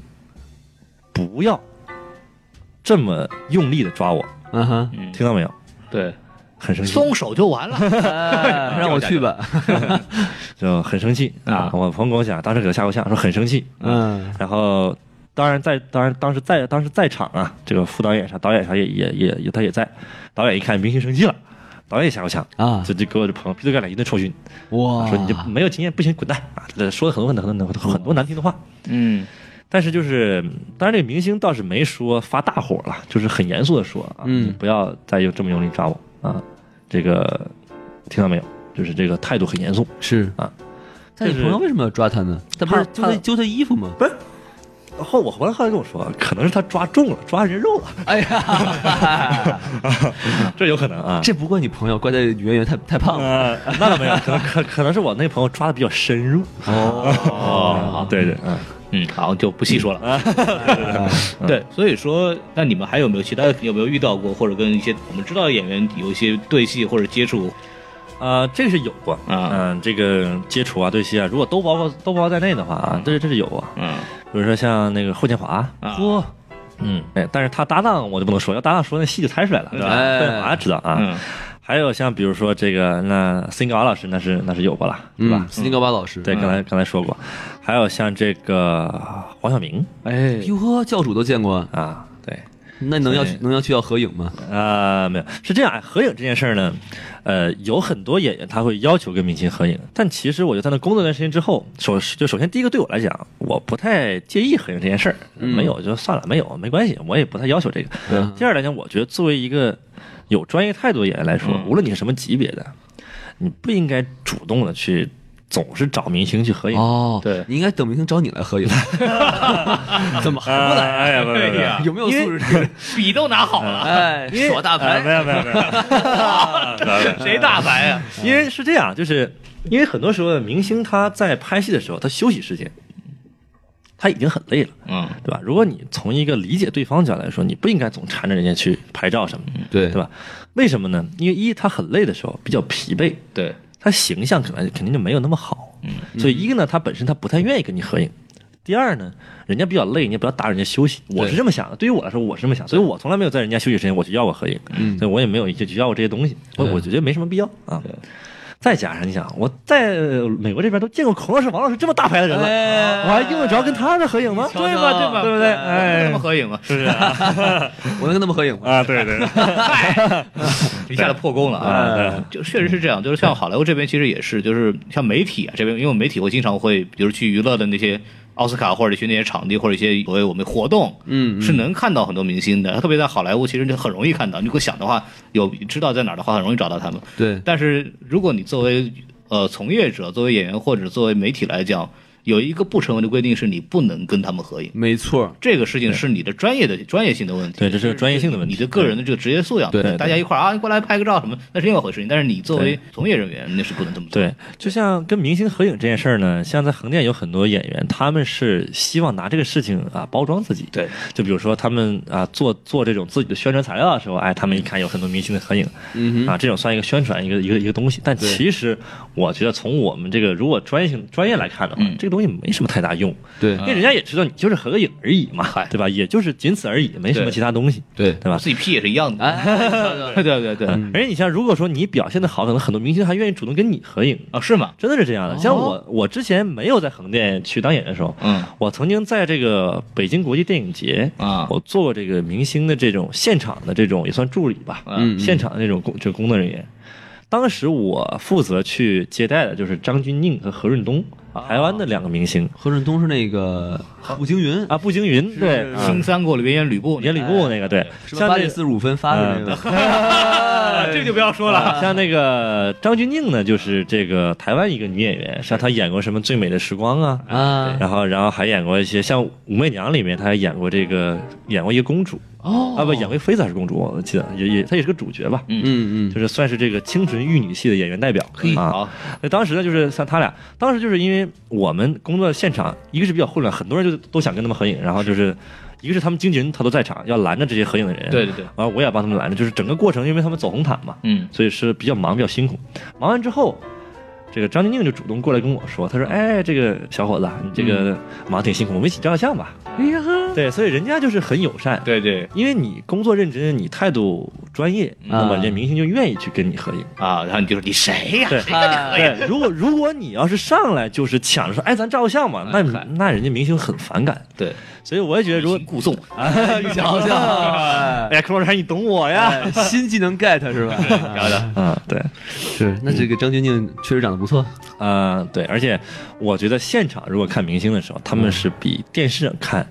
Speaker 4: 不要这么用力的抓我，
Speaker 2: 啊哈，
Speaker 1: 嗯，
Speaker 4: 听到没有？
Speaker 1: 对，
Speaker 4: 很生气，
Speaker 1: 松手就完了。
Speaker 2: 哎 [laughs] 让我去吧。
Speaker 4: 就很生气
Speaker 2: 啊
Speaker 4: 我朋友跟我讲，当时给他吓我吓，说很生气。
Speaker 2: 嗯，
Speaker 4: 然后当然在当然当时在当时在场啊，这个副导演啥导演啥也也也也他也在，导演一看明星生气了，导演也吓我吓
Speaker 2: 啊哦
Speaker 4: 就就给我这朋友劈头盖脸一顿臭训，
Speaker 2: 哇，
Speaker 4: 说你这没有经验不行滚蛋啊，这说的很多很多很多很多难听的
Speaker 2: 哦
Speaker 4: 话。
Speaker 1: 嗯，
Speaker 4: 但是就是，当然这个明星倒是没说发大火了，就是很严肃的说啊，
Speaker 2: 嗯
Speaker 4: 你不要再用这么用力抓我啊，这个听到没有？就是这个态度很严肃，
Speaker 2: 是
Speaker 4: 啊。
Speaker 2: 但你
Speaker 4: 就是
Speaker 2: 朋友为什么要抓他呢？他不是
Speaker 4: 怕
Speaker 2: 揪他
Speaker 4: 怕
Speaker 2: 揪他衣服吗？
Speaker 4: 不是。然后我后来后来跟我说，可能是他抓中了，抓人肉了，
Speaker 2: 哎呀，
Speaker 4: 这有可能啊。
Speaker 2: 这不怪你朋友，怪在圆圆太太胖了。
Speaker 4: 呃， [laughs] 那倒没 [laughs] 有，可能可可能是我那朋友抓的比较深入。 [laughs] 哦，对对，嗯，
Speaker 1: 嗯，好，就不细说了。 [laughs] 对，所以说，那你们还有没有其他有没有遇到过，或者跟一些我们知道的演员有一些对戏或者接触？
Speaker 4: 呃，这个是有过，
Speaker 1: 啊
Speaker 4: 嗯，这个接触啊，对戏啊，如果都包括都包括在内的话啊，这这是有啊，
Speaker 1: 嗯，
Speaker 4: 比如说像那个霍建华，
Speaker 1: 啊
Speaker 4: 嚯，嗯，哎，但是他搭档我就不能说，要搭档说那戏就猜出来了，对吧？
Speaker 2: 哎
Speaker 4: 霍建华知道啊。
Speaker 1: 嗯
Speaker 4: 还有像比如说这个，那辛格瓦老师那是那是有过了，对吧
Speaker 2: 嗯，？斯琴高娃老师，
Speaker 4: 对，刚才刚才说过，还有像这个黄晓明
Speaker 2: 哎，哟呵，教主都见过，
Speaker 4: 啊，对，
Speaker 2: 那能要
Speaker 4: 所以
Speaker 2: 能要去要合影吗？
Speaker 4: 啊，没有，是这样，哎合影这件事儿呢，呃，有很多演员他会要求跟明星合影，但其实我觉得在那工作一段时间之后，首就首先第一个对我来讲，我不太介意合影这件事儿，没有就算了，没有没关系，我也不太要求这个。
Speaker 2: 嗯
Speaker 4: 第二来讲，我觉得作为一个有专业态度的演员来说，
Speaker 2: 嗯
Speaker 4: 无论你是什么级别的，你不应该主动的去总是找明星去合影。
Speaker 2: 哦，
Speaker 1: 对
Speaker 2: 你应该等明星找你来合影， [laughs] 怎么还不来？
Speaker 4: 哎呀，不不不
Speaker 1: 对呀
Speaker 2: 有没有素质这个人？
Speaker 1: 笔都拿好了，
Speaker 2: 哎，耍大
Speaker 4: 哎没
Speaker 2: 牌，
Speaker 4: 有没有没有，
Speaker 1: 谁哎大牌啊？
Speaker 4: 因为是这样，就是因为很多时候明星他在拍戏的时候，他休息时间，他已经很累了，
Speaker 1: 嗯，
Speaker 4: 对吧？如果你从一个理解对方角度来说，你不应该总缠着人家去拍照什么
Speaker 1: 嗯
Speaker 4: 的，
Speaker 2: 对
Speaker 4: 对吧？为什么呢？因为一他很累的时候比较疲惫，
Speaker 1: 对，
Speaker 4: 他形象可能肯定就没有那么好，嗯，所以一个呢，他本身他不太愿意跟你合影。第二呢，人家比较累，你也不要打扰人家休息。我是这么想的，对于我来说，我是这么想，所以我从来没有在人家休息时间我去要过合影，嗯、所以我也没有就去要过这些东西，我我觉得没什么必要啊。再加上你想，我在美国这边都见过孔老师、王老师这么大牌的人了，
Speaker 2: 哎
Speaker 4: 我还用得着跟他们合影吗？
Speaker 2: 瞧
Speaker 1: 对吧？啊对吧？哎
Speaker 4: 对不哎
Speaker 1: 我跟
Speaker 4: 对
Speaker 1: 他们合影啊嘛，是不是？
Speaker 2: 我能跟他们合影吗？
Speaker 4: 啊，对对，
Speaker 1: 一下子破功了啊！就确实是这样，就是像好莱坞这边其实也是，就是像媒体啊这边，因为我们媒体会经常会，比如去娱乐的那些奥斯卡或者去那些场地或者一些所谓我们活动，
Speaker 2: 嗯嗯
Speaker 1: 是能看到很多明星的。特别在好莱坞，其实就很容易看到。你如果想的话，有知道在哪儿的话，很容易找到他们。
Speaker 2: 对，
Speaker 1: 但是如果你作为呃从业者、作为演员或者作为媒体来讲，有一个不成文的规定是你不能跟他们合影。
Speaker 2: 没错，
Speaker 1: 这个事情是你的专业的专业性的问题，
Speaker 4: 对这是专业性的问题
Speaker 1: 你的个人的这个职业素养，
Speaker 2: 对对
Speaker 1: 大家一块儿啊，过来拍个照什么，那是另外一回事情。但是你作为从业人员，那是不能这么做。
Speaker 4: 对，就像跟明星合影这件事儿呢，像在横店有很多演员，他们是希望拿这个事情啊包装自己。
Speaker 1: 对，
Speaker 4: 就比如说他们啊做做这种自己的宣传材料的时候，哎，他们一看有很多明星的合影，
Speaker 2: 嗯哼，
Speaker 4: 啊，这种算一个宣传，一个一个一个东西。但其实我觉得从我们这个如果专业性专业来看的话，
Speaker 1: 嗯
Speaker 4: 这个东西没什么太大用，
Speaker 2: 对
Speaker 4: 因为人家也知道你就是合个影而已嘛，对吧？也就是仅此而已，没什么
Speaker 1: 对
Speaker 4: 其他东西，
Speaker 2: 对，
Speaker 4: 对吧？嗯
Speaker 1: CP 也是一样的， [laughs] 对对对对，
Speaker 4: 而且你像，如果说你表现的好，可能很多明星还愿意主动跟你合影，
Speaker 1: 啊是吗？
Speaker 4: 真的是这样
Speaker 2: 哦
Speaker 4: 的。像我，我之前没有在横店去当演员的时候，
Speaker 1: 嗯
Speaker 4: 我曾经在这个北京国际电影节
Speaker 1: 啊
Speaker 4: 我做过这个明星的这种现场的这种也算助理吧，
Speaker 2: 嗯嗯
Speaker 4: 现场的那种工这工作人员。当时我负责去接待的就是张钧甯和何润东，
Speaker 2: 啊
Speaker 4: 台湾的两个明星
Speaker 2: 何润东是那个步惊云，
Speaker 4: 啊，步惊云对，
Speaker 1: 新三国里边演吕布，
Speaker 4: 演吕布那个对，
Speaker 2: 是吧？八
Speaker 4: 这
Speaker 2: 点
Speaker 4: 个
Speaker 2: 四十五分发的那个，
Speaker 1: 啊，这个就不要说了。
Speaker 4: 啊，像那个张钧甯呢，就是这个台湾一个女演员，像她演过什么《最美的时光》啊，
Speaker 2: 啊，
Speaker 4: 然后然后还演过一些像《武媚娘》里面，她还演过这个演过一个公主
Speaker 2: 哦
Speaker 4: 啊，不演过妃子还是公主，我记得也也她也是个主角吧，
Speaker 2: 嗯嗯，
Speaker 4: 就是算是这个清纯玉女系的演员代表
Speaker 1: 嘿
Speaker 4: 啊
Speaker 1: 好。
Speaker 4: 那当时呢，就是像他俩，当时就是因为我们工作现场，一个是比较混乱，很多人就都想跟他们合影，然后就是。一个是他们经纪人他都在场，要拦着这些合影的人。
Speaker 1: 对对对
Speaker 4: 然后我也帮他们拦着，就是整个过程，因为他们走红毯嘛，
Speaker 1: 嗯
Speaker 4: 所以是比较忙，比较辛苦。忙完之后，这个张钧甯就主动啊嗯过来跟我说，他说：“哎，这个小伙子，你这个忙挺辛苦，我们一起照个相吧。”哎呀，对，所以人家就是很友善。
Speaker 1: 对对
Speaker 4: 因为你工作认真，你态度专业，那么人家明星就愿意去跟你合影。
Speaker 1: 啊，然后你就说你谁呀？
Speaker 4: [laughs] 对
Speaker 1: 谁跟你合影？
Speaker 4: 对，如果如果你要是上来就是抢着说，哎，咱照个相嘛，那
Speaker 1: 哎
Speaker 4: 那人家明星很反感。
Speaker 1: 对，
Speaker 4: 所以我也觉得，如果
Speaker 1: 故纵，
Speaker 4: 哎，你
Speaker 2: 瞧瞧，
Speaker 4: 哎呀，孔老师，你懂我呀？
Speaker 2: 哎 [laughs] 新技能 get 是吧？
Speaker 1: 聊聊。
Speaker 4: 嗯，对，
Speaker 2: 是，那这个张钧甯确实长得不错，
Speaker 4: 呃，对，而且我觉得现场如果看明星的时候，他们是比电视上看，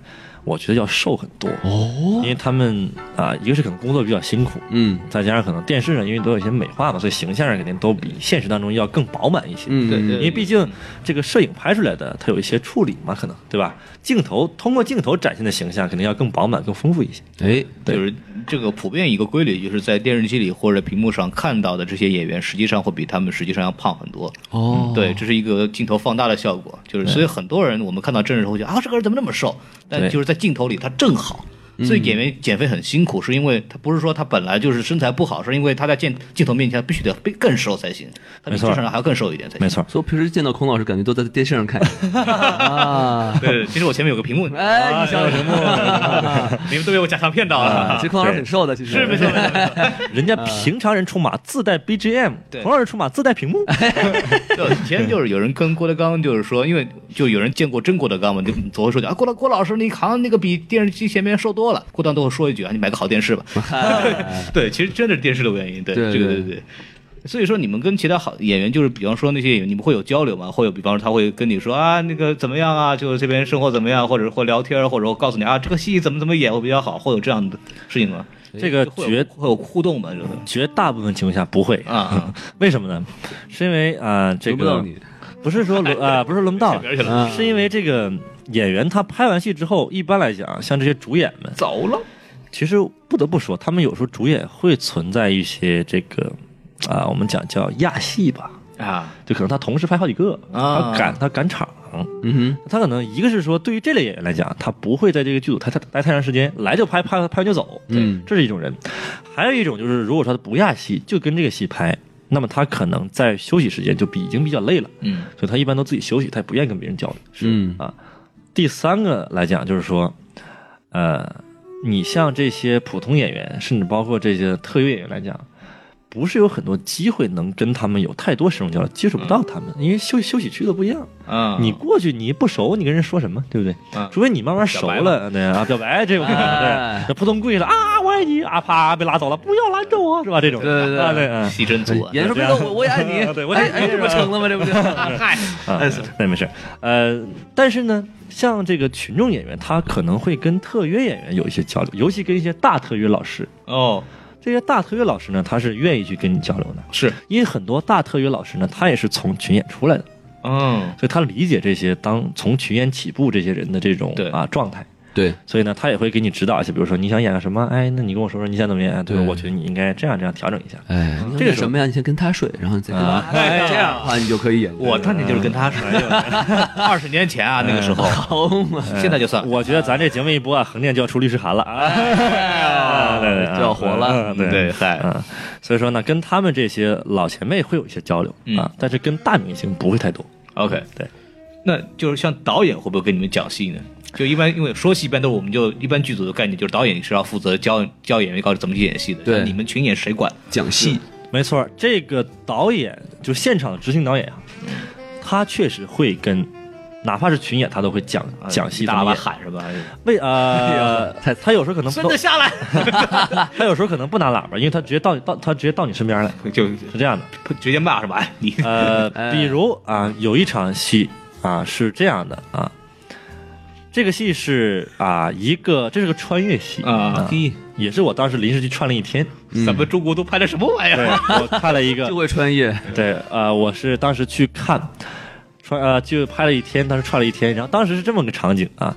Speaker 4: 我觉得要瘦很多哦，因为他们啊、一个是可能工作比较辛苦，
Speaker 2: 嗯
Speaker 4: 再加上可能电视上因为都有一些美化嘛，所以形象上肯定都比现实当中要更饱满一些。
Speaker 2: 嗯，
Speaker 1: 对对
Speaker 4: 因为毕竟这个摄影拍出来的，它有一些处理嘛，可能对吧？镜头通过镜头展现的形象，肯定要更饱满、更丰富一些。
Speaker 2: 哎，
Speaker 4: 对
Speaker 1: 就是这个普遍一个规律，就是在电视机里或者屏幕上看到的这些演员，实际上会比他们实际上要胖很多。
Speaker 2: 哦
Speaker 1: 对，，这是一个镜头放大的效果，就是所以很多人我们看到真人时候就啊，这个人怎么这么瘦？但
Speaker 4: 对嗯
Speaker 1: 就是在镜头里他正好。所以演员减肥很辛苦，是因为他不是说他本来就是身材不好，是因为他在镜镜头面前必须得更瘦才行，他比
Speaker 4: 没
Speaker 1: 正
Speaker 4: 错
Speaker 1: 常人还要更瘦一点才行。
Speaker 4: 没错，
Speaker 2: 所以我平时见到孔老师，感觉都在电视上看啊。
Speaker 1: 对，其实我前面有个屏幕，
Speaker 2: 哎，你想什么？
Speaker 1: 你们都被我假唱骗到
Speaker 2: 啊
Speaker 1: 了。
Speaker 2: 其实孔老师很瘦的，其实
Speaker 1: 是没错，没错没错
Speaker 4: 人家平常人出马自带 BGM，
Speaker 1: 对
Speaker 4: 孔老师出马自带屏幕。
Speaker 1: 就以前就是有人跟郭德纲，就是说，因为就有人见过真郭德纲嘛，就总会说句啊，郭老郭老师，你好像那个比电视机前面瘦多了。郭德纲都会说一句啊，你买个好电
Speaker 4: [laughs]
Speaker 1: 视吧。 [laughs] 对，其实真的是电视的原因，对
Speaker 2: 对
Speaker 1: 这个
Speaker 2: 对
Speaker 1: 对对。所以说，你们跟其他好演员，就是比方说那些演员，你们会有交流吗？会有，比方说他会跟你说啊，那个怎么样啊，就是这边生活怎么样，或者会聊天，或者我告诉你啊，这个戏怎么怎么演会比较好，会有这样的事情吗？
Speaker 4: 这个
Speaker 1: 会有
Speaker 4: 绝
Speaker 1: 会有互动吗？这个
Speaker 4: 绝大部分情况下不会
Speaker 1: 啊啊，
Speaker 4: 为什么呢？是因为啊、呃这
Speaker 2: 轮不到
Speaker 4: 个
Speaker 2: 你
Speaker 4: 不是说轮
Speaker 2: [laughs]
Speaker 4: 啊、不是轮不到了，
Speaker 1: 而且
Speaker 2: 啊
Speaker 4: 是因为这个演员他拍完戏之后，一般来讲，像这些主演们
Speaker 1: 走了，
Speaker 4: 其实不得不说，他们有时候主演会存在一些这个啊、我们讲叫亚戏吧，
Speaker 1: 啊
Speaker 4: 就可能他同时拍好几个，
Speaker 1: 啊
Speaker 4: 他赶他赶场。
Speaker 2: 嗯
Speaker 4: 他可能一个是说，对于这类演员来讲，他不会在这个剧组待太待太长时间，来就拍拍拍完就走，
Speaker 2: 嗯
Speaker 4: 这是一种人。还有一种就是，如果说他不压戏，就跟这个戏拍，那么他可能在休息时间就比已经比较累了，
Speaker 1: 嗯
Speaker 4: 所以他一般都自己休息，他也不愿意跟别人交流。
Speaker 2: 哼，嗯
Speaker 4: 啊。第三个来讲就是说，呃，你像这些普通演员，甚至包括这些特约演员来讲，不是有很多机会能跟他们有太多深入交流，接触不到他们，因为休休息区的不一样。
Speaker 1: 啊，
Speaker 4: 你过去你不熟，你跟人说什么，对不对？
Speaker 1: 啊
Speaker 4: 除非你慢慢熟
Speaker 1: 表白
Speaker 4: 了，对啊，表白这种，
Speaker 2: 哎
Speaker 4: 对，那扑通跪了啊，我爱你啊，啪被拉走了，不要拦着我，是吧？这种，
Speaker 2: 对对对
Speaker 4: 啊对，嗯
Speaker 1: 戏真足啊，
Speaker 2: 演说别动我，我也爱你。
Speaker 4: 对我也
Speaker 2: 哎
Speaker 4: 爱你
Speaker 2: 哎，这不成了吗？这不就嗨，
Speaker 4: 啊，那没事。呃，但是呢，像这个群众演员，他可能会跟特约演员有一些交流，尤其跟一些大特约老师。
Speaker 1: 哦，
Speaker 4: 这些大特约老师呢，他是愿意去跟你交流的，
Speaker 1: 是，
Speaker 4: 因为很多大特约老师呢，他也是从群演出来的，
Speaker 1: 嗯，
Speaker 4: 所以他理解这些当从群演起步这些人的这种
Speaker 1: 对
Speaker 4: 啊状态。
Speaker 2: 对，
Speaker 4: 所以呢，他也会给你指导一些，比如说你想演个什么，哎，那你跟我说说你想怎么演，对，
Speaker 2: 对
Speaker 4: 我觉得你应该这样这样调整一下。
Speaker 2: 哎，这个什么呀？你先跟他睡，然后你再跟他，哎，这样的话你就可以演。
Speaker 1: 我当年就是跟他说，二十年前啊，那个时候，
Speaker 2: 好嘛，
Speaker 1: [laughs]
Speaker 4: 嗯
Speaker 1: 现在就算
Speaker 4: 我觉得咱这节目一播啊，横店就要出律师函了啊，对对，对
Speaker 2: 就要火了
Speaker 4: 嗯对
Speaker 1: 对，嗨，
Speaker 4: 啊，所以说呢，跟他们这些老前辈会有一些交流、
Speaker 1: 嗯
Speaker 4: 啊，但是跟大明星不会太多。
Speaker 1: OK
Speaker 4: 对，
Speaker 1: 那就是像导演会不会跟你们讲戏呢？就一般，因为说戏一般都是我们就一般剧组的概念，就是导演是要负责教教演员告诉怎么去演戏的。
Speaker 2: 对
Speaker 1: 像你们群演谁管？
Speaker 2: 讲戏，
Speaker 4: 没错，这个导演就现场的执行导演啊，他确实会跟，哪怕是群演，他都会讲讲戏怎
Speaker 1: 啊大
Speaker 4: 么
Speaker 1: 把
Speaker 4: 演。
Speaker 1: 喊什么？
Speaker 4: 为呃，他他有时候可能不，
Speaker 1: 下来， [laughs]
Speaker 4: 他有时候可能不拿喇叭，因为他直接到到他直接到你身边来，
Speaker 1: 就是
Speaker 4: 这样的。
Speaker 1: 直接骂是吧？哎你
Speaker 4: 呃，
Speaker 2: 哎
Speaker 4: 比如啊、有一场戏啊、是这样的啊，这个戏是啊、一个这是个穿越戏
Speaker 1: 啊
Speaker 2: 第一
Speaker 4: 也是我当时临时去串了一天，
Speaker 1: 咱们中国都拍的什么玩意
Speaker 4: 嗯 [laughs] 对
Speaker 1: 儿？
Speaker 4: 我看了一个
Speaker 2: 就，会穿越，
Speaker 4: 对，呃，我是当时去看，串呃就拍了一天，当时串了一天，然后当时是这么个场景啊，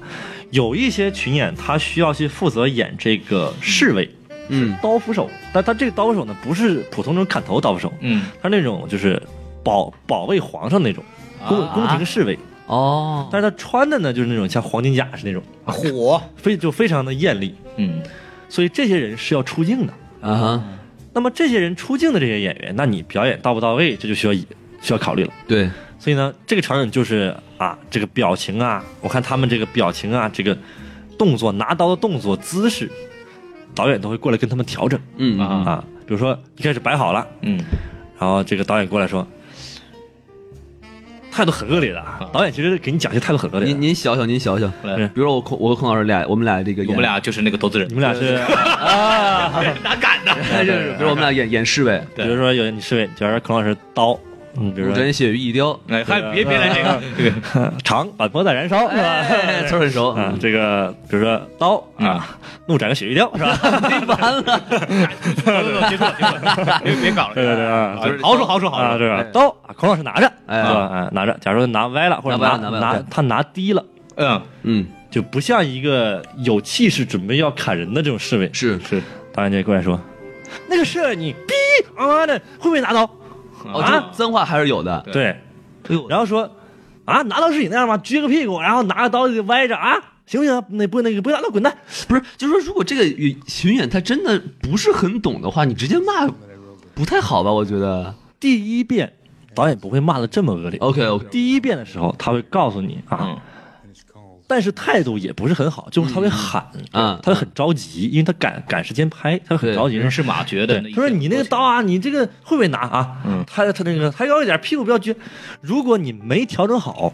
Speaker 4: 有一些群演他需要去负责演这个侍卫，
Speaker 2: 嗯，
Speaker 4: 刀斧手，但他这个刀斧手呢不是普通那种砍头刀斧手，
Speaker 1: 嗯，
Speaker 4: 他那种就是保保卫皇上那种宫
Speaker 1: 啊
Speaker 4: 宫廷侍卫，
Speaker 2: 哦，
Speaker 4: 但是他穿的呢就是那种像黄金甲是那种，
Speaker 1: 啊火，
Speaker 4: [laughs] 非就非常的艳丽，
Speaker 1: 嗯
Speaker 4: 所以这些人是要出镜的。
Speaker 2: 啊哈，
Speaker 4: 那么这些人出镜的这些演员，那你表演到不到位，这就需要需要考虑了。
Speaker 2: 对，
Speaker 4: 所以呢，这个场景就是啊，这个表情啊，我看他们这个表情啊，这个动作、拿刀的动作、姿势，导演都会过来跟他们调整
Speaker 2: 嗯
Speaker 1: 啊
Speaker 4: 啊。比如说一开始摆好了，
Speaker 1: 嗯，
Speaker 4: 然后这个导演过来说，态度很恶劣的啊。导演其实给你讲，这态度很恶劣
Speaker 2: 您
Speaker 4: 的。
Speaker 2: 您想想，您想想，
Speaker 1: 对
Speaker 2: 比如说我孔我和孔老师俩，我们俩这个演
Speaker 1: 我们俩就是那个投资人
Speaker 4: 你，们俩是，
Speaker 1: 哪敢呢？
Speaker 2: 哎就是比如我们俩演演侍卫，
Speaker 4: 比如说有你是，比如说孔老师刀，嗯，比如
Speaker 2: 五
Speaker 4: 说
Speaker 2: 针血与一雕，
Speaker 1: 哎，还
Speaker 4: 啊
Speaker 1: 别别来这个，这个
Speaker 4: 长把脖子燃烧是 [laughs] 吧？
Speaker 2: 哎，词儿很熟，
Speaker 4: 啊，这个比如说刀啊，怒斩个血玉雕是吧？
Speaker 1: 别错别错，别别搞了，
Speaker 4: 对对对啊，
Speaker 1: 啊好说好说
Speaker 4: 啊，
Speaker 1: 好
Speaker 4: 对
Speaker 1: 说，
Speaker 4: 吧
Speaker 2: 哎？
Speaker 4: 刀啊，孔老师拿着，
Speaker 2: 哎
Speaker 4: 对吧？哎，拿着。假如拿歪了，或者
Speaker 2: 拿歪
Speaker 4: 拿
Speaker 2: 了拿歪了
Speaker 4: 拿
Speaker 2: 对
Speaker 4: 他拿低了，
Speaker 1: 嗯，
Speaker 2: 嗯，
Speaker 4: 就不像一个有气势准备要砍人的这种侍卫。
Speaker 2: 是
Speaker 1: 是
Speaker 4: 导演就过来说：“那个是你逼啊的，会不会拿刀
Speaker 2: 哦，这个脏话还是有的？”，
Speaker 4: 啊对，
Speaker 2: 哎呦，
Speaker 4: 然后说：“啊，拿刀是你那样吗？撅个屁股，然后拿个刀就歪着啊。”行不行？那不那个不要拿刀滚蛋！
Speaker 2: 不是，就是说，如果这个巡演他真的不是很懂的话，你直接骂不太好吧？我觉得
Speaker 4: 第一遍导演不会骂的这么恶劣。
Speaker 2: ，OK OK，
Speaker 4: 第一遍的时候他会告诉你啊，但是态度也不是很好，就是他会喊，啊
Speaker 2: 嗯
Speaker 4: 他会很着急，因为他赶赶时间拍，他会很着急。
Speaker 1: 人是马觉
Speaker 4: 对
Speaker 1: 得，，
Speaker 4: 他说你那个刀啊，你这个会不会拿啊？嗯，他他那个抬高一点，屁股不要撅。如果你没调整好，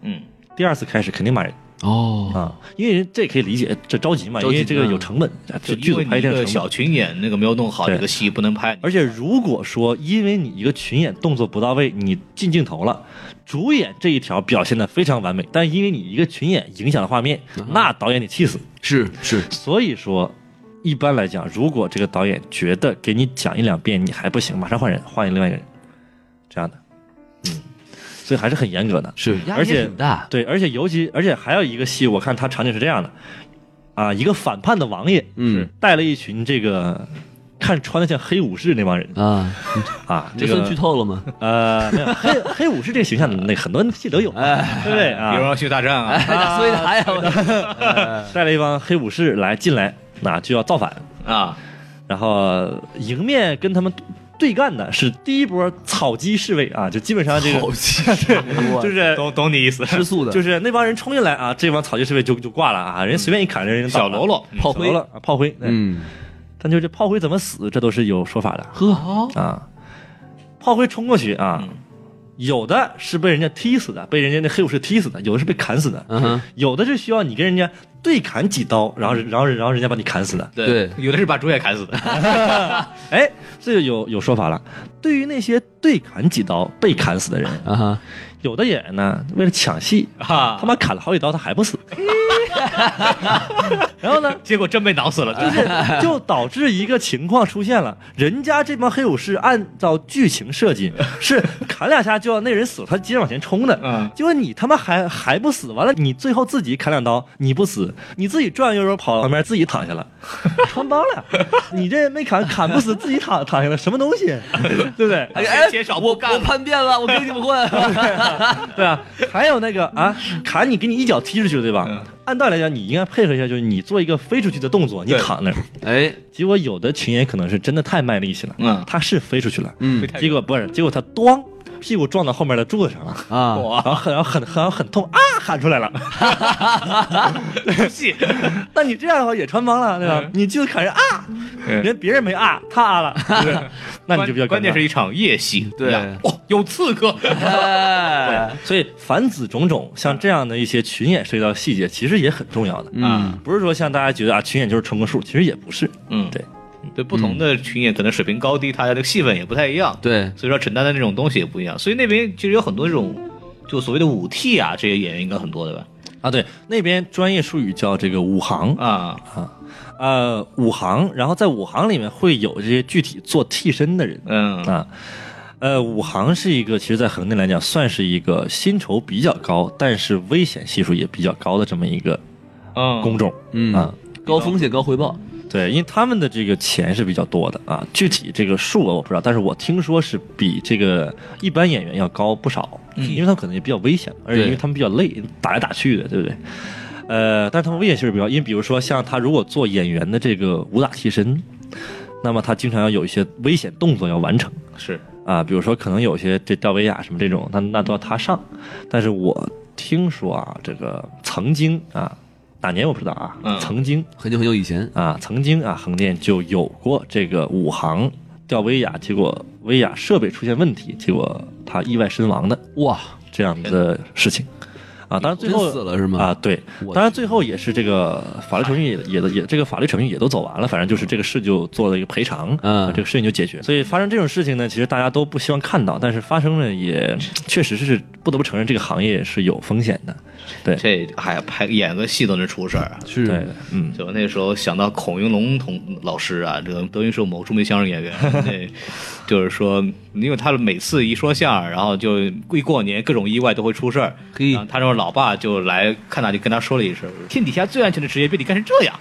Speaker 1: 嗯，
Speaker 4: 第二次开始肯定骂人
Speaker 2: 哦，
Speaker 4: 啊，因为这也可以理解，这着急嘛，
Speaker 2: 着
Speaker 4: 因
Speaker 2: 急
Speaker 4: 为这个有成本，
Speaker 1: 就
Speaker 4: 这
Speaker 1: 嗯
Speaker 4: 剧
Speaker 1: 因
Speaker 4: 组
Speaker 1: 为
Speaker 4: 拍
Speaker 1: 你
Speaker 4: 一定
Speaker 1: 这
Speaker 4: 有
Speaker 1: 个
Speaker 4: 成
Speaker 1: 小
Speaker 4: 本。
Speaker 1: 群演那个没有弄好，
Speaker 4: 对
Speaker 1: 这个戏不能拍，
Speaker 4: 而且如果说因为你一个群演动作不到位，你进镜头了，主演这一条表现的非常完美，但因为你一个群演影响了画面，
Speaker 1: 嗯
Speaker 4: 那导演得气死。
Speaker 2: 是是，
Speaker 4: 所以说，一般来讲，如果这个导演觉得给你讲一两遍你还不行，马上换人，换另外一个人，这样的，嗯，所以还是很严格的。
Speaker 2: 是，压
Speaker 4: 而
Speaker 2: 力
Speaker 4: 且
Speaker 2: 也挺大，
Speaker 4: 对，而且尤其，而且还有一个戏，我看他场景是这样的，啊，一个反叛的王爷，
Speaker 2: 嗯
Speaker 4: 带了一群这个看穿的像黑武士那帮人
Speaker 2: 啊，
Speaker 4: 啊，
Speaker 2: 这
Speaker 4: 这
Speaker 2: 算
Speaker 4: 个
Speaker 2: 剧透了 [laughs] 吗？
Speaker 4: 呃，没有黑黑武士这个形象，那很多戏都有，
Speaker 2: [laughs] 哎，
Speaker 4: 对不对
Speaker 1: 比如
Speaker 4: 啊？
Speaker 1: 说去大战啊
Speaker 2: 打碎他呀，我
Speaker 4: 带了一帮黑武士来进来，那、就要造反，
Speaker 1: 啊，
Speaker 4: 然后迎面跟他们对干的是第一波草鸡侍卫啊，就基本上这个就是
Speaker 1: 懂懂你意思，
Speaker 2: 吃素的，
Speaker 4: 就是是那帮人冲进来啊，这帮草鸡侍卫就就挂了啊，人随便一砍人人
Speaker 1: 小喽
Speaker 4: 喽
Speaker 1: 啰，
Speaker 2: 炮
Speaker 4: 炮
Speaker 2: 灰
Speaker 4: 灰，了啊，炮灰，对，
Speaker 2: 嗯，
Speaker 4: 但就这炮灰怎么死，这都是有说法的
Speaker 2: 呵，嗯
Speaker 4: 啊。炮灰冲过去啊，有的是被人家踢死的，被人家那黑武士踢死的，有的是被砍死的，
Speaker 2: 嗯哼，
Speaker 4: 有的是需要你跟人家对砍几刀，然后然后然后人家把你砍死的。
Speaker 1: 对
Speaker 2: 对，
Speaker 1: 有的是把主演砍死的，
Speaker 4: 哎，这就有有说法了。对于那些对砍几刀被砍死的人，
Speaker 2: 啊哈，
Speaker 4: 有的演员呢，为了抢戏，
Speaker 1: 啊
Speaker 4: 他妈砍了好几刀，他还不死。 [laughs] 然后呢，
Speaker 1: 结果真被挠死了，就是
Speaker 4: [laughs] 就导致一个情况出现了，人家这帮黑武士按照剧情设计是砍两下就要那人死了，他接着往前冲的。
Speaker 1: 嗯
Speaker 4: 结果你他妈还还不死，完了你最后自己砍两刀，你不死，你自己转悠悠跑旁边自己躺下了，穿帮了，你这没砍砍不死，自己躺躺下了，什么东西，对不对？
Speaker 2: 哎哎
Speaker 1: 减少，
Speaker 2: 我
Speaker 1: 不干了
Speaker 2: 我叛变了，我跟你们混，
Speaker 4: 对啊，还有那个啊，砍你给你一脚踢出去，对吧？按道理来讲，你应该配合一下，就是你做一个飞出去的动作，你躺那儿。
Speaker 2: [laughs] 哎，
Speaker 4: 结果有的群演可能是真的太卖力气了，
Speaker 1: 嗯
Speaker 4: 他是飞出去了，
Speaker 2: 嗯
Speaker 4: 结果不是，结果他咣屁股撞到后面的柱子上了。
Speaker 2: 啊，
Speaker 4: 哇，然后很然后很很很痛啊，喊出
Speaker 1: [laughs]
Speaker 4: 来了。
Speaker 1: 戏，
Speaker 4: 那你这样的话也穿帮了，对吧？你就砍人啊，
Speaker 1: 嗯
Speaker 4: 人别人没啊，他啊了，对不对那你就比较尴
Speaker 1: [laughs]
Speaker 4: 尬
Speaker 1: 关键是一场夜戏，
Speaker 2: 对
Speaker 1: 呀哦，有刺
Speaker 2: [laughs]
Speaker 1: 客，
Speaker 2: 哎，
Speaker 4: 所以凡此种种，像这样的一些群演涉及到的细节，其实也很重要的。
Speaker 2: 嗯，
Speaker 4: 不是说像大家觉得啊，群演就是充个数，其实也不是。
Speaker 1: 嗯
Speaker 4: 对，
Speaker 1: 对不
Speaker 4: 嗯
Speaker 1: 同的群演可能水平高低，他的戏份也不太一样，
Speaker 2: 对，
Speaker 1: 所以说承担的那种东西也不一样，所以那边其实有很多这种就所谓的舞替啊，这些演员应该很多的吧？
Speaker 4: 啊，对，那边专业术语叫这个武行，
Speaker 1: 啊，
Speaker 4: 呃，武行，然后在武行里面会有这些具体做替身的人
Speaker 1: 嗯
Speaker 4: 啊。呃，武行是一个，其实，在横店来讲，算是一个薪酬比较高，但是危险系数也比较高的这么一个
Speaker 1: 嗯，
Speaker 4: 工种、
Speaker 2: 嗯
Speaker 4: 啊。，
Speaker 2: 高风险高回报，
Speaker 4: 对，因为他们的这个钱是比较多的啊，具体这个数额我不知道，但是我听说是比这个一般演员要高不少，
Speaker 1: 嗯
Speaker 4: 因为他们可能也比较危险，而且因为他们比较累，打来打去的，对不对？呃，但是他们危险性是比较，因为比如说像他如果做演员的这个武打替身，那么他经常要有一些危险动作要完成
Speaker 1: 是，
Speaker 4: 啊，比如说可能有些这吊威亚什么这种，那那都要他上，但是我听说啊，这个曾经啊。哪年我不知道啊，
Speaker 1: 嗯
Speaker 4: 曾经
Speaker 2: 很久很久以前，
Speaker 4: 啊，曾经啊，横店就有过这个武行吊威亚，结果威亚设备出现问题，结果他意外身亡的
Speaker 2: 哇，
Speaker 4: 这样的事情啊。当然最
Speaker 2: 真
Speaker 4: 后
Speaker 2: 死了是吗？
Speaker 4: 啊，，对
Speaker 2: 我，
Speaker 4: 当然最后也是这个法律程序也也也这个法律程序也都走完了，反正就是这个事就做了一个赔偿，
Speaker 2: 嗯
Speaker 4: 这个事情就解决。所以发生这种事情呢，其实大家都不希望看到，但是发生了也确实是不得不承认，这个行业是有风险的。
Speaker 1: 这哎呀，拍演个戏都能出事儿啊。
Speaker 2: 是
Speaker 4: 对，嗯，
Speaker 1: 就那时候想到孔云龙同老师啊，这个德云社某著名相声演
Speaker 4: [laughs]
Speaker 1: 员，那就是说，因为他每次一说相声，然后就一过年各种意外都会出事儿。
Speaker 2: 嘿
Speaker 1: 然后他说老爸就来看他，就跟他说了一声：“天底下最安全的职业被你干成这
Speaker 4: [laughs]
Speaker 1: 样。”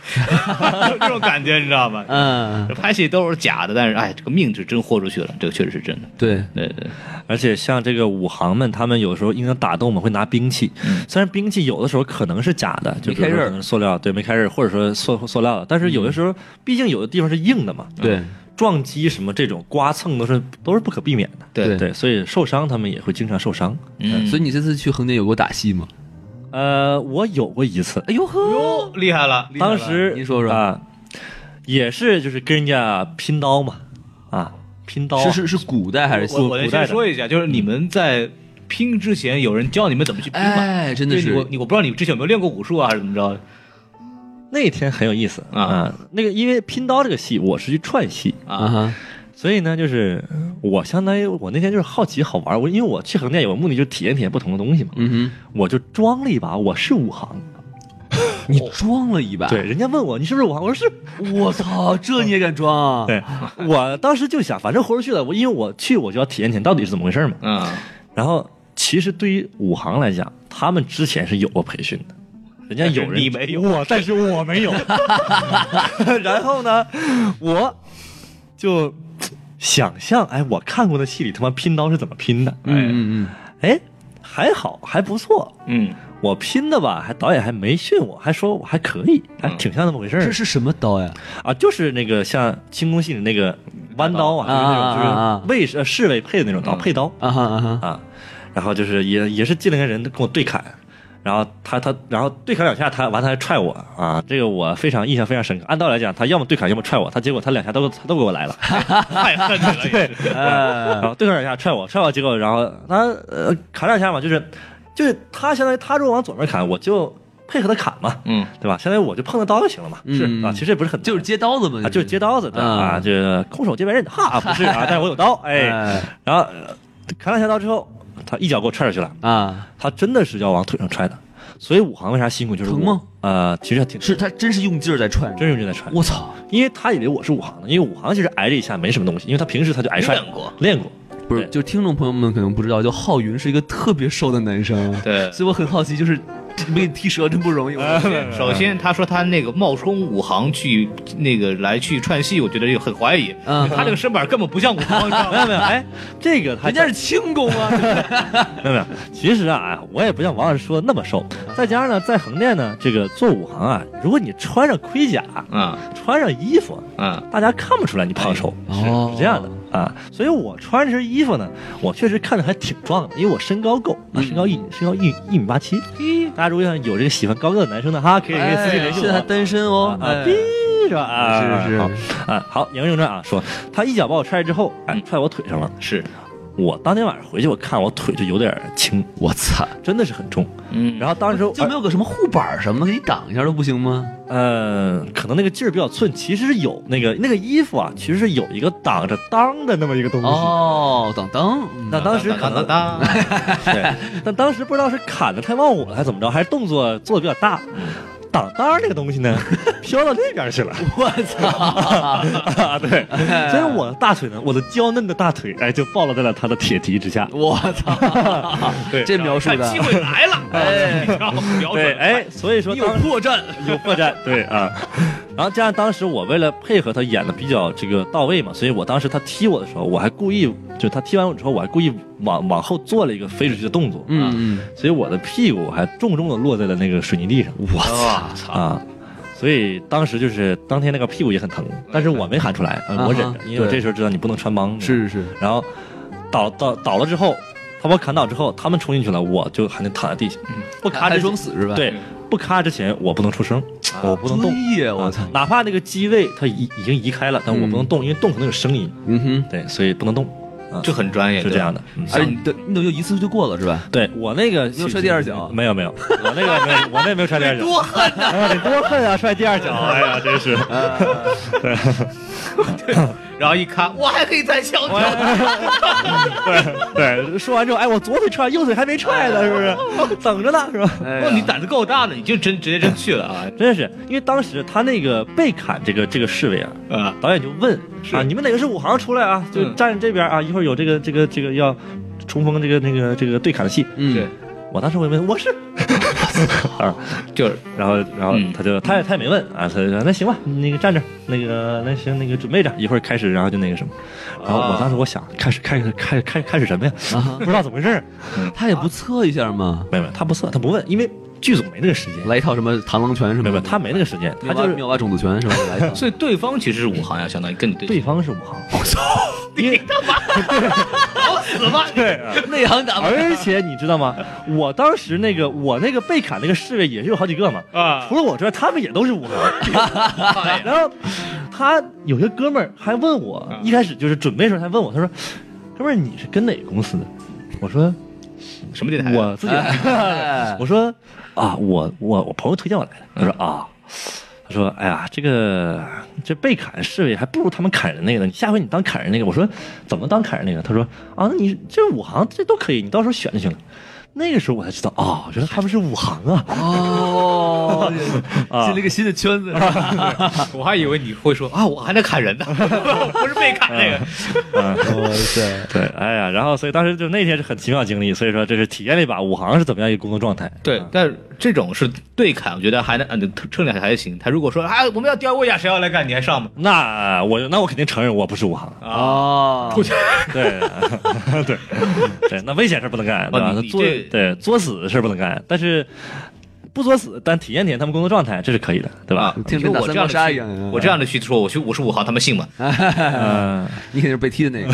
Speaker 1: [laughs] 就这种感觉你知道吗？
Speaker 2: 嗯，
Speaker 1: 拍戏都是假的，但是哎，这个命是真豁出去了，这个确实是真的。
Speaker 2: 对，
Speaker 1: 对对，
Speaker 4: 而且像这个武行们，他们有时候应该打斗嘛，会拿兵器。虽然兵器有的时候可能是假的，就比
Speaker 2: 嗯
Speaker 4: 如
Speaker 2: 没开
Speaker 4: 说
Speaker 2: 刃嗯
Speaker 4: 可能塑料，对，没开刃，或者说塑塑料的，但是有的时候，毕竟有的地方是硬的嘛，
Speaker 2: 对，
Speaker 4: 撞击什么这种刮蹭都是都是不可避免的。
Speaker 1: 对
Speaker 4: 对，所以受伤他们也会经常受伤。
Speaker 1: 嗯，
Speaker 2: 所以你这次去横店有给我打戏吗？
Speaker 4: 呃，我有过一次，
Speaker 2: 哎呦呵，
Speaker 1: 哟厉害了，厉害了
Speaker 4: 当时
Speaker 2: 您说说
Speaker 4: 啊，也是就是跟人家拼刀嘛，啊，拼刀啊
Speaker 2: 是是是古代还是
Speaker 1: 我我
Speaker 4: 古
Speaker 1: 得
Speaker 4: 代
Speaker 1: 先
Speaker 4: 的
Speaker 1: 说一下，就是你们在拼之前，有人教你们怎么去拼吗？
Speaker 2: 哎真的是
Speaker 1: 对我你我不知道你之前有没有练过武术啊，还是怎么着？
Speaker 4: 那天很有意思
Speaker 1: 啊
Speaker 4: 那个因为拼刀这个戏我是去串戏，
Speaker 2: 啊哈，
Speaker 4: 所以呢，就是我相当于我那天就是好奇好玩，我因为我去横店有个目的就是体验体验不同的东西嘛，
Speaker 2: 嗯
Speaker 4: 我就装了一把我是武行。
Speaker 2: 哼，你装了一把，
Speaker 4: 对，，人家问我你是不是武行，我说是。
Speaker 2: 我操，这你也敢装啊？
Speaker 4: 对，我当时就想，反正豁出去了，我因为我去我就要体验体验到底是怎么回事嘛。
Speaker 1: 嗯，
Speaker 4: 然后其实对于武行来讲，他们之前是有过培训的，人家有人
Speaker 1: [laughs] 你没有，
Speaker 5: 我，但是我没有。
Speaker 4: [laughs] 然后呢，我就想象，哎，我看过的戏里他妈拼刀是怎么拼的？
Speaker 2: 嗯嗯
Speaker 4: 哎，还好，还不错。
Speaker 1: 嗯，
Speaker 4: 我拼的吧，还导演还没训我，还说我还可以，还挺像那么回事
Speaker 2: 嗯，
Speaker 4: 儿、
Speaker 2: 这是什么刀呀？
Speaker 4: 啊，就是那个像清宫戏里那个弯刀啊，
Speaker 2: 啊
Speaker 4: 就是那种
Speaker 2: 啊啊啊
Speaker 4: 就是卫士呃侍卫配的那种刀，配刀
Speaker 2: 啊哈啊 [laughs] 哈，
Speaker 4: 啊。然后就是也也是进来个人跟我对砍，然后他他然后对砍两下，他完他还踹我啊，这个我非常印象非常深刻。按道理来讲，他要么对砍，要么踹我，他结果他两下都他都给我来了。
Speaker 1: 太恨你 [laughs] 了，对，
Speaker 2: 哎
Speaker 4: 然后对上两下踹我，踹我，结果然后他呃砍两下嘛，就是就是他相当于他如果往左边砍，我就配合他砍嘛，
Speaker 1: 嗯，
Speaker 4: 对吧？相当于我就碰到刀就行了嘛，
Speaker 2: 嗯
Speaker 4: 是啊，其实也不是很难
Speaker 2: 就是接刀子嘛，
Speaker 4: 啊，就是接刀子的啊，
Speaker 2: 嗯
Speaker 4: 这空手接白刃，哈，不是啊，但是我有刀，哎，
Speaker 2: 哎
Speaker 4: 然后呃砍两下刀之后，他一脚给我踹出去了，
Speaker 2: 啊，
Speaker 4: 他真的是要往腿上踹的，所以武行为啥辛苦就是
Speaker 2: 疼
Speaker 4: 我
Speaker 2: 吗？
Speaker 4: 呃，其实还挺
Speaker 2: 是他真是用劲儿在踹，
Speaker 4: 真是正在踹，
Speaker 2: 我操，
Speaker 4: 因为他以为我是武行的，因为武行其实挨这一下没什么东西，因为他平时他就挨踹
Speaker 1: 练过，
Speaker 4: 练过。
Speaker 2: 不是，
Speaker 4: 对
Speaker 2: 就听众朋友们可能不知道，就浩云是一个特别瘦的男生，
Speaker 1: 对
Speaker 2: 所以我很好奇，就是被你踢折真不容易，我
Speaker 1: [laughs] 首先，他说他那个冒充武行去那个来去串戏，我觉得有很怀疑。
Speaker 2: [laughs] 嗯
Speaker 1: 他这个身板根本不像武行，你知道
Speaker 4: 没
Speaker 1: 吗
Speaker 4: 有没有，哎，这个他
Speaker 2: 人家是轻功啊，
Speaker 4: [laughs] 没有没有，其实啊，我也不像王老师说的那么瘦，再加上呢，在横店呢，这个做武行啊，如果你穿上盔甲，
Speaker 1: 嗯
Speaker 4: 穿上衣服，
Speaker 1: 嗯，
Speaker 4: 大家看不出来你胖瘦，
Speaker 2: 哦
Speaker 4: 是这样的啊。所以我穿这身衣服呢，我确实看着还挺壮的，因为我身高够，啊、身高
Speaker 2: 嗯
Speaker 4: 一身高一一米八七。大家如果想有这个喜欢高个的男生的哈，可以可以私信
Speaker 2: 哎
Speaker 4: 联系
Speaker 2: 现在还
Speaker 4: 我。
Speaker 2: 单身哦，
Speaker 4: 啊，
Speaker 2: 哎
Speaker 4: 逼是吧？啊，
Speaker 2: 是是
Speaker 4: 好啊，好，言归正传啊，说他一脚把我踹之后，哎，
Speaker 2: 嗯
Speaker 4: 踹我腿上了。
Speaker 1: 是，
Speaker 4: 我当天晚上回去，我看我腿就有点青，
Speaker 2: 我操，
Speaker 4: 真的是很重。
Speaker 1: 嗯，
Speaker 4: 然后当时
Speaker 2: 就没有个什么护板儿什么的给你挡一下都不行吗？
Speaker 4: 呃，可能那个劲儿比较寸，其实是有那个那个衣服啊，其实是有一个挡着裆的那么一个东西。
Speaker 2: 哦，挡裆，嗯
Speaker 4: [laughs] 那当时可能，
Speaker 1: 当当当
Speaker 4: 对，但当时不知道是砍的太忘我了，还是怎么着，还是动作做的比较大，
Speaker 2: 嗯
Speaker 4: 挡裆那个东西
Speaker 2: [laughs]
Speaker 4: 呢，飘到那边去了。
Speaker 2: 我操，
Speaker 4: 啊， [laughs] 对，所以我的大腿呢，我的娇嫩的大腿，哎，就暴露在了他的铁蹄之下。
Speaker 2: 我 [laughs] 操，
Speaker 4: 对
Speaker 2: 这描述
Speaker 6: 看
Speaker 2: 的
Speaker 6: 机，会
Speaker 2: [laughs]
Speaker 6: 来了，哎，瞄准
Speaker 4: 对，
Speaker 6: 了，
Speaker 4: 哎，所以说
Speaker 2: 你有
Speaker 4: 当
Speaker 2: 破绽，
Speaker 4: 有
Speaker 2: [laughs]
Speaker 4: 破绽，对啊。然后加上当时我为了配合他演的比较这个到位嘛，所以我当时他踢我的时候，我还故意就他踢完我之后，我还故意往往后做了一个飞出去的动作，啊，
Speaker 2: 嗯嗯，
Speaker 4: 所以我的屁股还重重的落在了那个水泥地上，
Speaker 2: 我操，
Speaker 4: 啊。所以当时就是当天那个屁股也很疼，但是我没喊出来，呃
Speaker 2: 嗯啊哈
Speaker 4: 我忍着，因为我
Speaker 2: 对
Speaker 4: 这时候知道你不能穿帮。
Speaker 2: 是是是，
Speaker 4: 然后倒倒倒了之后，他把我砍倒之后，他们冲进去了，我就还得躺在地下，不
Speaker 2: 咔
Speaker 4: 咔
Speaker 2: 嗯还
Speaker 4: 之
Speaker 2: 装死是吧？
Speaker 4: 对，不咔之前我不能出声，我不能动。
Speaker 2: 专业，啊我操
Speaker 4: 啊！哪怕那个机位它已已经移开了，但我不能动，因为动可能有声音，
Speaker 2: 嗯哼，
Speaker 4: 对，所以不能动，啊，
Speaker 1: [laughs] 就很专业，
Speaker 4: 是这样的。嗯
Speaker 2: 而且你的你等就一次就过了是吧？
Speaker 4: 对我那个嗯
Speaker 2: 又摔第二脚
Speaker 4: [laughs] 没有没有，我那个没有，我那没有摔第二脚，多恨 [laughs] 啊！得多恨啊！摔第二脚，哎呀，真
Speaker 2: [laughs]
Speaker 4: 是。
Speaker 1: 然后一看，我还可以再敲敲，
Speaker 4: 对对，说完之后，哎，我左腿踹，右腿还没踹呢，是不
Speaker 2: [laughs]
Speaker 4: 是？等着呢，是吧？
Speaker 2: 哎
Speaker 1: 哇，
Speaker 2: 呀
Speaker 1: 哦你胆子够大的，你就真直接真去了啊！
Speaker 4: 真是，因为当时他那个被砍这个这个侍卫啊，
Speaker 1: 啊，
Speaker 4: 导演就问
Speaker 1: 是
Speaker 4: 啊，你们哪个是武行出来啊？就
Speaker 1: 嗯
Speaker 4: 站这边啊，一会儿有这个这个这个要冲锋这个那个这个对砍的戏。
Speaker 1: 对
Speaker 2: 嗯，，
Speaker 4: 我当时我也问我是啊，
Speaker 1: 就是
Speaker 4: 然后然后
Speaker 1: 嗯
Speaker 4: 他就他也他也没问啊，他就说那行吧，那个站着，那个那行那个准备着，一会儿开始，然后就那个什么，然后我当时我想开始开始开开开始什么呀？
Speaker 2: 啊
Speaker 4: 不知道怎么回事儿，
Speaker 2: 他也不测一下吗？
Speaker 4: 没有没有，他不测他不问，因为剧组没那个时间，
Speaker 2: 来一套什么螳螂拳什么
Speaker 4: 没有没
Speaker 2: 的
Speaker 4: 有，，他没那个时间，他
Speaker 2: 妙
Speaker 4: 就
Speaker 2: 蛙
Speaker 4: 是
Speaker 2: 妙蛙种子拳是吧？来一
Speaker 4: [laughs]
Speaker 2: 套
Speaker 1: 所以对方其实是武行啊呀，相当于跟你对
Speaker 4: 对
Speaker 1: 对
Speaker 4: 方是武行，我操，你他妈好死吧！对，
Speaker 2: 内行打不开
Speaker 4: 而且你知道吗？我当时那个我那个被砍那个侍卫也是有好几个嘛，
Speaker 6: 啊
Speaker 4: 除了我之外，他们也都是武行。 [laughs] 然后他有些哥们儿还问我，一开始就是准备的时候还问我，他说：“哥们儿，你是跟哪个公司的？”我说
Speaker 1: 什么电台：“啊？
Speaker 4: 我自己。”
Speaker 2: 哎
Speaker 4: [laughs] 我说啊，我我我朋友推荐我来的。他说啊，他说哎呀，这个这被砍侍卫还不如他们砍人那个呢。你下回你当砍人那个。我说怎么当砍人那个？他说啊，那你这五行这都可以，你到时候选就行了。那个时候我才知道哦，原来他们是五行啊！
Speaker 2: 哦，
Speaker 1: 啊
Speaker 2: 进了一个新的
Speaker 1: [laughs]
Speaker 2: 圈子，
Speaker 1: 我还以为你会说啊，我还能砍人呢， [laughs] 不是被砍那个。
Speaker 2: 哦
Speaker 4: [laughs] 对，哎呀，然后所以当时就那天是很奇妙的经历，所以说这是体验了一把五行是怎么样一个工作状态。
Speaker 1: 对，但是这种是对砍，我觉得还能嗯撑两下还行。他如果说啊，我们要调位呀，谁要来干，你还上吗？
Speaker 4: 那我那我肯定承认我不是五行，
Speaker 2: 哦，
Speaker 4: 对 [laughs] 对对，那危险事儿不能干，对吧
Speaker 1: 哦？你
Speaker 4: 那
Speaker 1: 你
Speaker 4: 作
Speaker 1: 这
Speaker 4: 对作死是不能干，但是不作死，但体验体验他们工作状态，这是可以的，对吧
Speaker 1: 啊？，
Speaker 2: 听
Speaker 1: 你说
Speaker 2: 跟打
Speaker 1: 我
Speaker 2: 三
Speaker 1: 这样
Speaker 2: 国杀
Speaker 1: 的
Speaker 2: 一
Speaker 1: 去
Speaker 2: 样啊，
Speaker 1: 我这样的去说，我去我是武行，他们信吗？
Speaker 4: 嗯，
Speaker 2: 你肯定是被踢的那
Speaker 4: [laughs]
Speaker 2: 个，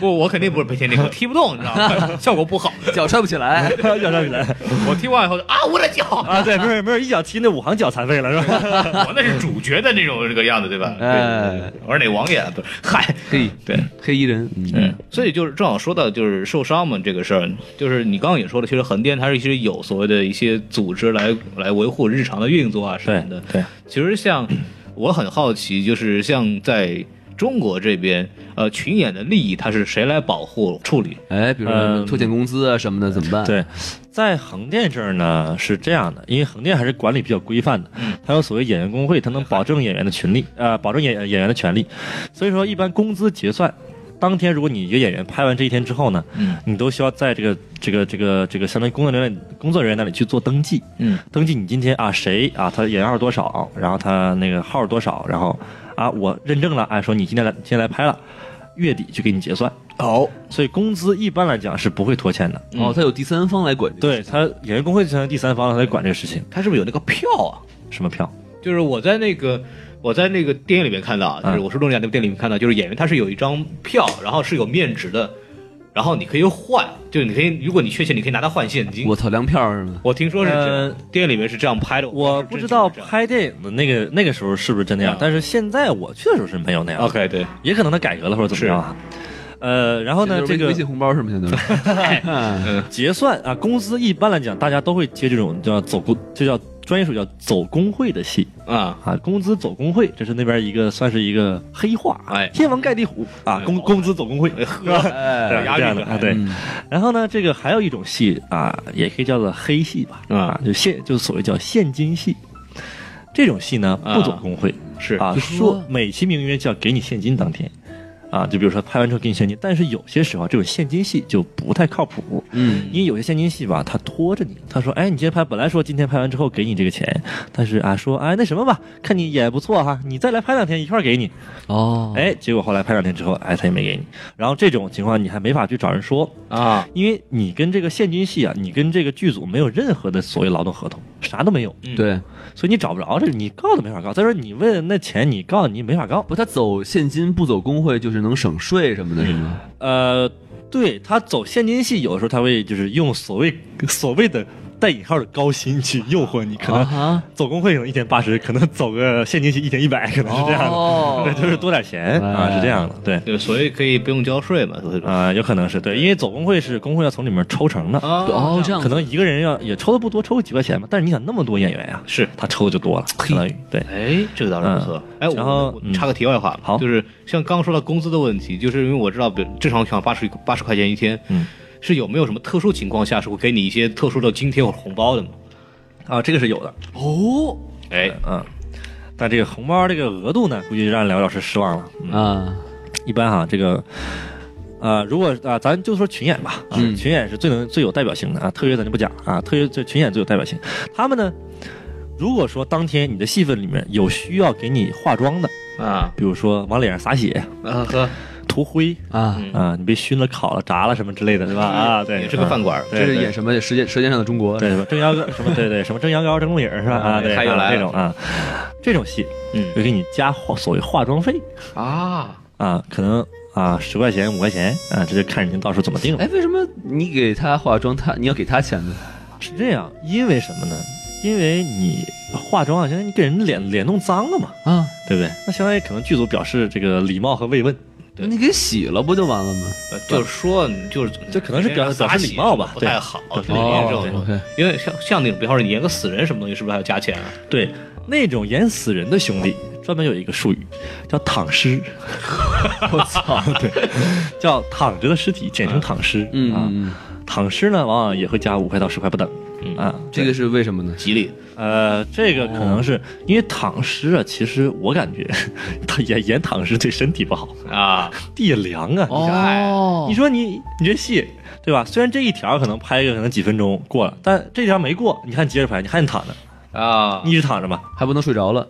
Speaker 1: 我我肯定不是被天 [laughs] 那我踢不动，你知道吗？效果不好。
Speaker 2: 脚踹不起
Speaker 4: [laughs]
Speaker 2: 来，
Speaker 4: 要上比赛
Speaker 1: 我踢完以后啊，我的脚， [laughs]
Speaker 4: 啊，对，没有没有一脚踢那五行脚残废了是吧？
Speaker 1: 我那是主角的那种这个样子，对吧？
Speaker 2: 哎，
Speaker 1: 我是哪王爷啊？不是， [laughs] 嗨，
Speaker 2: 嘿，
Speaker 1: 对。
Speaker 2: 黑衣人，
Speaker 1: 嗯，所以就是正好说到就是受伤嘛这个事儿，就是你刚刚也说了，其实横店它是其实有所谓的一些组织来来维护日常的运作啊什
Speaker 4: [laughs] 对
Speaker 1: 么的。
Speaker 4: 对，
Speaker 1: 其实像我很好奇，就是像在中国这边，呃，群演的利益它是谁来保护处理？
Speaker 2: 哎，比如说
Speaker 4: 嗯
Speaker 2: 拖欠工资啊什么的怎么办？，
Speaker 4: 对，在横店这儿呢是这样的，因为横店还是管理比较规范的，
Speaker 1: 嗯
Speaker 4: 它有所谓演员工会，它能保证演员的
Speaker 1: [laughs]
Speaker 4: 权利，呃，保证演演员的权利，所以说一般工资结算。当天，如果你一个演员拍完这一天之后呢，
Speaker 1: 嗯
Speaker 4: 你都需要在这个这个这个这个相当于工作人员工作人员那里去做登记，
Speaker 1: 嗯，
Speaker 4: 登记你今天啊谁啊他演员号多少，然后他那个号是多少，然后啊我认证了，按、说你今天来今天来拍了，月底去给你结算。
Speaker 1: 哦，
Speaker 4: 所以工资一般来讲是不会拖欠的。
Speaker 2: 哦，他有第三方来管，，
Speaker 4: 对他演员工会相当于第三方，他得管这个事情。
Speaker 1: 它是不是有那个票啊？
Speaker 4: 什么票？
Speaker 1: 就是我在那个我在那个电影里面看到，啊，就是
Speaker 4: 嗯
Speaker 1: 我是诺亚那部电影里面看到，就是演员他是有一张票，然后是有面值的，然后你可以换，就是你可以如果你缺钱，你可以拿它换现金。
Speaker 2: 我操，粮票是吗？
Speaker 1: 我听说是这样、
Speaker 4: 呃
Speaker 1: 电影里面是这样拍的，
Speaker 4: 我不
Speaker 1: 不
Speaker 4: 知道
Speaker 1: 拍。
Speaker 4: 拍电影的那个那个时候是不是真那样
Speaker 1: 嗯，
Speaker 4: 但是现在我去的时候是没有那样，
Speaker 1: OK，对，
Speaker 4: 也可能他改革了或者怎么样啊。呃，然后呢，
Speaker 2: 就是微
Speaker 4: 这个
Speaker 2: 微信红包什么现在都
Speaker 4: [laughs]
Speaker 2: 是哎
Speaker 4: 结算啊，工资一般来讲，大家都会接这种叫走工，这叫专业术语叫走工会的戏
Speaker 1: 啊、
Speaker 4: 啊，工资走工会，这是那边一个算是一个黑话，
Speaker 1: 哎
Speaker 4: 天王盖地虎啊，
Speaker 1: 哎
Speaker 4: 工
Speaker 1: 好
Speaker 4: 工资走工会，
Speaker 2: 哎，
Speaker 4: 对，
Speaker 1: 押
Speaker 4: [laughs] 这样
Speaker 1: 韵
Speaker 4: 的
Speaker 1: 的
Speaker 4: 啊，对
Speaker 2: 嗯。
Speaker 4: 然后呢，这个还有一种戏啊，也可以叫做黑戏吧，
Speaker 1: 嗯
Speaker 4: 啊，就现就是所谓叫现金戏。这种戏呢，不走
Speaker 1: 啊
Speaker 4: 工会
Speaker 1: 是
Speaker 4: 啊，
Speaker 2: 就说
Speaker 4: 说美其名曰叫给你现金当天。啊，就比如说拍完之后给你现金，但是有些时候这种现金戏就不太靠谱，
Speaker 2: 嗯，
Speaker 4: 因为有些现金戏吧，他拖着你，他说，哎，你今天拍，本来说今天拍完之后给你这个钱，但是啊，说，哎，那什么吧，看你演不错哈，你再来拍两天一块儿给你，
Speaker 2: 哦，
Speaker 4: 哎，结果后来拍两天之后，哎，他也没给你，然后这种情况你还没法去找人说，
Speaker 2: 哦
Speaker 1: 啊，
Speaker 4: 因为你跟这个现金系啊，你跟这个剧组没有任何的所谓劳动合同，啥都没有，
Speaker 2: 对，
Speaker 4: 所以你找不着这，你告都没法告。再说你问那钱，你告你没法告。
Speaker 2: 不，他走现金不走工会，就是能省税什么的，是吗？
Speaker 4: 呃，对他走现今戏，有时候他会就是用所谓所谓的带引号的高薪去诱惑你，可
Speaker 2: 啊
Speaker 4: 能
Speaker 2: 哈，
Speaker 4: 走工会可能一天八十，可能走个现今戏一天一百，可能是这样的，
Speaker 2: 哦
Speaker 4: 对，就是多点钱啊，是这样的，对。
Speaker 1: 对，所以可以不用交税嘛，所以
Speaker 4: 啊、有可能是对，因为走工会是工会要从里面抽成的，
Speaker 2: 哦，这样
Speaker 4: 可
Speaker 2: 子
Speaker 4: 能一个人要也抽的不多，抽几块钱吧。但是你想那么多演员呀、是他抽的就多了，相当于对。
Speaker 1: 哎，这个倒是不错。哎，我
Speaker 4: 嗯然后
Speaker 1: 我
Speaker 4: 嗯
Speaker 1: 插个题外话，
Speaker 4: 好
Speaker 1: 就是像刚刚说到工资的问题，就是因为我知道，比如正常情况八十八十块钱一天，
Speaker 4: 嗯，
Speaker 1: 是有没有什么特殊情况下是会给你一些特殊的津贴或者红包的吗？
Speaker 4: 啊，这个是有的，
Speaker 2: 哦
Speaker 1: 哎，
Speaker 4: 嗯。但这个红包这个额度呢，估计让两位老师失望了。嗯，
Speaker 2: 啊，
Speaker 4: 一般哈，这个，呃，如果啊、咱就说群演吧，啊
Speaker 2: 嗯
Speaker 4: 群演是最能最有代表性的啊，特约咱就不讲了啊，特约这群演最有代表性。他们呢，如果说当天你的戏份里面有需要给你化妆的，
Speaker 1: 啊
Speaker 4: 比如说往脸上洒血、
Speaker 1: 啊呵，
Speaker 4: 涂灰
Speaker 2: 啊，
Speaker 1: 嗯
Speaker 4: 啊，你被熏了、烤了、炸了什么之类的，是吧？啊，对，
Speaker 1: 也是个
Speaker 4: 嗯
Speaker 1: 饭馆儿，
Speaker 4: 对
Speaker 2: 这是
Speaker 4: 对
Speaker 2: 演什么？舌尖舌尖上的中国
Speaker 4: 对 [laughs] 什么蒸羊羔什么对对什么蒸羊羔蒸鹿尾儿是吧？啊，对，
Speaker 1: 他又
Speaker 4: 啊
Speaker 1: 来了
Speaker 4: 这种啊，这种戏
Speaker 1: 嗯
Speaker 4: 就给你加化所谓化妆费
Speaker 2: 啊？
Speaker 4: 啊，可能啊十块钱五块钱啊，这就看人家到时候怎么定了。
Speaker 2: 哎，为什么你给他化妆，他你要给他钱呢？
Speaker 4: 是这样，因为什么呢？因为你化妆啊，相当于你给人脸脸弄脏了嘛，
Speaker 2: 啊，
Speaker 4: 对不对？那相当于可能剧组表示这个礼貌和慰问，
Speaker 1: 对
Speaker 2: 你给洗了不就完了吗？
Speaker 1: 呃就是说你就是
Speaker 4: 嗯这可能是表
Speaker 1: 撒
Speaker 4: 表示礼貌吧
Speaker 1: 不
Speaker 4: 对
Speaker 1: 太好，这
Speaker 4: 对
Speaker 1: 个
Speaker 4: 哦
Speaker 1: 严重
Speaker 2: ，OK
Speaker 1: 的。因为像像那种，比方说你演个死人什么东西，是不是还要加钱啊？
Speaker 4: 对，那种演死人的兄弟，专门有一个术语叫“
Speaker 2: [laughs]
Speaker 4: 躺尸”，
Speaker 2: 我操，
Speaker 4: 对， [laughs] 叫躺着的尸体，简称“躺尸”
Speaker 2: 嗯
Speaker 4: 啊。
Speaker 2: 嗯，嗯
Speaker 4: 躺尸呢，往往也会加五块到十块不等
Speaker 1: 嗯
Speaker 4: 啊。
Speaker 2: 这个是为什么呢？
Speaker 1: 吉利，
Speaker 4: 呃，这个可能
Speaker 2: 哦
Speaker 4: 是因为躺尸啊，其实我感觉 [laughs] 他演演躺尸对身体不好啊，地凉啊。你
Speaker 2: 哦
Speaker 4: 你说你你这戏对吧？虽然这一条可能拍个可能几分钟过了，但这条没过，你看接着拍，你还得躺着，
Speaker 1: 啊
Speaker 4: 你一直躺着吧。
Speaker 2: 还不能睡着了，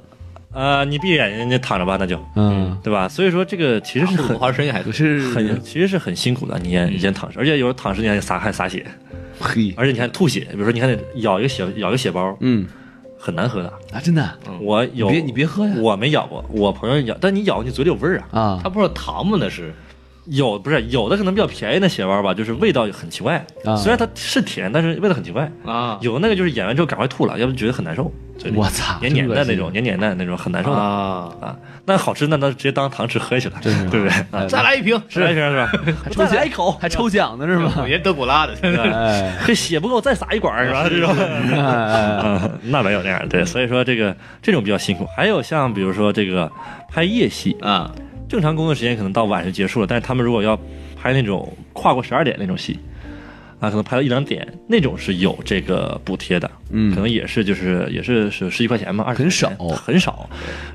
Speaker 4: 呃，你闭着眼睛你就躺着吧，那就
Speaker 2: 嗯，
Speaker 4: 对吧？所以说这个其实是很
Speaker 1: 五花生意还
Speaker 2: 可是
Speaker 4: 很其实是很辛苦的，你演你演
Speaker 2: 嗯
Speaker 4: 躺尸，而且有时候躺尸你还得撒还撒血，
Speaker 2: 嘿，
Speaker 4: 而且你还吐血，比如说你还得咬一个血咬一个血包，
Speaker 2: 嗯
Speaker 4: 很难喝的。
Speaker 2: 啊，真的啊
Speaker 4: 我有
Speaker 2: 你别你别喝呀
Speaker 4: 我没咬过，我朋友咬，但你咬你嘴里有味儿啊。
Speaker 2: 啊
Speaker 1: 他不是糖吗？那是
Speaker 4: 有不是有的可能比较便宜的血包吧，就是味道很奇怪，
Speaker 2: 啊
Speaker 4: 虽然它是甜，但是味道很奇怪。
Speaker 1: 啊
Speaker 4: 有的那个就是演完之后赶快吐了，要不觉得很难受，嘴里
Speaker 2: 我操
Speaker 4: 黏黏的
Speaker 2: 真恶
Speaker 4: 那
Speaker 2: 心
Speaker 4: 种，黏黏的那种很难受的啊
Speaker 1: 啊，
Speaker 4: 那好吃那那直接当糖吃喝去了，对不对？
Speaker 2: 哎
Speaker 4: 啊，
Speaker 1: 再来一瓶，
Speaker 4: 是是是吧？再来一口，
Speaker 2: 还抽奖呢是
Speaker 4: [laughs]
Speaker 2: 吗？
Speaker 1: 人德古拉的，
Speaker 2: 哎
Speaker 4: 这血不够再撒一管 [laughs] 儿是吧？这种。
Speaker 2: 哎哎，哎
Speaker 4: 啊，那没有那样，对，所以说这个这种比较辛苦。还有像比如说这个拍夜戏，
Speaker 1: 啊
Speaker 4: 正常工作时间可能到晚上就结束了，但是他们如果要拍那种跨过十二点那种戏，啊，可能拍到一两点那种是有这个补贴的，
Speaker 2: 嗯
Speaker 4: 可能也是就是也是是十几块钱嘛，二十
Speaker 2: 很少
Speaker 4: 很少。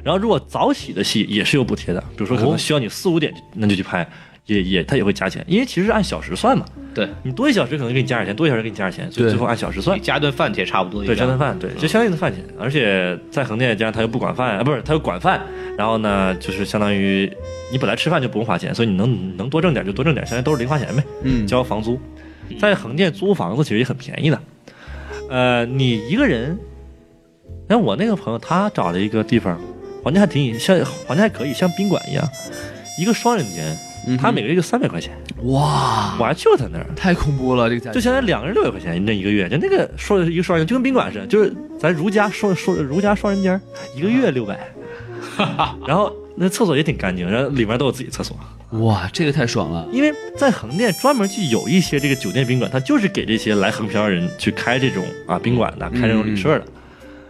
Speaker 4: 然后如果早起的戏也是有补贴的，比如说可能需要你四五点那就去拍，也也他也会加钱，因为其实按小时算嘛，
Speaker 1: 对，
Speaker 4: 你多一小时可能给你加点钱，多一小时给你加点钱，所以
Speaker 2: 对
Speaker 4: 最后按小时算
Speaker 1: 你。加顿饭钱差不多，
Speaker 4: 对，加顿，
Speaker 2: 嗯
Speaker 4: 饭，对，就相当于一顿饭钱，而且在横店加上他又不管饭啊，不是他又管饭，然后呢，就是相当于你本来吃饭就不用花钱，所以你能能多挣点就多挣点，现在都是零花钱呗，
Speaker 2: 嗯，
Speaker 4: 交房租，在横店租房子其实也很便宜的，呃，你一个人，那我那个朋友他找了一个地方，环境还挺像，环境还可以，像宾馆一样，一个双人间，
Speaker 2: 嗯哼
Speaker 4: 他每个月就三百块钱，
Speaker 2: 哇，
Speaker 4: 我还去过他那儿，
Speaker 2: 太恐怖了这个价
Speaker 4: 就
Speaker 2: 钱，
Speaker 4: 相当于两个人六百块钱，那一个月就那个双一个双人，就跟宾馆似的，就是咱如家双双如家双人间，一个
Speaker 2: 啊
Speaker 4: 月六百，然后那厕所也挺干净，然后里面都有自己厕所，
Speaker 2: 哇，这个太爽了，
Speaker 4: 因为在横店专门去有一些这个酒店宾馆，它就是给这些来横漂的人去开这种啊宾馆的，开这种旅社的，
Speaker 2: 嗯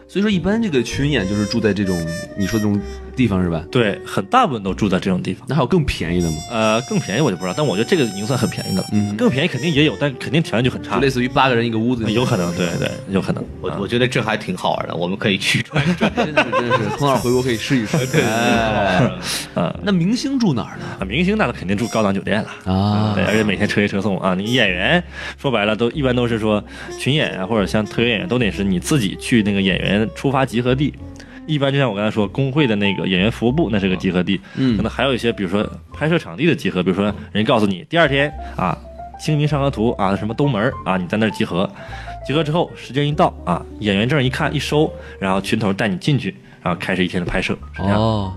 Speaker 2: 所以说一般这个群演就是住在这种你说这种地方是吧？
Speaker 4: 对，很大部分都住在这种地方。
Speaker 2: 那还有更便宜的吗？
Speaker 4: 呃，更便宜我就不知道，但我觉得这个已经算很便宜的了。
Speaker 2: 嗯
Speaker 4: 更便宜肯定也有，但肯定条件就很
Speaker 2: 就
Speaker 4: 差
Speaker 2: 类。似于八个人一个屋子，
Speaker 4: 有可能，对对，有可能。
Speaker 1: 我
Speaker 4: 啊
Speaker 1: 我觉得这还挺好玩的，我们可以去转一转。
Speaker 2: 真是真是，空耳回国可以试一试。
Speaker 1: [laughs]
Speaker 2: 哎，
Speaker 4: 啊
Speaker 2: 那明星住哪儿呢？
Speaker 4: 啊，明星那他肯定住高档酒店了。
Speaker 2: 啊
Speaker 4: 对，而且每天车接车送啊。你演员说白了都一般都是说群演啊，或者像特约演员都得是你自己去那个演员出发集合地。一般就像我刚才说，工会的那个演员服务部那是个集合地，
Speaker 2: 嗯
Speaker 4: 可能还有一些比如说拍摄场地的集合，比如说人告诉你第二天啊，清明上河图啊，什么东门儿啊，你在那儿集合，集合之后时间一到啊，演员证一看一收，然后群头带你进去，然后开始一天的拍摄，是这样。
Speaker 2: 哦，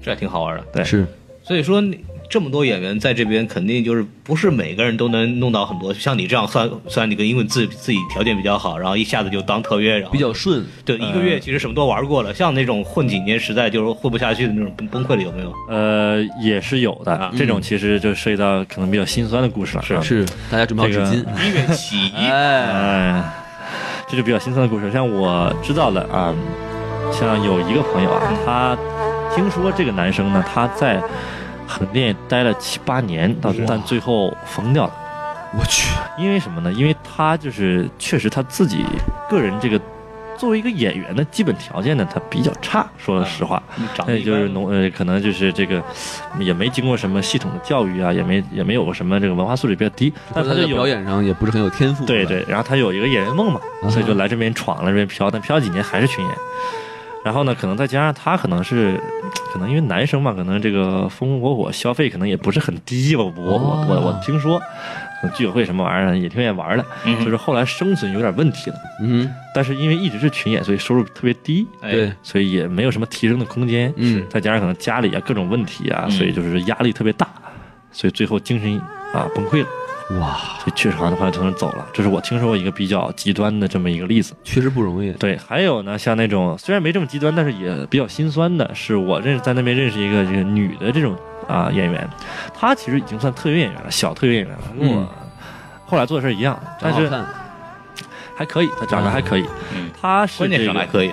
Speaker 1: 这还挺好玩的。
Speaker 4: 对
Speaker 2: 是
Speaker 1: 所以说你这么多演员在这边，肯定就是不是每个人都能弄到很多。像你这样算算，你跟英文自自己条件比较好，然后一下子就当特约，然后
Speaker 2: 比较顺。
Speaker 1: 对一个月其实什么都玩过了。像那种混几年，实在就是混不下去的那种崩崩溃的有没有？
Speaker 4: 呃，也是有的啊。这种其实就涉及到可能比较心酸的故事了。啊
Speaker 2: 是，
Speaker 4: 是
Speaker 2: 大家准备好纸巾。
Speaker 1: 音乐
Speaker 2: [laughs]
Speaker 1: 起
Speaker 2: 哎，
Speaker 4: 哎，这就比较心酸的故事。像我知道的啊，像有一个朋友啊，他听说这个男生呢，他在横店待了七八年，到但最后疯掉了。
Speaker 2: 我去，
Speaker 4: 因为什么呢？因为他就是确实他自己个人这个作为一个演员的基本条件呢，他比较差。说实话，
Speaker 1: 你长
Speaker 4: 那
Speaker 1: 得
Speaker 4: 也就是农呃，可能就是这个也没经过什么系统的教育啊，也没也没有过什么这个文化素质比较低，但
Speaker 2: 他
Speaker 4: 他就
Speaker 2: 在
Speaker 4: 有
Speaker 2: 表演上也不是很有天赋。
Speaker 4: 对
Speaker 2: 是吧，
Speaker 4: 对，然后他有一个演员梦嘛，
Speaker 2: 啊
Speaker 4: 所以就来这边闯了，这边飘，但飘了几年还是群演。然后呢，可能再加上他可能是，可能因为男生嘛，可能这个风风火火，消费可能也不是很低吧。我我我
Speaker 2: 哦
Speaker 4: 我我听说，可能居委会什么玩意儿也挺愿意玩的，就是后来生存有点问题了。
Speaker 2: 嗯，
Speaker 4: 但是因为一直是群演，所以收入特别低，
Speaker 1: 哎
Speaker 2: 对，
Speaker 4: 所以也没有什么提升的空间。
Speaker 2: 嗯
Speaker 4: 再加上可能家里啊各种问题啊，
Speaker 1: 嗯
Speaker 4: 所以就是压力特别大，所以最后精神啊崩溃了。
Speaker 2: 哇，
Speaker 4: 所以确实好像后来从那儿走了。这是我听说过一个比较极端的这么一个例子。
Speaker 2: 确实不容易。
Speaker 4: 对，还有呢，像那种虽然没这么极端，但是也比较心酸的是，我认识在那边认识一个这个女的这种啊、演员，她其实已经算特约演员了，小特约演员了，跟我
Speaker 2: 嗯
Speaker 4: 后来做的事儿一样，但
Speaker 2: 长得
Speaker 4: 是
Speaker 2: 好看
Speaker 4: 还可以，她长得还可以，
Speaker 1: 嗯
Speaker 4: 她是
Speaker 1: 关键
Speaker 4: 这
Speaker 1: 上
Speaker 4: 个
Speaker 1: 还可以。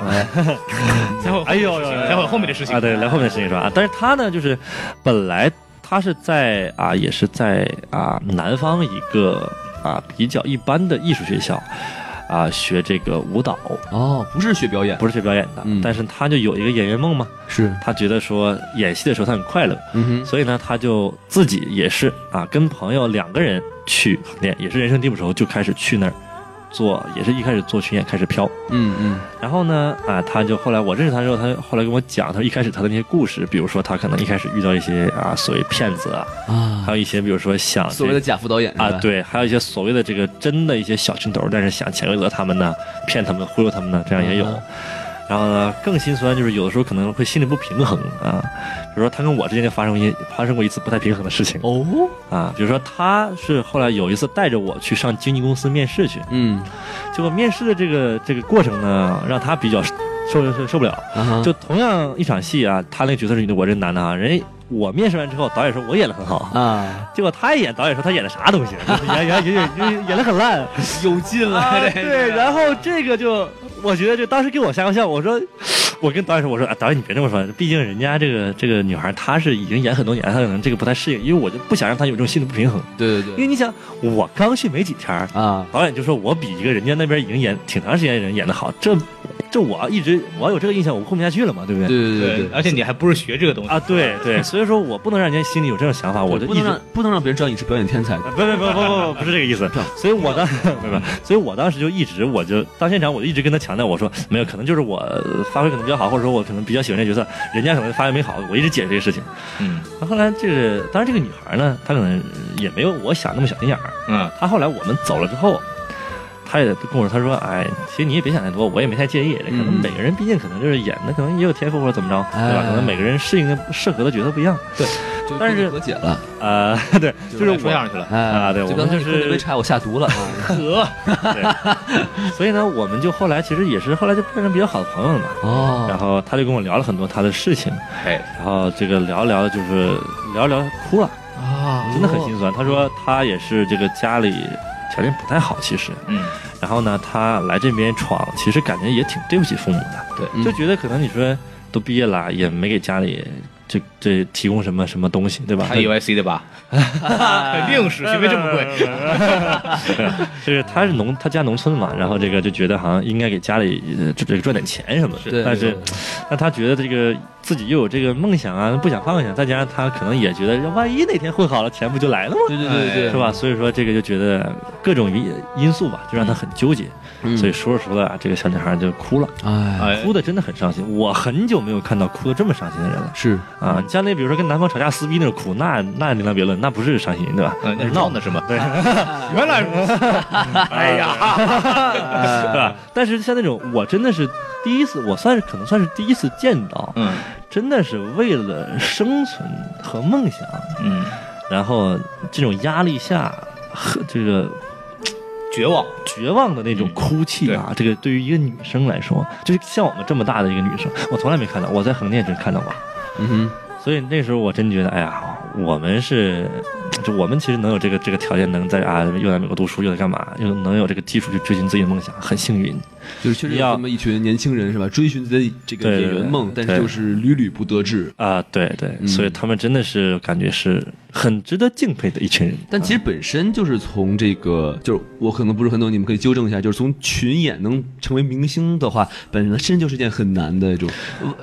Speaker 1: 待会儿
Speaker 4: 哎呦呦呦
Speaker 1: 待会儿后面的事情
Speaker 4: 啊，对，来后面的事情说啊，但是他呢，就是本来他是在啊，也是在啊南方一个啊比较一般的艺术学校啊学这个舞蹈，
Speaker 2: 哦，不是学表演，
Speaker 4: 不是学表演的，
Speaker 2: 嗯
Speaker 4: 但是他就有一个演员梦嘛，
Speaker 2: 是，
Speaker 4: 他觉得说演戏的时候他很快乐，
Speaker 2: 嗯哼，
Speaker 4: 所以呢，他就自己也是啊，跟朋友两个人去横店，也是人生地不熟，就开始去那儿做，也是一开始做群演开始飘。
Speaker 2: 嗯嗯，
Speaker 4: 然后呢，啊，他就后来我认识他之后，他后来跟我讲，他说一开始他的那些故事，比如说他可能一开始遇到一些啊所谓骗子啊，还
Speaker 2: 啊，
Speaker 4: 有一些比如说想
Speaker 2: 所谓的假副导演
Speaker 4: 啊
Speaker 2: 是吧，
Speaker 4: 对，还有一些所谓的这个真的一些小情头，但是想潜规则他们呢，骗他们、忽悠他们呢，这样也有。
Speaker 2: 嗯
Speaker 4: 然后呢，更心酸就是有的时候可能会心里不平衡啊，比如说他跟我之间就发生一发生过一次不太平衡的事情
Speaker 2: 哦，
Speaker 4: 啊，比如说他是后来有一次带着我去上经纪公司面试去，
Speaker 2: 嗯，
Speaker 4: 结果面试的这个这个过程呢，让他比较受受受不了。
Speaker 2: 啊哈
Speaker 4: 就同样一场戏啊，他那个角色是我这男的啊，人家我面试完之后，导演说我演的很好，
Speaker 2: 啊，
Speaker 4: 结果他一演，导演说他演的啥东西， [laughs] 演演演演演的很烂，
Speaker 2: 有劲了，
Speaker 4: 啊 [laughs] 对，然后这个就我觉得就当时给我吓一跳，我说。我跟导演说：“我说、啊、导演，你别这么说，毕竟人家这个这个女孩她是已经演很多年，她可能这个不太适应，因为我就不想让她有这种心理不平衡。
Speaker 2: 对对
Speaker 4: 因为
Speaker 2: 对，
Speaker 4: 你想，我刚去没几天儿，
Speaker 2: 啊，
Speaker 4: 导演就说：“我比一个人家那边已经演挺长时间的人演的好，这这我一直我有这个印象，我混不下去了嘛，对不对？”
Speaker 2: 对对对
Speaker 1: 对，哎
Speaker 2: 对。
Speaker 1: 而且你还不是学这个东西
Speaker 4: 啊，对
Speaker 2: [laughs]
Speaker 4: 对，所以说我不能让人家心里有这种想法，我就
Speaker 2: 不
Speaker 4: 一
Speaker 2: 能
Speaker 4: 直
Speaker 2: 让不能让别人知道你是表演天才
Speaker 4: 不不不不不不是这个
Speaker 2: [laughs]
Speaker 4: 意思，所以我 [laughs] 当不不，所以我当时就一直我就到现场我就一直跟他强调，我说没有，可能就是我呃发挥可能比较好，或者说我可能比较喜欢这角色，人家可能发挥没好，我一直解释这个事情。
Speaker 1: 嗯，
Speaker 4: 那后来这个当然这个女孩呢，她可能也没有我想那么小心眼儿，
Speaker 1: 嗯，
Speaker 4: 她后来我们走了之后。她也跟我说：“她说，哎，其实你也别想太多，我也没太介意。可
Speaker 2: 嗯
Speaker 4: 能每个人毕竟可能就是演的，可能也有天赋或者怎么着，对吧？
Speaker 2: 哎
Speaker 4: 可能每个人适应的适合的角色不一样。
Speaker 2: 就
Speaker 4: 但是
Speaker 2: 和解了，
Speaker 4: 呃， [laughs] 对，就是
Speaker 1: 说
Speaker 4: 我
Speaker 1: 相声去了。
Speaker 2: 哎
Speaker 4: 啊对
Speaker 2: 就
Speaker 4: 我
Speaker 2: 刚
Speaker 4: 们
Speaker 2: 才
Speaker 4: 就
Speaker 2: 你喝那
Speaker 4: 是
Speaker 2: 杯茶，我下
Speaker 4: [laughs]
Speaker 2: 毒了，啊
Speaker 4: 所以呢，我们就后来其实也是后来就变成比较好的朋友了嘛。
Speaker 2: 哦，
Speaker 4: 然后他就跟我聊了很多他的事情，
Speaker 1: 哎，
Speaker 4: 然后这个聊聊就是聊聊哭了，
Speaker 2: 啊
Speaker 4: 真的很心酸。他说他也是这个家里条件不太好，其实，
Speaker 1: 嗯，
Speaker 4: 然后呢，他来这边闯，其实感觉也挺对不起父母的，
Speaker 2: 嗯
Speaker 4: 就觉得可能你说都毕业了，也没给家里这这提供什么什么东西，对吧？
Speaker 1: 看 EYC 的吧？肯定是，学费这么贵。
Speaker 4: 就是他是农，他家农村嘛，然后这个就觉得好像应该给家里呃这这个赚点钱什么的，
Speaker 2: 对
Speaker 4: 但
Speaker 2: 对
Speaker 4: 是
Speaker 2: 对
Speaker 4: 那他觉得这个自己又有这个梦想啊，不想放下，再加上他可能也觉得，万一哪天混好了，钱不就来了吗？
Speaker 2: 对对对对，
Speaker 4: 是吧？所以说这个就觉得各种因因素吧，就让他很纠结。
Speaker 2: 嗯
Speaker 4: 所以说着说着啊，这个小女孩就哭了，
Speaker 2: 哎，
Speaker 1: 哎，
Speaker 4: 哭的真的很伤心。我很久没有看到哭的这么伤心的人了。
Speaker 2: 是
Speaker 4: 啊，像那比如说跟男方吵架撕逼那种哭，那那另当别论，那不是伤心对吧？
Speaker 1: 嗯那是闹呢是吗？对，
Speaker 5: 原来如此，
Speaker 4: 哎呀，对吧？但是像那种我真的是第一次，我算是可能算是第一次见到，
Speaker 1: 嗯
Speaker 4: 真的是为了生存和梦想，
Speaker 1: 嗯，
Speaker 4: 然后这种压力下，呵这个
Speaker 1: 绝望，
Speaker 4: 绝望的那种哭泣啊，这个对于一个女生来说，就是像我们这么大的一个女生，我从来没看到，我在横店只看到过。
Speaker 2: 嗯
Speaker 4: 所以那时候我真觉得，哎呀，我们是，就我们其实能有这个这个条件，能在啊又来美国读书，又来干嘛，又能有这个基础去追寻自己的梦想，很幸运。
Speaker 2: 哼，就是确实有
Speaker 4: 要
Speaker 2: 这么一群年轻人是吧？追寻自己的这个演
Speaker 4: 对对
Speaker 2: 员
Speaker 4: 对
Speaker 2: 梦，但是
Speaker 4: 对
Speaker 2: 就是屡屡不得志。
Speaker 4: 啊，对对，
Speaker 2: 嗯
Speaker 4: 所以他们真的是感觉是很值得敬佩的一群人。
Speaker 2: 但其实本身就是从这个，就是我可能不是很懂，你们可以纠正一下。就是从群演能成为明星的话，本身就是件很难的一种，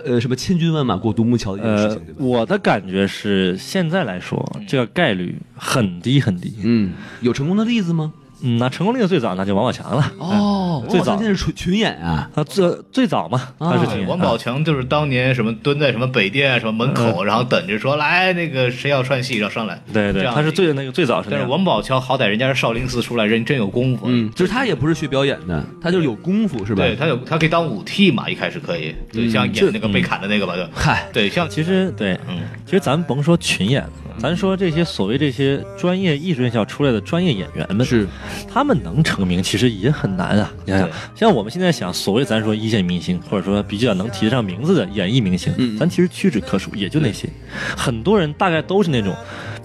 Speaker 2: 呃，什么千军万马过独木桥的一件事
Speaker 4: 呃
Speaker 2: 情，对，吧？
Speaker 4: 我的感觉是，现在来说，这个概率很低很低。
Speaker 2: 嗯，有成功的例子吗？
Speaker 4: 嗯，那成功率的最早那就王宝强了。
Speaker 1: 嗯
Speaker 2: 哦，
Speaker 4: 哎最早
Speaker 2: 现在是群群演啊，
Speaker 4: 啊，最最早嘛，他是
Speaker 2: 啊
Speaker 4: 青年
Speaker 1: 王
Speaker 4: 啊
Speaker 1: 宝强就是当年什么蹲在什么北电啊什么门口，然后等着说来那个谁要串戏，然后上来。
Speaker 4: 对对，
Speaker 1: 这样
Speaker 4: 他
Speaker 1: 的
Speaker 4: 是
Speaker 1: 一个
Speaker 4: 最那个最早是那
Speaker 1: 但是
Speaker 4: 样。
Speaker 1: 王宝强好歹人家是少林寺出来，人真有功夫。
Speaker 2: 嗯，就是他也不是学表演的，他就是有功夫是吧？
Speaker 1: 对他有，他可以当武替嘛，一开始可以，对，像演那个被砍的那个吧，对，
Speaker 2: 嗨，
Speaker 1: 对，像
Speaker 4: 其实对，
Speaker 1: 嗯
Speaker 4: 其实咱甭说群演了，咱说这些所谓这些专业艺术院校出来的专业演员们，
Speaker 2: 是哎
Speaker 4: 他们能成名其实也很难啊。你想想
Speaker 1: 对，
Speaker 4: 像我们现在想所谓咱说一线明星，或者说比较能提得上名字的演艺明星，咱其实屈指可数，也就那些。很多人大概都是那种。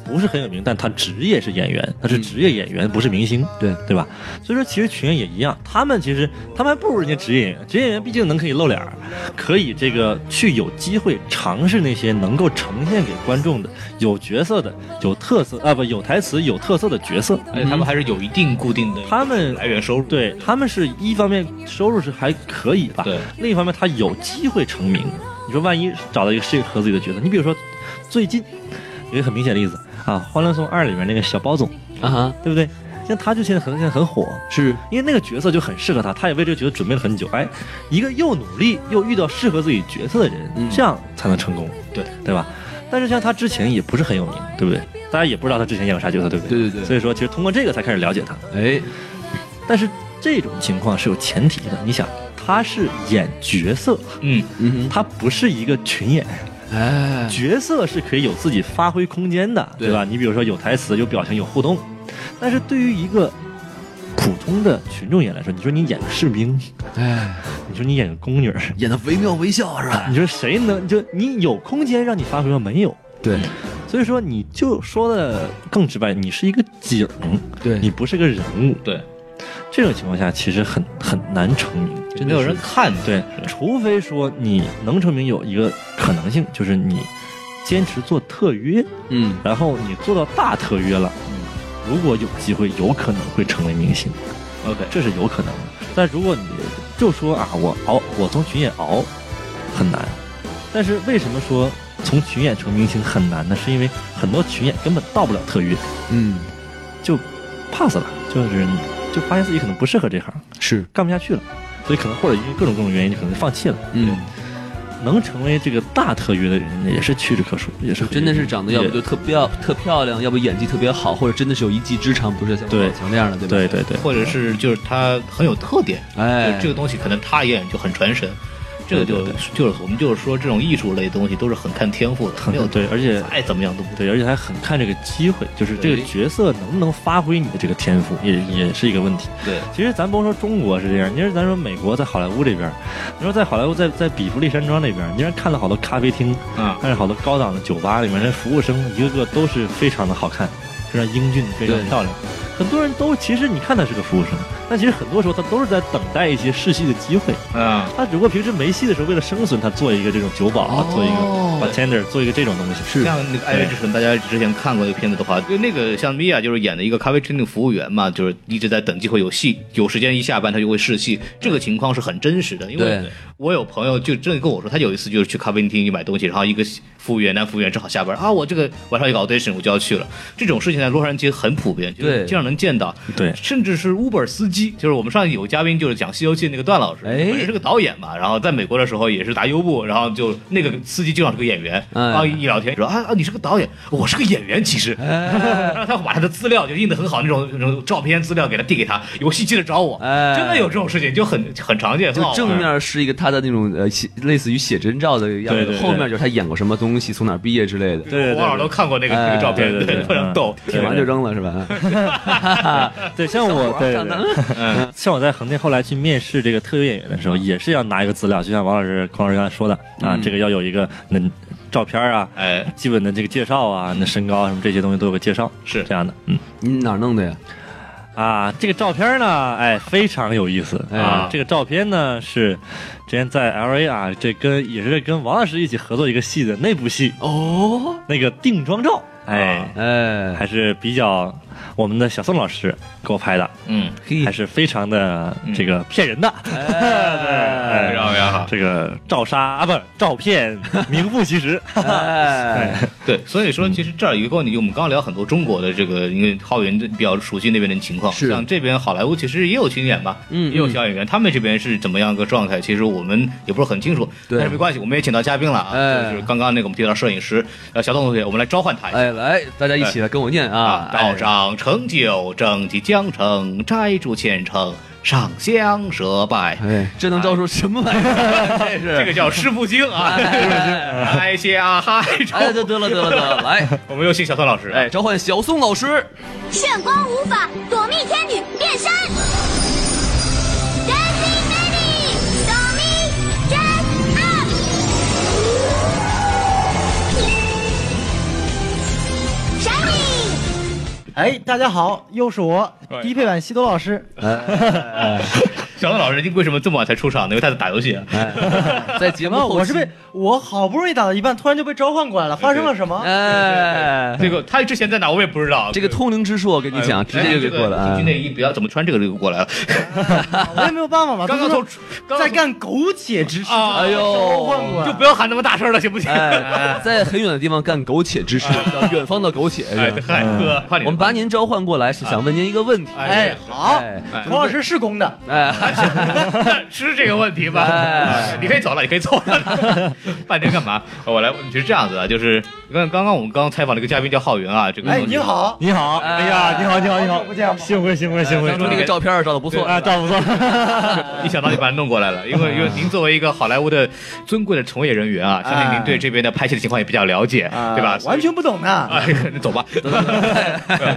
Speaker 4: 不是很有名，但他职业是演员，他是职业演员，不是明星，
Speaker 2: 对
Speaker 4: 对吧？所以说，其实群演也一样，他们其实他们还不如人家职业演员，职业演员毕竟能可以露脸儿，可以这个去有机会尝试那些能够呈现给观众的有角色的、有特色啊不有台词、有特色的角色，
Speaker 1: 而且他们还是有一定固定的
Speaker 4: 他们
Speaker 1: 来源收入。
Speaker 4: 对他们是一方面收入是还可以吧，
Speaker 1: 对，
Speaker 4: 另一方面他有机会成名。你说万一找到一个适合自己的角色，你比如说最近有一个很明显的例子啊，《欢乐颂二》里面那个小包总，
Speaker 2: 啊哈，
Speaker 4: 对不对？像他就现在很现在很火，
Speaker 2: 是
Speaker 4: 因为那个角色就很适合他，他也为这个角色准备了很久。哎，一个又努力又遇到适合自己角色的人，
Speaker 2: 嗯
Speaker 4: 这样才能成功，
Speaker 1: 对
Speaker 4: 对吧？但是像他之前也不是很有名，对不对？大家也不知道他之前演过啥角色，对不对？
Speaker 2: 对对对
Speaker 4: 所以说，其实通过这个才开始了解他。
Speaker 2: 哎，
Speaker 4: 但是这种情况是有前提的，你想，他是演角色，
Speaker 1: 嗯，
Speaker 2: 嗯
Speaker 4: 他不是一个群演，
Speaker 2: 哼，哎，
Speaker 4: 角色是可以有自己发挥空间的，
Speaker 2: 对
Speaker 4: 对吧？你比如说有台词、有表情、有互动，但是对于一个普通的群众演来说，你说你演个士兵，
Speaker 2: 哎，
Speaker 4: 你说你演个宫女儿，
Speaker 2: 演的惟妙惟肖是吧？
Speaker 4: 你说谁能就你有空间让你发挥吗？没有。 [laughs]
Speaker 2: 对
Speaker 4: 所以说，你就说的更直白，你是一个景，
Speaker 2: 对
Speaker 4: 你不是个人物。
Speaker 1: 对，
Speaker 4: 这种情况下，其实很很难成名，
Speaker 1: 就没有人看。
Speaker 4: 对，除非说你能成名有一个可能性，就是你坚持做特约，
Speaker 2: 嗯，
Speaker 4: 然后你做到大特约了，如果有机会，有可能会成为明星，
Speaker 1: ，OK，
Speaker 4: 这是有可能的。但如果你就说啊，我熬，我从群演熬很难，但是为什么说从群演成明星很难呢？是因为很多群演根本到不了特约，
Speaker 2: 嗯，
Speaker 4: 就 pass 了，就是你就发现自己可能不适合这行，
Speaker 2: 是，
Speaker 4: 干不下去了，所以可能或者因为各种各种原因，就可能放弃了。
Speaker 2: 嗯，
Speaker 4: 能成为这个大特约的人也是屈指可数，也是
Speaker 2: 真的是长得要不就特漂特漂亮，要不演技特别好，或者真的是有一技之长，不是像
Speaker 4: 对
Speaker 2: 王宝强那样的，对吧？
Speaker 4: 对对对，
Speaker 1: 或者是就是他很有特点，
Speaker 2: 哎
Speaker 1: 就，这个东西可能他一眼就很传神，这个就就是我们就是说这种艺术类的东西都是很看天赋的，没有
Speaker 4: 对，而且
Speaker 1: 爱怎么样都不
Speaker 4: 对，而且还很看这个机会，就是这
Speaker 2: 对
Speaker 4: 个角色能不能发挥你的这个天赋，也也是一个问题。
Speaker 1: 对，
Speaker 4: 其实咱甭说中国是这样，你说咱说美国在好莱坞这边，你说在好莱坞在在比弗利山庄那边，你说看了好多咖啡厅，
Speaker 1: 啊，
Speaker 4: 看了好多高档的酒吧里面，那服务生一个个都是非常的好看，非常英俊，非常
Speaker 2: 对
Speaker 4: 漂亮。很多人都其实你看他是个服务生，但其实很多时候他都是在等待一些试戏的机会。
Speaker 1: 啊，
Speaker 4: 他只不过平时没戏的时候，为了生存，他做一个这种酒保，
Speaker 2: 哦
Speaker 4: 做一个 bartender，做一个这种东西。是
Speaker 1: 像那个《爱乐之城》，大家之前看过那个片子的话，就那个像米娅就是演的一个咖啡厅的服务员嘛，就是一直在等机会有戏，有时间一下班他就会试戏，这个情况是很真实的。因为
Speaker 2: 对
Speaker 1: 我有朋友就真的跟我说，他有一次就是去咖啡厅去买东西，然后一个服务员男服务员正好下班啊，我这个晚上有个 audition 我就要去了，这种事情在洛杉矶很普遍，就是
Speaker 2: 对
Speaker 1: 这样
Speaker 6: 能见到，
Speaker 4: 对
Speaker 6: 甚至是 Uber 司机，就是我们上一有嘉宾就是讲《西游记》那个段老师，
Speaker 2: 哎
Speaker 6: 本身是个导演嘛，然后在美国的时候也是打优步，然后就那个司机就想是个演员，
Speaker 2: 哎
Speaker 6: 然后一聊天说啊啊你是个导演，我是个演员其实，
Speaker 4: 哎
Speaker 6: [laughs] 然后他把他的资料就印的很好那种那种照片资料给他递给他，有戏记得找我，
Speaker 2: 哎
Speaker 6: 真的有这种事情就很很常见，很好
Speaker 2: 就
Speaker 6: 玩
Speaker 2: 正面是一个他的那种呃写类似于写真照的样
Speaker 4: 对
Speaker 2: 子
Speaker 4: 对，对
Speaker 2: 后面就是他演过什么东西，从哪儿毕业之类的。
Speaker 4: 对对哎
Speaker 6: 我老都看过那个那 [laughs] 个照片，
Speaker 4: 对对 [laughs] 对
Speaker 6: 非常逗。
Speaker 2: 挺嗯完就扔了是吧？
Speaker 4: 对，像我
Speaker 2: [laughs]
Speaker 4: 对对对 [laughs] 像我在横店后来去面试这个特约演员的时候，也是要拿一个资料，就像王老师、孔老师刚才说的啊，这个要有一个那照片啊，
Speaker 6: 哎，
Speaker 4: 基本的这个介绍啊，那身高啊什么这些东西都有个介绍，
Speaker 6: 是
Speaker 4: 这样的，嗯。
Speaker 2: 你哪儿弄的呀？
Speaker 4: 啊，这个照片呢，哎，非常有意思
Speaker 2: 哎
Speaker 4: 啊！这个照片呢是之前在 L A 啊，这跟也是跟王老师一起合作一个戏的那部戏
Speaker 2: 哦，
Speaker 4: 那个定妆照，哎，
Speaker 2: 哎，
Speaker 4: 还是比较我们的小宋老师给我拍的，
Speaker 6: 嗯，
Speaker 2: 嘿
Speaker 4: 还，是非常的
Speaker 1: 嗯
Speaker 4: 这个骗人的，
Speaker 2: 哎
Speaker 4: 哎 [laughs]
Speaker 6: 非常非常好。
Speaker 4: 这个照杀啊，不是照片，名副其实。 [laughs]
Speaker 2: 哎，
Speaker 6: 对，所以说其实这儿有个问题，就我们刚刚聊很多中国的这个，因为浩源比较熟悉那边的情况，
Speaker 2: 是
Speaker 6: 像这边好莱坞其实也有群演吧，
Speaker 2: 嗯
Speaker 6: 也有小演员，他们这边是怎么样一个状态，其实我们也不是很清楚，
Speaker 2: 对
Speaker 6: 但是没关系，我们也请到嘉宾了啊，
Speaker 2: 哎
Speaker 6: 就是刚刚那个我们提到摄影师呃小董同学，我们来召唤他一下。
Speaker 2: 哎，来，大家一起来跟我念啊！
Speaker 6: 道
Speaker 2: 哎
Speaker 6: 长成就，正气江城，斋主虔诚，上香舌拜。
Speaker 2: 哎，这能招出什么玩意儿？这
Speaker 6: 这个
Speaker 2: 是，
Speaker 6: 叫师傅经啊，哎呀嗨，
Speaker 2: 哎，得得了得了得 [laughs] 了，来，
Speaker 6: 我们有请小宋老师，
Speaker 2: 哎，，召唤小宋老师。
Speaker 7: 炫光无法，躲避天女变身。Dancing Lady，哆咪 Dress Up。Shining。
Speaker 8: 哎，大家好，又是我
Speaker 6: 哎
Speaker 8: 低配版西多老师。
Speaker 6: 小宋老师，你为什么这么晚才出场呢？因为他在打游戏啊。
Speaker 2: 哎， [laughs] 在节
Speaker 8: 怎
Speaker 2: 目
Speaker 8: 么？
Speaker 2: 后期
Speaker 8: 哦我是被我好不容易打到一半，突然就被召唤过来了，发生了什
Speaker 6: 哎
Speaker 8: 么？
Speaker 2: 哎，
Speaker 6: 这个他之前在哪我也不知道。
Speaker 2: 这个通灵之术，我跟你讲，直接就给过了
Speaker 6: 哎这个
Speaker 2: 啊
Speaker 6: 军！内衣不要怎么穿这个就过来了。
Speaker 8: 我也没有办法嘛，
Speaker 6: 刚刚从
Speaker 8: 都是
Speaker 6: 刚刚从
Speaker 8: 在干苟且之事，
Speaker 6: 啊
Speaker 2: 哎呦
Speaker 8: 召唤过来
Speaker 6: 就不要喊那么大声了，行不行？
Speaker 2: 哎，在很远的地方干苟且之事，叫远方的苟且。是
Speaker 6: 哎，
Speaker 2: 吧
Speaker 6: 嗨哥，快点
Speaker 2: 我们把您召唤过来，是想问您一个问题。
Speaker 8: 哎，好
Speaker 2: 哎，
Speaker 8: 孔老师是公
Speaker 6: 嗯
Speaker 8: 的，
Speaker 2: 哎，
Speaker 6: [laughs] 是这个问题吧？
Speaker 2: 哎
Speaker 6: 你可以走了，你可以走了， [laughs] 半天干嘛？哦我来，问，是这样子啊，就是刚刚刚我们刚采访了一个嘉宾叫浩云啊，这个
Speaker 8: 哎，你好，
Speaker 1: 你好，哎呀，你好，你好，你好，
Speaker 8: 不见吧
Speaker 1: 幸会，幸会，幸会
Speaker 6: 哎咱们
Speaker 2: 那个照片照的不错
Speaker 1: 啊，照不错，
Speaker 6: 一想到就把他弄过来了，因为因为您作为一个好莱坞的尊贵的从业人员啊，相信您
Speaker 1: 哎
Speaker 6: 对这边的拍戏的情况也比较了解，
Speaker 8: 啊
Speaker 6: 对吧？
Speaker 8: 完全不懂呢。
Speaker 6: 哎，那走吧。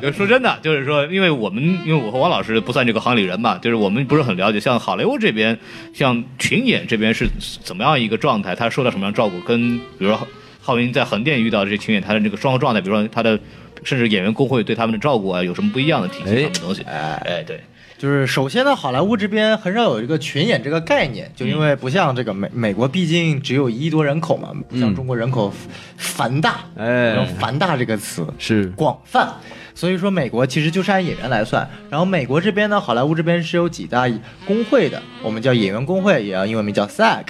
Speaker 6: 对说真的，就是说，因为我们因为我和王老师不算这个行里人嘛，就是我们不是很了解，像好莱坞这边，像群演这边是怎么样一个状态，他受到什么样的照顾，跟比如说浩云在横店遇到这些群演，他的这个生活状态，比如说他的甚至演员工会对他们的照顾啊，有什么不一样的体系
Speaker 2: 哎
Speaker 6: 什么东西？哎哎，对，
Speaker 8: 就是首先呢，好莱坞这边很少有一个群演这个概
Speaker 6: 嗯
Speaker 8: 念，就因为不像这个美美国，毕竟只有一亿多人口嘛，不
Speaker 6: 嗯
Speaker 8: 像中国人口繁大，
Speaker 2: 哎
Speaker 8: 用繁大这个词
Speaker 2: 是
Speaker 8: 广泛，所以说美国其实就是按演员来算。然后美国这边呢，好莱坞这边是有几大工会的，我们叫演员工会，也要英文名叫 SAG、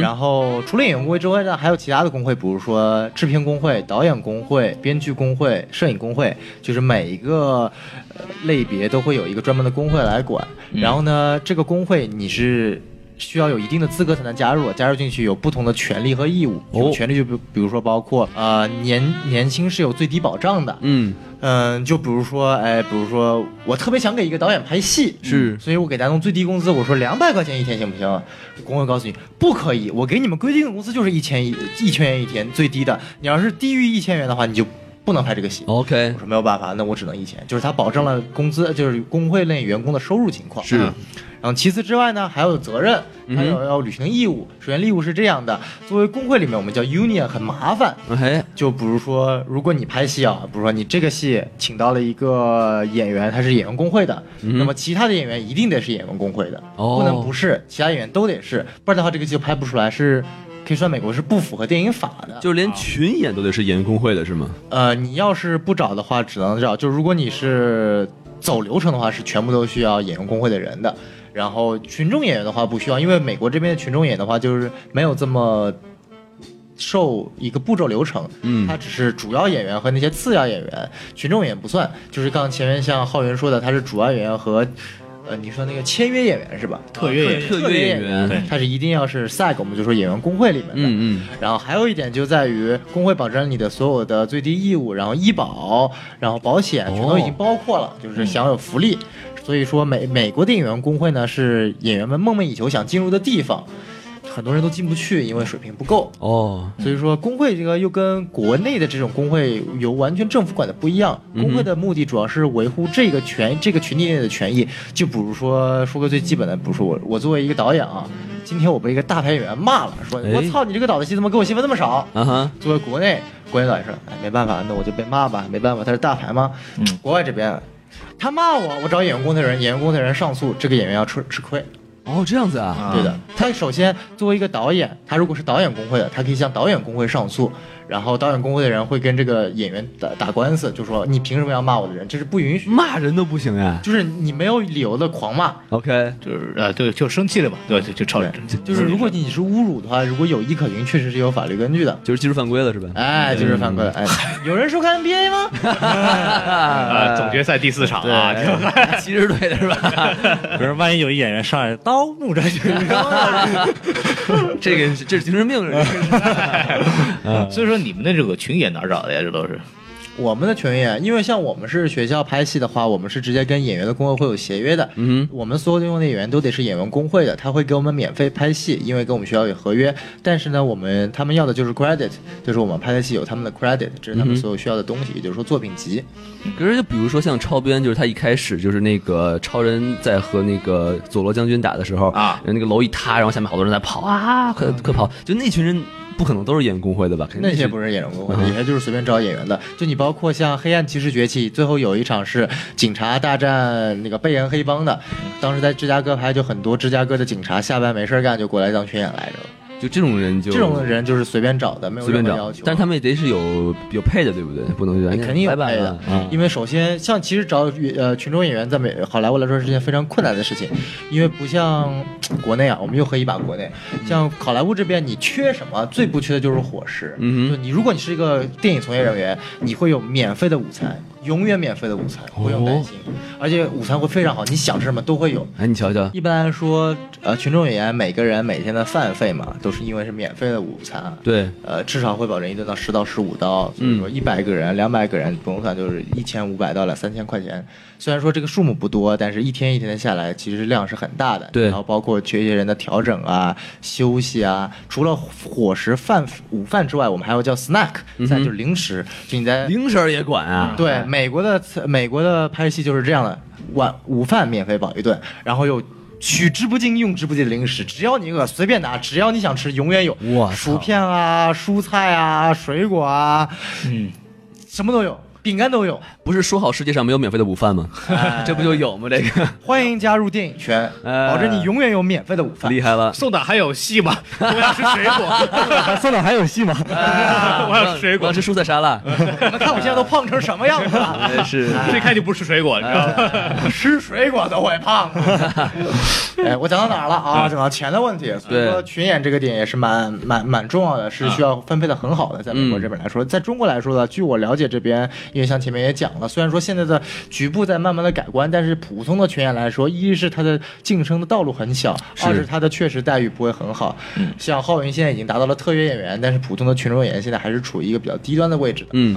Speaker 8: 然
Speaker 2: 嗯
Speaker 8: 后除了演员工会之外呢，还有其他的工会，比如说制片工会、导演工会、编剧工会、摄影工会，就是每一个、呃类别都会有一个专门的工会来管。
Speaker 2: 嗯
Speaker 8: 然后呢，这个工会你是。需要有一定的资格才能加入，加入进去有不同的权利和义务。
Speaker 2: 哦
Speaker 8: 权利就比比如说包括呃年年薪是有最低保障的，
Speaker 2: 嗯，
Speaker 8: 嗯，就比如说，哎，比如说，我特别想给一个导演拍戏，嗯
Speaker 2: 是
Speaker 8: 所以我给他弄最低工资，我说两百块钱一天行不行啊？工会告诉你不可以，我给你们规定的工资就是一千一一千元一天最低的，你要是低于一千元的话，你就不能拍这个戏。
Speaker 2: OK，
Speaker 8: 我说没有办法，那我只能一千，就是他保证了工资，就是工会内员工的收入情况。
Speaker 2: 是嗯
Speaker 8: 嗯然后其次之外呢，还有责任，还有要履行义务。首先，义务是这样的，作为工会里面，我们叫 union，很麻烦，
Speaker 2: 哎，
Speaker 8: 就比如说，如果你拍戏啊，比如说你这个戏请到了一个演员，他是演员工会的，那么其他的演员一定得是演员工会的，
Speaker 2: 嗯哦
Speaker 8: 不能不是，其他演员都得是，不然的话这个戏就拍不出来，是可以算美国是不符合电影法的。
Speaker 2: 就是连群演都得是演员工会的是吗？
Speaker 8: 呃，你要是不找的话，只能找，就如果你是走流程的话，是全部都需要演员工会的人的。然后群众演员的话不需要，因为美国这边的群众演员的话就是没有这么。受一个步骤流程，
Speaker 2: 嗯
Speaker 8: 它只是主要演员和那些次要演员，群众演员不算。就是刚前面像浩源说的，他是主要演员和，呃，你说那个签约演员是吧？
Speaker 1: 特约也
Speaker 2: 啊特约演员，
Speaker 4: 对
Speaker 8: 他是一定要是 SAG，我们就说演员工会里面的。
Speaker 2: 嗯嗯。
Speaker 8: 然后还有一点就在于工会保证你的所有的最低义务，然后医保，然后保险全都已经包括了，就是享有福利。所以说美美国电影员工会呢是演员们梦寐以求想进入的地方，很多人都进不去，因为水平不够。
Speaker 2: 哦，
Speaker 8: 所以说，工会这个又跟国内的这种工会有完全政府管的不一样。工会的目的主要是维护这个权、这个群体内的权益。就比如说，说个最基本的，比如说我，我作为一个导演啊，今天我被一个大牌演员骂了，说
Speaker 2: 哎
Speaker 8: 我操，你这个导的戏怎么给我戏份那么少？
Speaker 2: 啊哈，
Speaker 8: 作为国内国内导演说，哎，没办法，那我就被骂吧，没办法，他是大牌嘛。嗯，国外这边，他骂我，我找演员工会的人，演员工会的人上诉，这个演员要吃吃亏。
Speaker 2: 哦，这样子啊，
Speaker 8: 对的，他首先作为一个导演，他如果是导演工会的，他可以向导演工会上诉，然后导演工会的人会跟这个演员打打官司，就说你凭什么要骂我的人，这是不允许，
Speaker 2: 骂人都不行呀。
Speaker 8: 就是你没有理由的狂骂。
Speaker 2: OK，
Speaker 1: 就是呃，对，就生气了嘛，对吧，就就吵
Speaker 8: 对，就是如果你是侮辱的话，如果有意可循，确实是有法律根据的。
Speaker 2: 就是技术犯规了是吧？
Speaker 8: 哎，就是犯规了。哎，有人收看 NBA 吗？
Speaker 1: 啊，总决赛第四场啊，就
Speaker 2: [laughs] 骑士队的是吧？
Speaker 4: 可是万一有一演员上来刀木这就
Speaker 2: 这个是这是精神病是
Speaker 8: [laughs]
Speaker 2: 吧？
Speaker 1: 所以说你们的这个群演哪儿找的呀？这都是
Speaker 8: 我们的群演，因为像我们是学校拍戏的话，我们是直接跟演员的工会会有协约的。
Speaker 2: 嗯
Speaker 8: 我们所有用的演员都得是演员工会的，他会给我们免费拍戏，因为跟我们学校有合约。但是呢，我们他们要的就是 credit，就是我们拍的戏有他们的 credit，这
Speaker 2: 嗯
Speaker 8: 是他们所有需要的东西，也就是说作品集。
Speaker 2: 可是就比如说像超编，就是他一开始就是那个超人在和那个佐罗将军打的时候
Speaker 1: 啊，
Speaker 2: 那个楼一塌，然后下面好多人在跑啊，快快跑！就那群人不可能都是演员工会的吧？肯定
Speaker 8: 嗯那些
Speaker 2: 是嗯
Speaker 8: 不是演员工会的，有些就是随便找演员的。就你包括像《黑暗骑士崛起》，最后有一场是警察大战那个贝恩黑帮的，当时在芝加哥拍，就很多芝加哥的警察下班没事儿干就过来当群演来着了。
Speaker 2: 就这种人就
Speaker 8: 这种人就是随便找的，没有
Speaker 2: 随便
Speaker 8: 任何要
Speaker 2: 找
Speaker 8: 求。，
Speaker 2: 但是他们也得是有有配的，对不对？不能就哎
Speaker 8: 肯定有
Speaker 2: 拜拜
Speaker 8: 配的嗯
Speaker 2: 了啊，
Speaker 8: 因为首先像其实找呃群众演员在美好莱坞来说是件非常困难的事情，因为不像国内啊，我们又可以把国内，
Speaker 2: 嗯
Speaker 8: 像好莱坞这边你缺什么，最不缺的就是伙食。
Speaker 2: 嗯哼
Speaker 8: 就你如果你是一个电影从业人员，你会有免费的午餐，永远免费的午餐，
Speaker 2: 哦
Speaker 8: 不用担心，而且午餐会非常好，你想吃什么都会有。
Speaker 2: 哎，你瞧瞧，
Speaker 8: 一般来说，呃，群众演员每个人每天的饭费嘛，都是因为是免费的午餐，
Speaker 2: 对，
Speaker 8: 呃，至少会保证一顿到十到十五刀，所以说一百个人、两百个人，不用算就是一千五百到两三千块钱。虽然说这个数目不多，但是一天一天的下来，其实量是很大的。
Speaker 2: 对
Speaker 8: 然后包括缺一些人的调整啊、休息啊，除了伙食饭午饭之外，我们还要叫 snack，再就是零食，就你在
Speaker 2: 零食儿也管啊？
Speaker 8: 对，美国的美国的拍戏就是这样的，晚午饭免费饱一顿，然后有取之不尽、用之不尽的零食，只要你饿随便拿，只要你想吃永远有。
Speaker 2: 哇操
Speaker 8: 薯片啊、蔬菜啊、水果啊，嗯，什么都有，饼干都有。
Speaker 2: 不是说好世界上没有免费的午饭吗？这不就有吗？这个
Speaker 8: [laughs] 欢迎加入电影圈，
Speaker 2: 哎
Speaker 8: 保证你永远有免费的午饭。
Speaker 2: 厉害了。
Speaker 1: 宋导还有戏
Speaker 6: [laughs]
Speaker 1: 吗？我要吃水果，
Speaker 5: 宋导还有戏吗？
Speaker 1: 我要吃水
Speaker 2: 我要
Speaker 1: 果，
Speaker 2: 吃蔬菜沙拉，
Speaker 8: 你们看我现在都胖成什么样子了？
Speaker 2: 哎是
Speaker 1: [laughs] 这一看就不吃水果，你知道吗？
Speaker 8: 吃水果都会胖。 [laughs] 哎，我讲到哪儿了啊？讲到钱的问题，所以说
Speaker 2: 对
Speaker 8: 群演这个点也是蛮蛮蛮重要的，是需要分配的很好的。在美国这边来
Speaker 2: 嗯
Speaker 8: 说，在中国来说呢，据我了解，这边因为像前面也讲了，虽然说现在的局部在慢慢的改观，但是普通的群演来说，一是他的晋升的道路很小，二是他的确实待遇不会很好。
Speaker 2: 嗯
Speaker 8: 像浩云现在已经达到了特约演员，但是普通的群众演员现在还是处于一个比较低端的位置的。
Speaker 2: 嗯，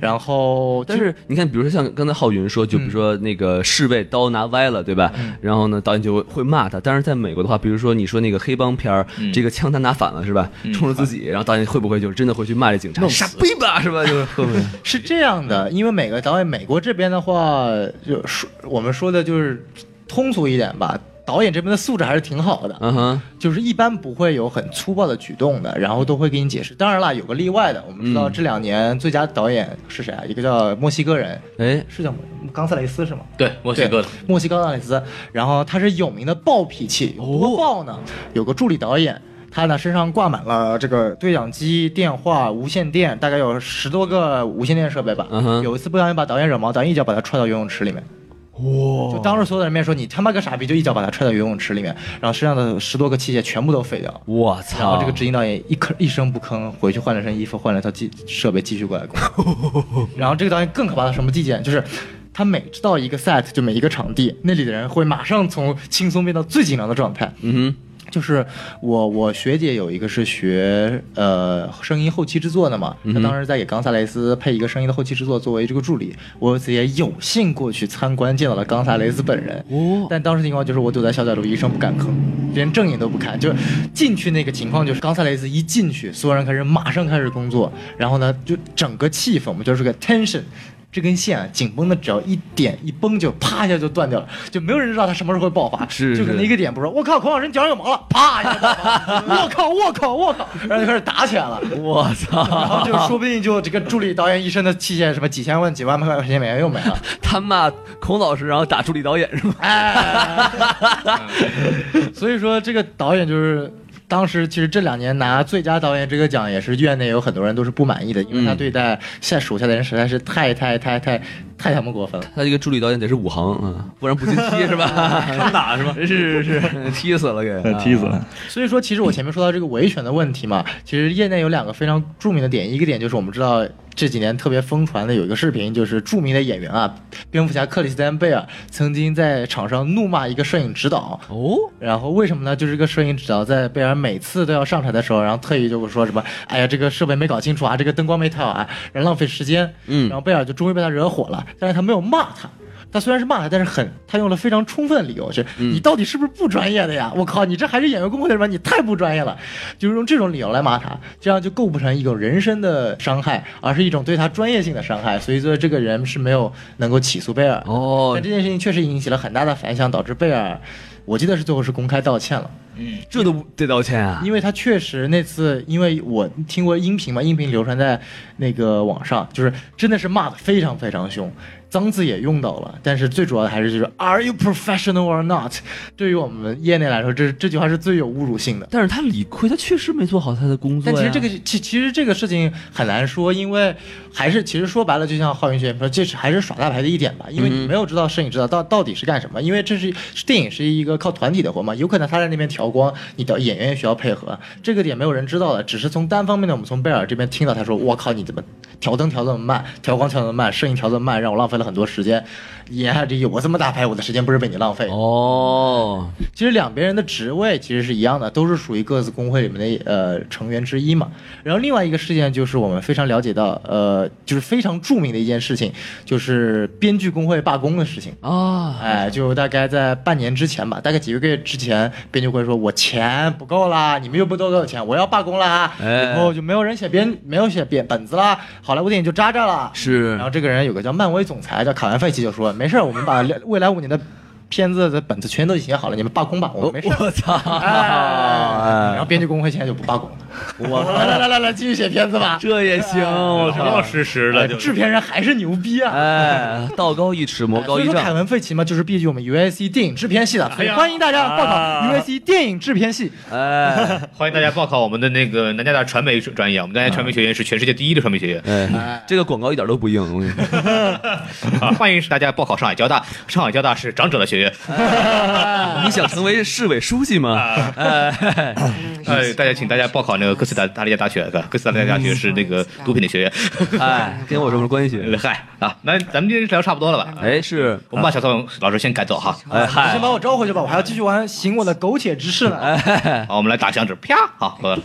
Speaker 8: 然后，
Speaker 2: 但是你看，比如说像刚才浩云说，就比如说那个侍卫刀拿歪了，对吧？然后呢，导演就会骂他。但是在美国的话，比如说你说那个黑帮片儿，这个枪他拿反了是吧？冲着自己，然后导演会不会就真的会去骂这警察？傻逼吧，是吧？就是会不会？
Speaker 8: 是这样的，因为每个导演，美国这边的话，就说我们说的就是通俗一点吧，导演这边的素质还是挺好的，
Speaker 2: 嗯哼，
Speaker 8: 就是一般不会有很粗暴的举动的，然后都会给你解释。当然啦，有个例外的，我们知道这两年最佳导演是谁啊？一个叫墨西哥人，
Speaker 2: 哎，
Speaker 8: 是叫冈萨雷斯是吗？
Speaker 1: 对，墨西哥的
Speaker 8: 对，墨西哥纳里斯，然后他是有名的暴脾气，有多
Speaker 1: 哦
Speaker 8: 暴呢？有个助理导演。他呢身上挂满了这个对讲机、电话、无线电，大概有十多个无线电设备吧。
Speaker 2: 嗯哼
Speaker 8: 有一次不小心把导演惹毛，导演一脚把他踹到游泳池里面。
Speaker 5: 哇
Speaker 8: 就当着所有的人面说你他妈个傻逼，就一脚把他踹到游泳池里面，然后身上的十多个器械全部都废掉。
Speaker 2: 我
Speaker 8: 然后
Speaker 2: 操，
Speaker 8: 这个执行导演一吭一声不吭，回去换了身衣服，换了套机设备，继续过来工作。然后这个导演更可怕的什么地点，就是他每知道一个 set，就每一个场地，那里的人会马上从轻松变到最紧张的状态。
Speaker 2: 嗯
Speaker 8: 就是我我学姐有一个是学呃声音后期制作的嘛，
Speaker 2: 嗯
Speaker 8: 她当时在给冈萨雷斯配一个声音的后期制作，作为这个助理，我有次也有幸过去参观见到了冈萨雷斯本人。
Speaker 2: 哦
Speaker 8: 但当时情况就是我躲在小角落一声不敢吭，连正眼都不看，就进去那个情况就是冈萨雷斯一进去，所有人开始马上开始工作，然后呢就整个气氛我们就是个 tension。这根线啊紧绷的，只要一点一绷就啪一下就断掉了，就没有人知道它什么时候会爆发。
Speaker 2: 是
Speaker 8: 就可能
Speaker 2: 是
Speaker 8: 一个点不说，我靠，孔老师你脚上有毛了，啪一下爆发，我靠，我靠，我靠， [laughs] 然后就开始打起来了。
Speaker 2: 哼，我操，
Speaker 8: 然后 [laughs] 就说不定就这个助理导演一身的器械，什么几千万、几万块钱美元又没了。
Speaker 2: 他骂孔老师，然后打助理导演是吗？
Speaker 8: [laughs] 哎， [laughs] 所以说这个导演就是。当时其实这两年拿最佳导演这个奖，也是院内有很多人都是不满意的，因为他对待下属下的人实在是太太太太太他妈过分了。
Speaker 2: 他这个助理导演得是武行啊，不然不进踢是
Speaker 1: [laughs]
Speaker 2: 吧？看打是吧？是是是， [laughs] 踢死了给，
Speaker 1: 嗯
Speaker 2: 啊
Speaker 4: 踢死了。
Speaker 8: 所以说，其实我前面说到这个维权的问题嘛，其实业内有两个非常著名的点，一个点就是我们知道这几年特别疯传的有一个视频，就是著名的演员啊，蝙蝠侠克里斯丹贝尔曾经在场上怒骂一个摄影指导。
Speaker 2: 哦，
Speaker 8: 然后为什么呢？就是这个摄影指导在贝尔每次都要上台的时候，然后特意就会说什么：“哎呀，这个设备没搞清楚啊，这个灯光没调啊，然后浪费时间。”
Speaker 2: 嗯
Speaker 8: 然后贝尔就终于被他惹火了，但是他没有骂他。他虽然是骂他，但是很，他用了非常充分的理由，就是你到底是不是不专业的呀？我靠，你这还是演员工会的人吗？你太不专业了，就是用这种理由来骂他，这样就构不成一种人身的伤害，而是一种对他专业性的伤害。所以说，这个人是没有能够起诉贝尔。
Speaker 2: 哦
Speaker 8: 但，这件事情确实引起了很大的反响，导致贝尔，我记得是最后是公开道歉了，
Speaker 2: 这都得道歉啊？
Speaker 8: 因为他确实那次，因为我听过音频嘛，音频流传在那个网上，就是真的是骂的非常非常凶，脏字也用到了，但是最主要的还是就是 Are you professional or not？对于我们业内来说，这这句话是最有侮辱性的。
Speaker 2: 但是他理亏，他确实没做好他的工作
Speaker 8: 但
Speaker 2: 呀。
Speaker 8: 其实这个其其实这个事情很难说，因为还是其实说白了，就像浩云学员说，这是还是耍大牌的一点吧，因为你没有知道摄影指导到到底是干什么，因为这是电影是一个靠团体的活嘛，有可能他在那边调光，你的演员也需要配合，这个点没有人知道的，只是从单方面的我们从贝尔这边听到他说，我靠，你怎么调灯调这么慢，调光调这么慢，摄影调这么慢，让我浪费了很多时间，也还得有我这么大牌，我的时间不是被你浪费，
Speaker 2: 哦，
Speaker 8: 其实两边人的职位其实是一样的，都是属于各自工会里面的呃成员之一嘛。然后另外一个事件就是我们非常了解到，呃，就是非常著名的一件事情，就是编剧工会罢工的事情。
Speaker 2: 啊，
Speaker 8: [laughs] 哎，就大概在半年之前吧，大概几个月之前，编剧会说：“我钱不够啦，你们又不多给我钱，我要罢工啦。
Speaker 2: 哎
Speaker 8: 以后就没有人写编，没有写编本子啦，好莱坞电影就扎这了。
Speaker 2: 是
Speaker 8: 然后这个人有个叫漫威总裁叫卡文费奇就说：“没事儿，我们把未来五年的片子的本子全都已经写好了，你们罢工吧，我们没事儿。
Speaker 2: 我操！
Speaker 8: 哎，
Speaker 2: 哎
Speaker 8: 然后编剧工会现在就不罢工了。我来 [laughs] 来来来来，继续写片
Speaker 2: [laughs]
Speaker 8: 子吧。
Speaker 2: 这也行，
Speaker 1: 哎哦
Speaker 2: 我
Speaker 6: 老
Speaker 2: 操！
Speaker 6: 老实实的，
Speaker 8: 哎制片人还是牛逼啊！
Speaker 2: 哎，道高一尺，魔高
Speaker 8: 所以
Speaker 2: 一
Speaker 8: 说凯
Speaker 2: 丈。
Speaker 8: 文·费奇嘛，就是毕竟我们 USC 电影制片系的，所以欢迎大家报考 USC 电影制片系。
Speaker 2: 哎，
Speaker 1: 欢迎大家报考我们的那个南加大传媒专业，我们南加大传媒学院是全世界第一的传媒学院。
Speaker 2: 哎，这个广告一点都不硬，我跟你说。
Speaker 1: 啊， [laughs] 欢迎大家报考上海交大，上海交大是长者的学院。
Speaker 2: 哎你想成为市委书记吗？
Speaker 1: 啊
Speaker 2: 哎，
Speaker 1: 哎，大家请大家报考那个哥斯达大利亚大学，哥斯达利亚大学是那个 [laughs] 毒品的学院。
Speaker 2: [laughs] 哎，跟我有什么关系？
Speaker 1: 嗨啊，那咱们今天聊差不多了吧？
Speaker 2: 哎，是，
Speaker 1: 我们把小宋老师先赶走哈。
Speaker 2: 哎
Speaker 8: 你
Speaker 2: 嗨
Speaker 8: 先，把我招回去吧，我还要继续玩行我的苟且之事呢。
Speaker 1: 好，我们来打响指，啪，好，好了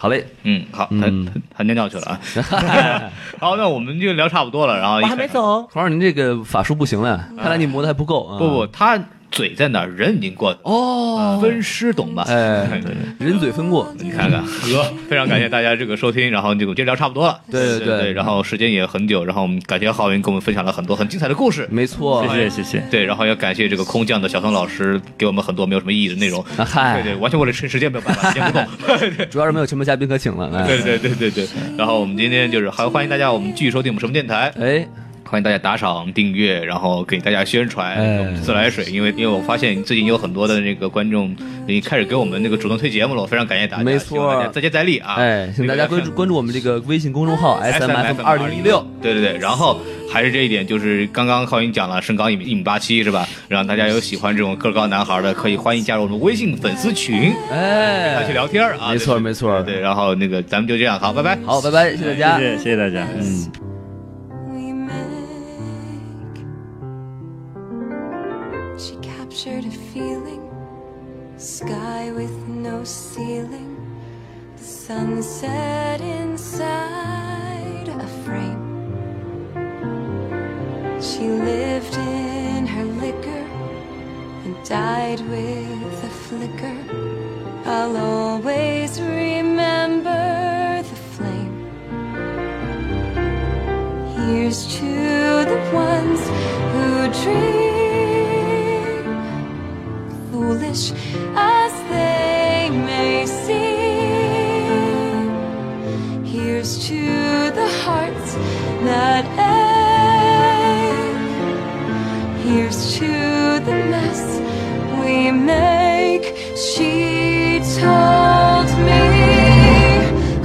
Speaker 2: 好嘞，
Speaker 1: 嗯，好，他他他尿尿去了啊。 [laughs] 好，那我们就聊差不多了，然后
Speaker 8: 我还没。走，
Speaker 2: 孔老师，您这个法术不行了，看来你磨的还哦不够。啊
Speaker 1: 不不，，他嘴在哪儿，人已经过了。
Speaker 2: 哦，嗯
Speaker 1: 分尸懂吧？
Speaker 2: 哎
Speaker 1: 对，
Speaker 2: 人嘴分过，
Speaker 1: 你看看，呵，非常感谢大家这个收听，然后这个今天聊差不多了，
Speaker 2: [laughs] 对对
Speaker 1: 对
Speaker 2: 对
Speaker 1: 然后时间也很久，然后我们感谢浩云给我们分享了很多很精彩的故事，
Speaker 2: 没错。哎
Speaker 4: 谢谢谢谢。
Speaker 2: 嗯
Speaker 1: 对，然后要感哎谢这个空降的小宋老师给我们很多没有什么意义的内
Speaker 2: [laughs]
Speaker 1: 容，
Speaker 2: 啊嗨
Speaker 1: 对对，完全为了趁时间没有办法，时间不够，
Speaker 2: [laughs] 主要是没有什么嘉宾可请了。哎 [laughs]
Speaker 1: 对对对对对，然后我们今天就是还欢迎大家我们继续收听我们什么电台，
Speaker 2: 哎，
Speaker 1: 欢迎大家打赏、订阅，然后给大家宣传
Speaker 2: 哎
Speaker 1: 自来水，因为因为我发现最近有很多的那个观众已经开始给我们那个主动推节目了，我非常感谢大家，
Speaker 2: 没错
Speaker 1: 希望大家再接再厉啊！
Speaker 2: 哎，请大家关注关注我们这个微信公众号哎 S M F 二零一六。
Speaker 1: 对对对，然后还是这一点，就是刚刚浩云讲了，身高一米一米八七是吧？然后大家有喜欢这种个儿高男孩的，可以欢迎加入我们微信粉丝群，大家去
Speaker 2: 哎，
Speaker 1: 聊天儿啊。
Speaker 2: 没错
Speaker 1: 对
Speaker 2: 没错
Speaker 1: 对，然后那个咱们就这样，好，拜拜。
Speaker 2: 好，拜拜，谢谢大家。
Speaker 4: 谢谢谢谢大家，嗯。
Speaker 9: we make. She captured a feeling, sky with no ceiling, the sunset inside a frame. She lived in her liquor and died with a flicker. I'll always remember the flame. Here's to the ones who dream, foolish as they may seem. Here's to the hearts that ache. Here's to the mess we make. She told me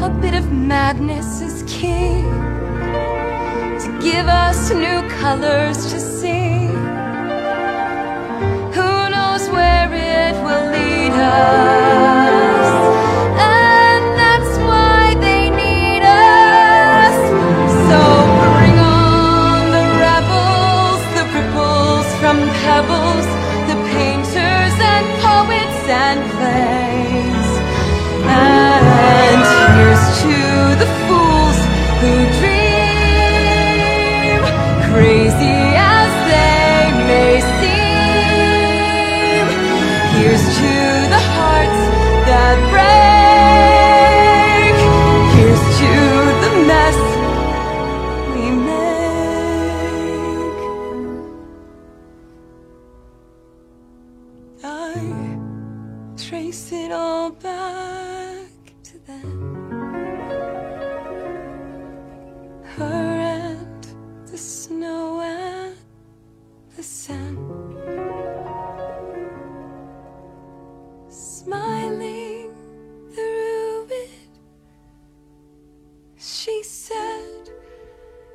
Speaker 9: a bit of madness is key to give us new colors to see. Who knows where it will lead us? And that's why they need us. So bring on the rebels, the ripples from pebbles, the painters and poets and plays. And here's to the fools who dream, crazy as they may seem. Here's to the hearts that break. Here's to the mess we make. I trace it all back to them. Her and the snow and the sun. Smiling through it, she said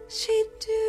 Speaker 9: she'd do.